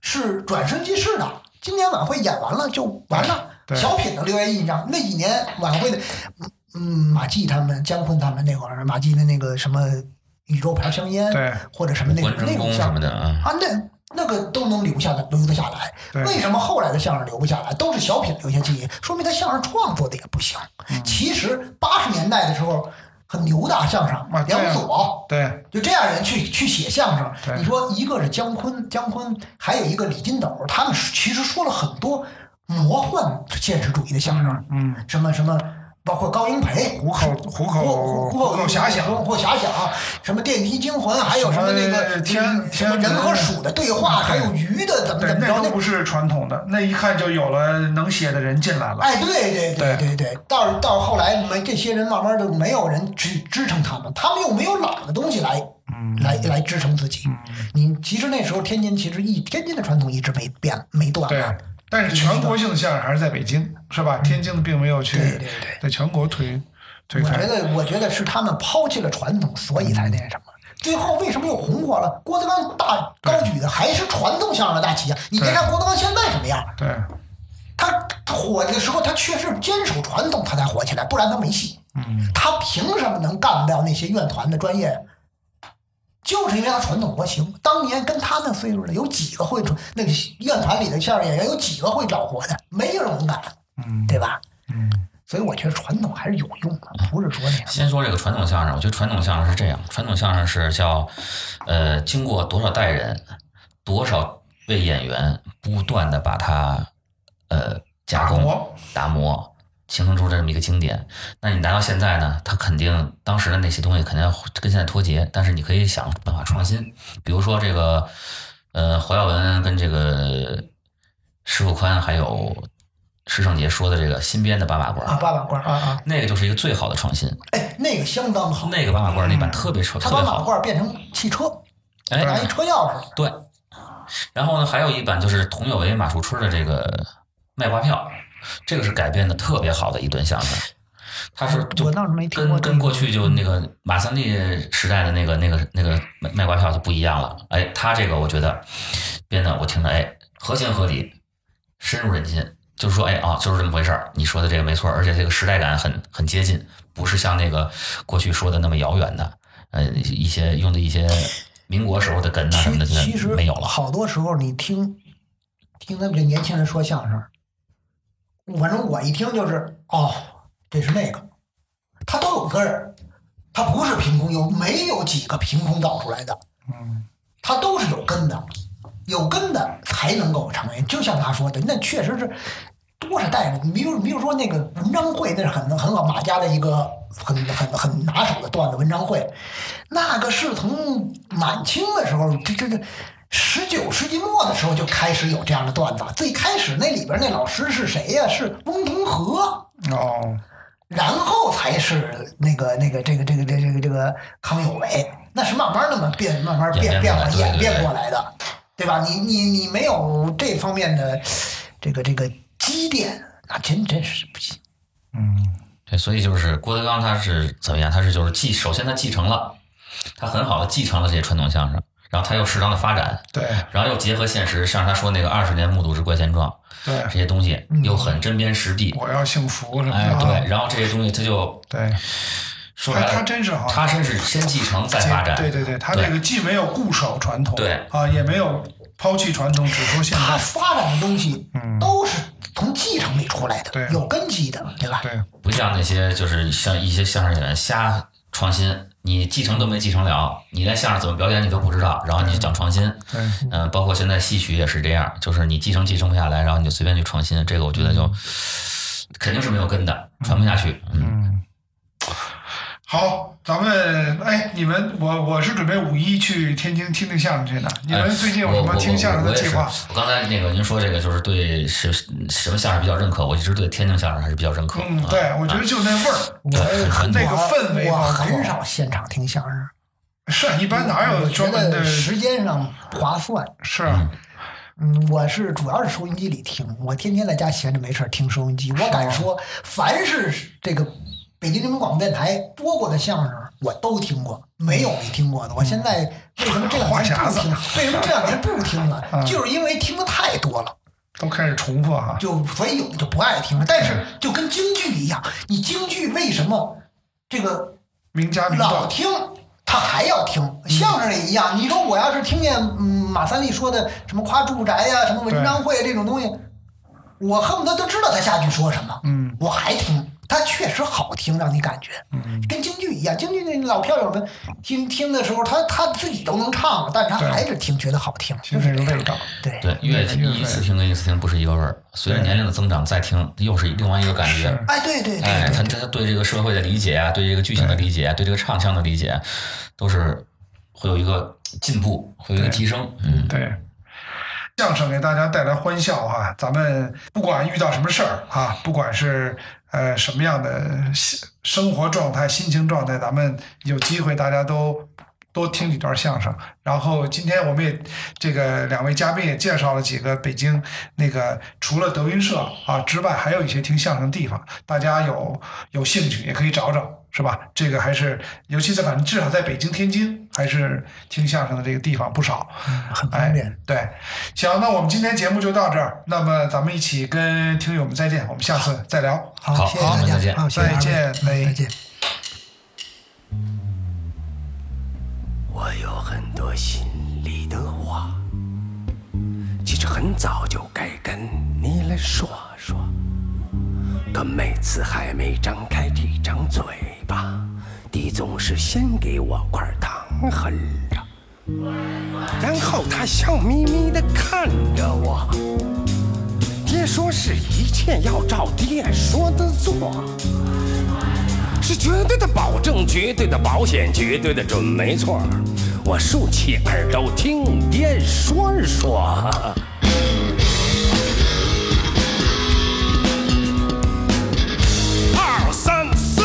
[SPEAKER 5] 是转瞬即逝的。今年晚会演完了就完了，
[SPEAKER 3] 对
[SPEAKER 5] 小品的留下印象。那几年晚会的，嗯嗯，马季他们、姜昆他们那会儿，马季的那个什么宇宙牌香烟，
[SPEAKER 3] 对
[SPEAKER 5] 或者什么那种
[SPEAKER 4] 关
[SPEAKER 5] 那
[SPEAKER 4] 真
[SPEAKER 5] 种
[SPEAKER 4] 功
[SPEAKER 5] 像
[SPEAKER 4] 什么的啊，
[SPEAKER 5] 啊，那那个都能留下来，留得下来
[SPEAKER 3] 对。
[SPEAKER 5] 为什么后来的相声留不下来？都是小品留下记忆，说明他相声创作的也不行。
[SPEAKER 3] 嗯
[SPEAKER 5] 其实八十年代的时候，很牛的啊相声
[SPEAKER 3] 啊，，
[SPEAKER 5] 梁
[SPEAKER 3] 这样
[SPEAKER 5] 左。
[SPEAKER 3] 对，
[SPEAKER 5] 就这样人去去写相
[SPEAKER 3] 对
[SPEAKER 5] 声，你说一个是姜昆，姜昆还有一个李金斗，他们其实说了很多魔幻现实主义的相声，
[SPEAKER 3] 嗯，
[SPEAKER 5] 什么什么，包括高英培、
[SPEAKER 3] 虎口虎口
[SPEAKER 5] 虎
[SPEAKER 3] 虎口遐想，
[SPEAKER 5] 虎口遐想，什么电梯惊魂，还有什么那
[SPEAKER 3] 什么
[SPEAKER 5] 个
[SPEAKER 3] 天
[SPEAKER 5] 什么
[SPEAKER 3] 天
[SPEAKER 5] 人和鼠的对话，
[SPEAKER 3] 对
[SPEAKER 5] 还有鱼的怎么
[SPEAKER 3] 对
[SPEAKER 5] 怎，
[SPEAKER 3] 那
[SPEAKER 5] 么着
[SPEAKER 3] 都
[SPEAKER 5] 那
[SPEAKER 3] 不。是传统的，那一看就有了能写的人进来了。
[SPEAKER 5] 哎，对对
[SPEAKER 3] 对
[SPEAKER 5] 对对，到到后来没这些人慢慢就没有人支支撑他们，他们又没有老的东西来
[SPEAKER 3] 嗯
[SPEAKER 5] 来来支撑自己。你其实那时候天津其实一天津的传统一直没变没断
[SPEAKER 3] 对
[SPEAKER 5] 啊，
[SPEAKER 3] 但是全国性的相声还是在北京，是吧？天津并没有去
[SPEAKER 5] 嗯对对对
[SPEAKER 3] 在全国推推
[SPEAKER 5] 我觉
[SPEAKER 3] 开。
[SPEAKER 5] 得，我觉得是他们抛弃了传统，所以才那什么。最后为什么又红火了？郭德纲大高举的还是传统相声的大旗呀！啊你别
[SPEAKER 3] 对
[SPEAKER 5] 看郭德纲现在什么样，
[SPEAKER 3] 对，
[SPEAKER 5] 他火的时候他确实坚守传统，他才火起来，不然他没戏。
[SPEAKER 3] 嗯，
[SPEAKER 5] 他凭什么能干掉那些院团的专业？就是因为他传统活行。当年跟他那岁数的，有几个会传那个院团里的相声演员，有几个会找活的？没有人敢，
[SPEAKER 3] 嗯
[SPEAKER 5] 对吧？嗯，所以我觉得传统还是有用的，不是说那样。
[SPEAKER 4] 先说这个传统相声，我觉得传统相声是这样，传统相声是叫，呃，经过多少代人，多少位演员不断的把它，呃，加
[SPEAKER 3] 打
[SPEAKER 4] 工
[SPEAKER 3] 磨、
[SPEAKER 4] 打磨，形成出这么一个经典。那你拿到现在呢，它肯定当时的那些东西肯定要跟现在脱节，但是你可以想办法创新，比如说这个，呃，侯耀文跟这个石富宽还有石圣杰说的这个新编的八卦
[SPEAKER 5] 啊，
[SPEAKER 4] 馆，
[SPEAKER 5] 八百罐啊啊！
[SPEAKER 4] 那个就是一个最好的创新。
[SPEAKER 5] 哎，那个相当好，
[SPEAKER 4] 那个八马褂那版特别丑，
[SPEAKER 5] 他
[SPEAKER 4] 特别
[SPEAKER 5] 把马
[SPEAKER 4] 好。
[SPEAKER 5] 褂变成汽车，拿一
[SPEAKER 4] 哎，
[SPEAKER 5] 车钥匙。
[SPEAKER 4] 对。然后呢，还有一版就是佟有为、马树春的这个卖瓜票，这个是改编的特别好的一段相声。他是就
[SPEAKER 5] 我倒是没听过
[SPEAKER 4] 跟
[SPEAKER 5] 这个
[SPEAKER 4] 跟过去就那个马三立时代的那个那个那个卖卖瓜票就不一样了。哎，他这个我觉得编的我听着哎合情合理，深入人心。就是说，哎啊，就是这么回事儿。你说的这个没错，而且这个时代感很很接近，不是像那个过去说的那么遥远的，呃，一些用的一些民国时候的梗啊什么
[SPEAKER 5] 其
[SPEAKER 4] 的，
[SPEAKER 5] 其
[SPEAKER 4] 现
[SPEAKER 5] 实
[SPEAKER 4] 在没有了。
[SPEAKER 5] 好多时候你听听咱们这年轻人说相声，反正我一听就是哦，这是那个，他都有根儿，他不是凭空有，没有几个凭空造出来的，他都是有根的，有根的才能够成为。就像他说的，那确实是多少代人，你比如比如说那个文章会，那是很很好马家的一个很很很拿手的段子。文章会，那个是从满清的时候，这这这。十九世纪末的时候就开始有这样的段子，最开始那里边那老师是谁呀、是翁同龢。
[SPEAKER 3] 哦，
[SPEAKER 5] 然后才是那个那个这个这个这个这个这个康有为，那是慢慢那么变，慢慢变
[SPEAKER 4] 演
[SPEAKER 5] 变
[SPEAKER 4] 变过来
[SPEAKER 5] 化演
[SPEAKER 4] 对对
[SPEAKER 5] 变
[SPEAKER 4] 对
[SPEAKER 5] 过来的，对吧？你你你没有这方面的这个这个积淀，那真真是不行。
[SPEAKER 4] 对，所以就是郭德纲他是怎么样？他是就是继，首先他继承了，他很好的继承了这些传统相声，然后他又适当的发展，
[SPEAKER 3] 对
[SPEAKER 4] 然后又结合现实，像他说那个二十年目睹之怪现状
[SPEAKER 3] 对
[SPEAKER 4] 这，些东西，又很针砭时弊。
[SPEAKER 3] 哎嗯我要啊幸福什么
[SPEAKER 4] 哎，
[SPEAKER 3] 的，
[SPEAKER 4] 对，然后这些东西他就
[SPEAKER 3] 对，
[SPEAKER 4] 说白了，
[SPEAKER 3] 哎他他真是哈
[SPEAKER 4] 他真是先继承再发展，
[SPEAKER 3] 对对对，他这个既没有固守传统，
[SPEAKER 4] 对
[SPEAKER 3] 啊，也没有抛弃传统，只说现
[SPEAKER 5] 它
[SPEAKER 3] 在，
[SPEAKER 5] 发展的东西都是从继承里出来的，
[SPEAKER 3] 对
[SPEAKER 5] 有根基的，对吧？
[SPEAKER 3] 对
[SPEAKER 4] 不像那些就是像一些相声演员瞎创新，你继承都没继承了，你连相声怎么表演你都不知道，然后你就讲创新。
[SPEAKER 3] 对，
[SPEAKER 4] 嗯，包括现在戏曲也是这样，就是你继承继承不下来，然后你就随便去创新，这个我觉得
[SPEAKER 3] 嗯
[SPEAKER 4] 就肯定是没有根的，传不下去。嗯，
[SPEAKER 3] 好，咱们哎，你们我我是准备五一去天津听听相声去的，你
[SPEAKER 4] 哎
[SPEAKER 3] 们最近有
[SPEAKER 4] 我
[SPEAKER 3] 什么
[SPEAKER 4] 我
[SPEAKER 3] 听相声
[SPEAKER 4] 我
[SPEAKER 3] 的
[SPEAKER 4] 我也
[SPEAKER 3] 计
[SPEAKER 4] 是
[SPEAKER 3] 划？
[SPEAKER 4] 我刚才那个您说这个就是对什什么相声比较认可，我一直对天津相声还是比较认可。
[SPEAKER 3] 嗯，
[SPEAKER 4] 啊
[SPEAKER 3] 对，我觉得就那味儿，
[SPEAKER 5] 我
[SPEAKER 4] 很
[SPEAKER 3] 那个氛围啊
[SPEAKER 5] 我
[SPEAKER 3] 吧
[SPEAKER 5] 很少现场听相声，
[SPEAKER 3] 是啊一般哪有
[SPEAKER 5] 我觉
[SPEAKER 3] 专门的
[SPEAKER 5] 得？时间上划算。
[SPEAKER 3] 是，啊
[SPEAKER 5] 嗯，我是主要是收音机里听，我天天在家闲着没事儿听收音机。我敢说，凡是这个北京人民广播电台播过的相声，我都听过，没有没听过的。我现在为什么这两
[SPEAKER 3] 话
[SPEAKER 5] 天
[SPEAKER 3] 匣
[SPEAKER 5] 不
[SPEAKER 3] 子
[SPEAKER 5] 听？为什么这两天不听了？就是因为听的太多了。
[SPEAKER 3] 都开始重复啊哈，
[SPEAKER 5] 就所以有的就不爱听了。但是就跟京剧一样，你京剧为什么这个
[SPEAKER 3] 名家名
[SPEAKER 5] 老
[SPEAKER 3] 道，
[SPEAKER 5] 听他还要听？相声也一样。你说我要是听见嗯马三立说的什么夸住宅呀、什么文章会这种东西，我恨不得都知道他下句说什么，
[SPEAKER 3] 嗯，
[SPEAKER 5] 我还听。它确实好听，让你感觉，嗯，跟京剧一样。京剧那老票友们听听的时候，他他自己都能唱了，但是他
[SPEAKER 3] 对
[SPEAKER 5] 还是听觉得好听，
[SPEAKER 3] 听
[SPEAKER 5] 就
[SPEAKER 3] 这
[SPEAKER 5] 是
[SPEAKER 3] 个
[SPEAKER 5] 这
[SPEAKER 3] 味
[SPEAKER 5] 样。
[SPEAKER 3] 道。
[SPEAKER 5] 对
[SPEAKER 4] 对，越
[SPEAKER 3] 嗯
[SPEAKER 4] 一次听跟一次听不是一个味儿，随着年龄的增长再听又是另外一个感觉。
[SPEAKER 3] 是
[SPEAKER 5] 哎，对对对，
[SPEAKER 4] 哎，他他对这个社会的理解啊，对这个剧情的理解啊，对这个唱腔的理解啊，都是会有一个进步，会有一个提升。嗯，
[SPEAKER 3] 对，相声给大家带来欢笑哈、咱们不管遇到什么事儿啊，不管是呃什么样的心生活状态、心情状态，咱们有机会大家都。多听几段相声，然后今天我们也这个两位嘉宾也介绍了几个北京那个除了德云社啊之外，还有一些听相声的地方，大家有有兴趣也可以找找，是吧？这个还是尤其在反正至少在北京、天津，还是听相声的这个地方不少。
[SPEAKER 5] 很方便。
[SPEAKER 3] 哎。对，行，那我们今天节目就到这儿。那么咱们一起跟听友们再见，我们下次再聊。
[SPEAKER 5] 好，
[SPEAKER 4] 好
[SPEAKER 5] 谢谢
[SPEAKER 4] 好
[SPEAKER 5] 大
[SPEAKER 4] 再
[SPEAKER 5] 家，
[SPEAKER 4] 见
[SPEAKER 5] 好，谢谢二位
[SPEAKER 3] 再见嘞
[SPEAKER 5] 再见。
[SPEAKER 6] 我有很多心里的话，其实很早就该跟你来说说，可每次还没张开这张嘴巴，你总是先给我块糖哼着，然后他笑眯眯地看着我，爹说是一切要照爹说的做。是绝对的保证，绝对的保险，绝对的准，没错儿。我竖起耳朵听爹说说。二三四，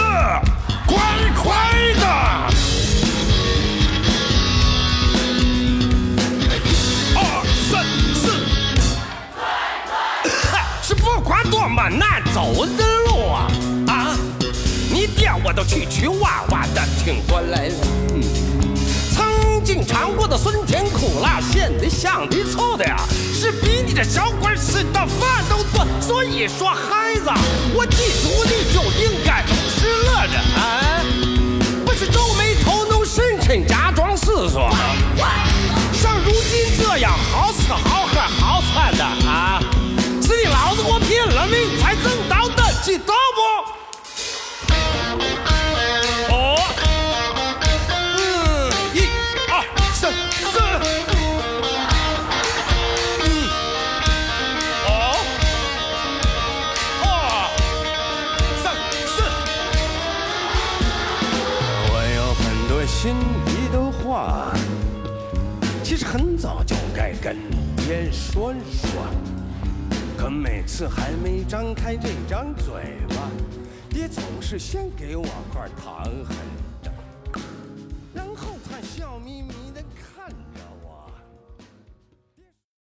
[SPEAKER 6] 快快的！二三四。是不管多么难走的路啊啊！你爹我都去取娃娃的挺过来了。嗯，曾经尝过的酸甜苦辣，咸的香的臭的呀，是比你这小鬼吃的饭都多。所以说，孩子，我记住你就应该总是乐着啊，不是皱眉头，弄深沉，假装思索。像如今这样好吃好喝好穿的啊，是你老子给我拼了命才挣到的，知道不？哦，嗯，一二三四，嗯，哦，二三四。我有很多心里的话。其实很早就该跟别人说说，可每次还没张开这张嘴巴，爹总是先给我块糖很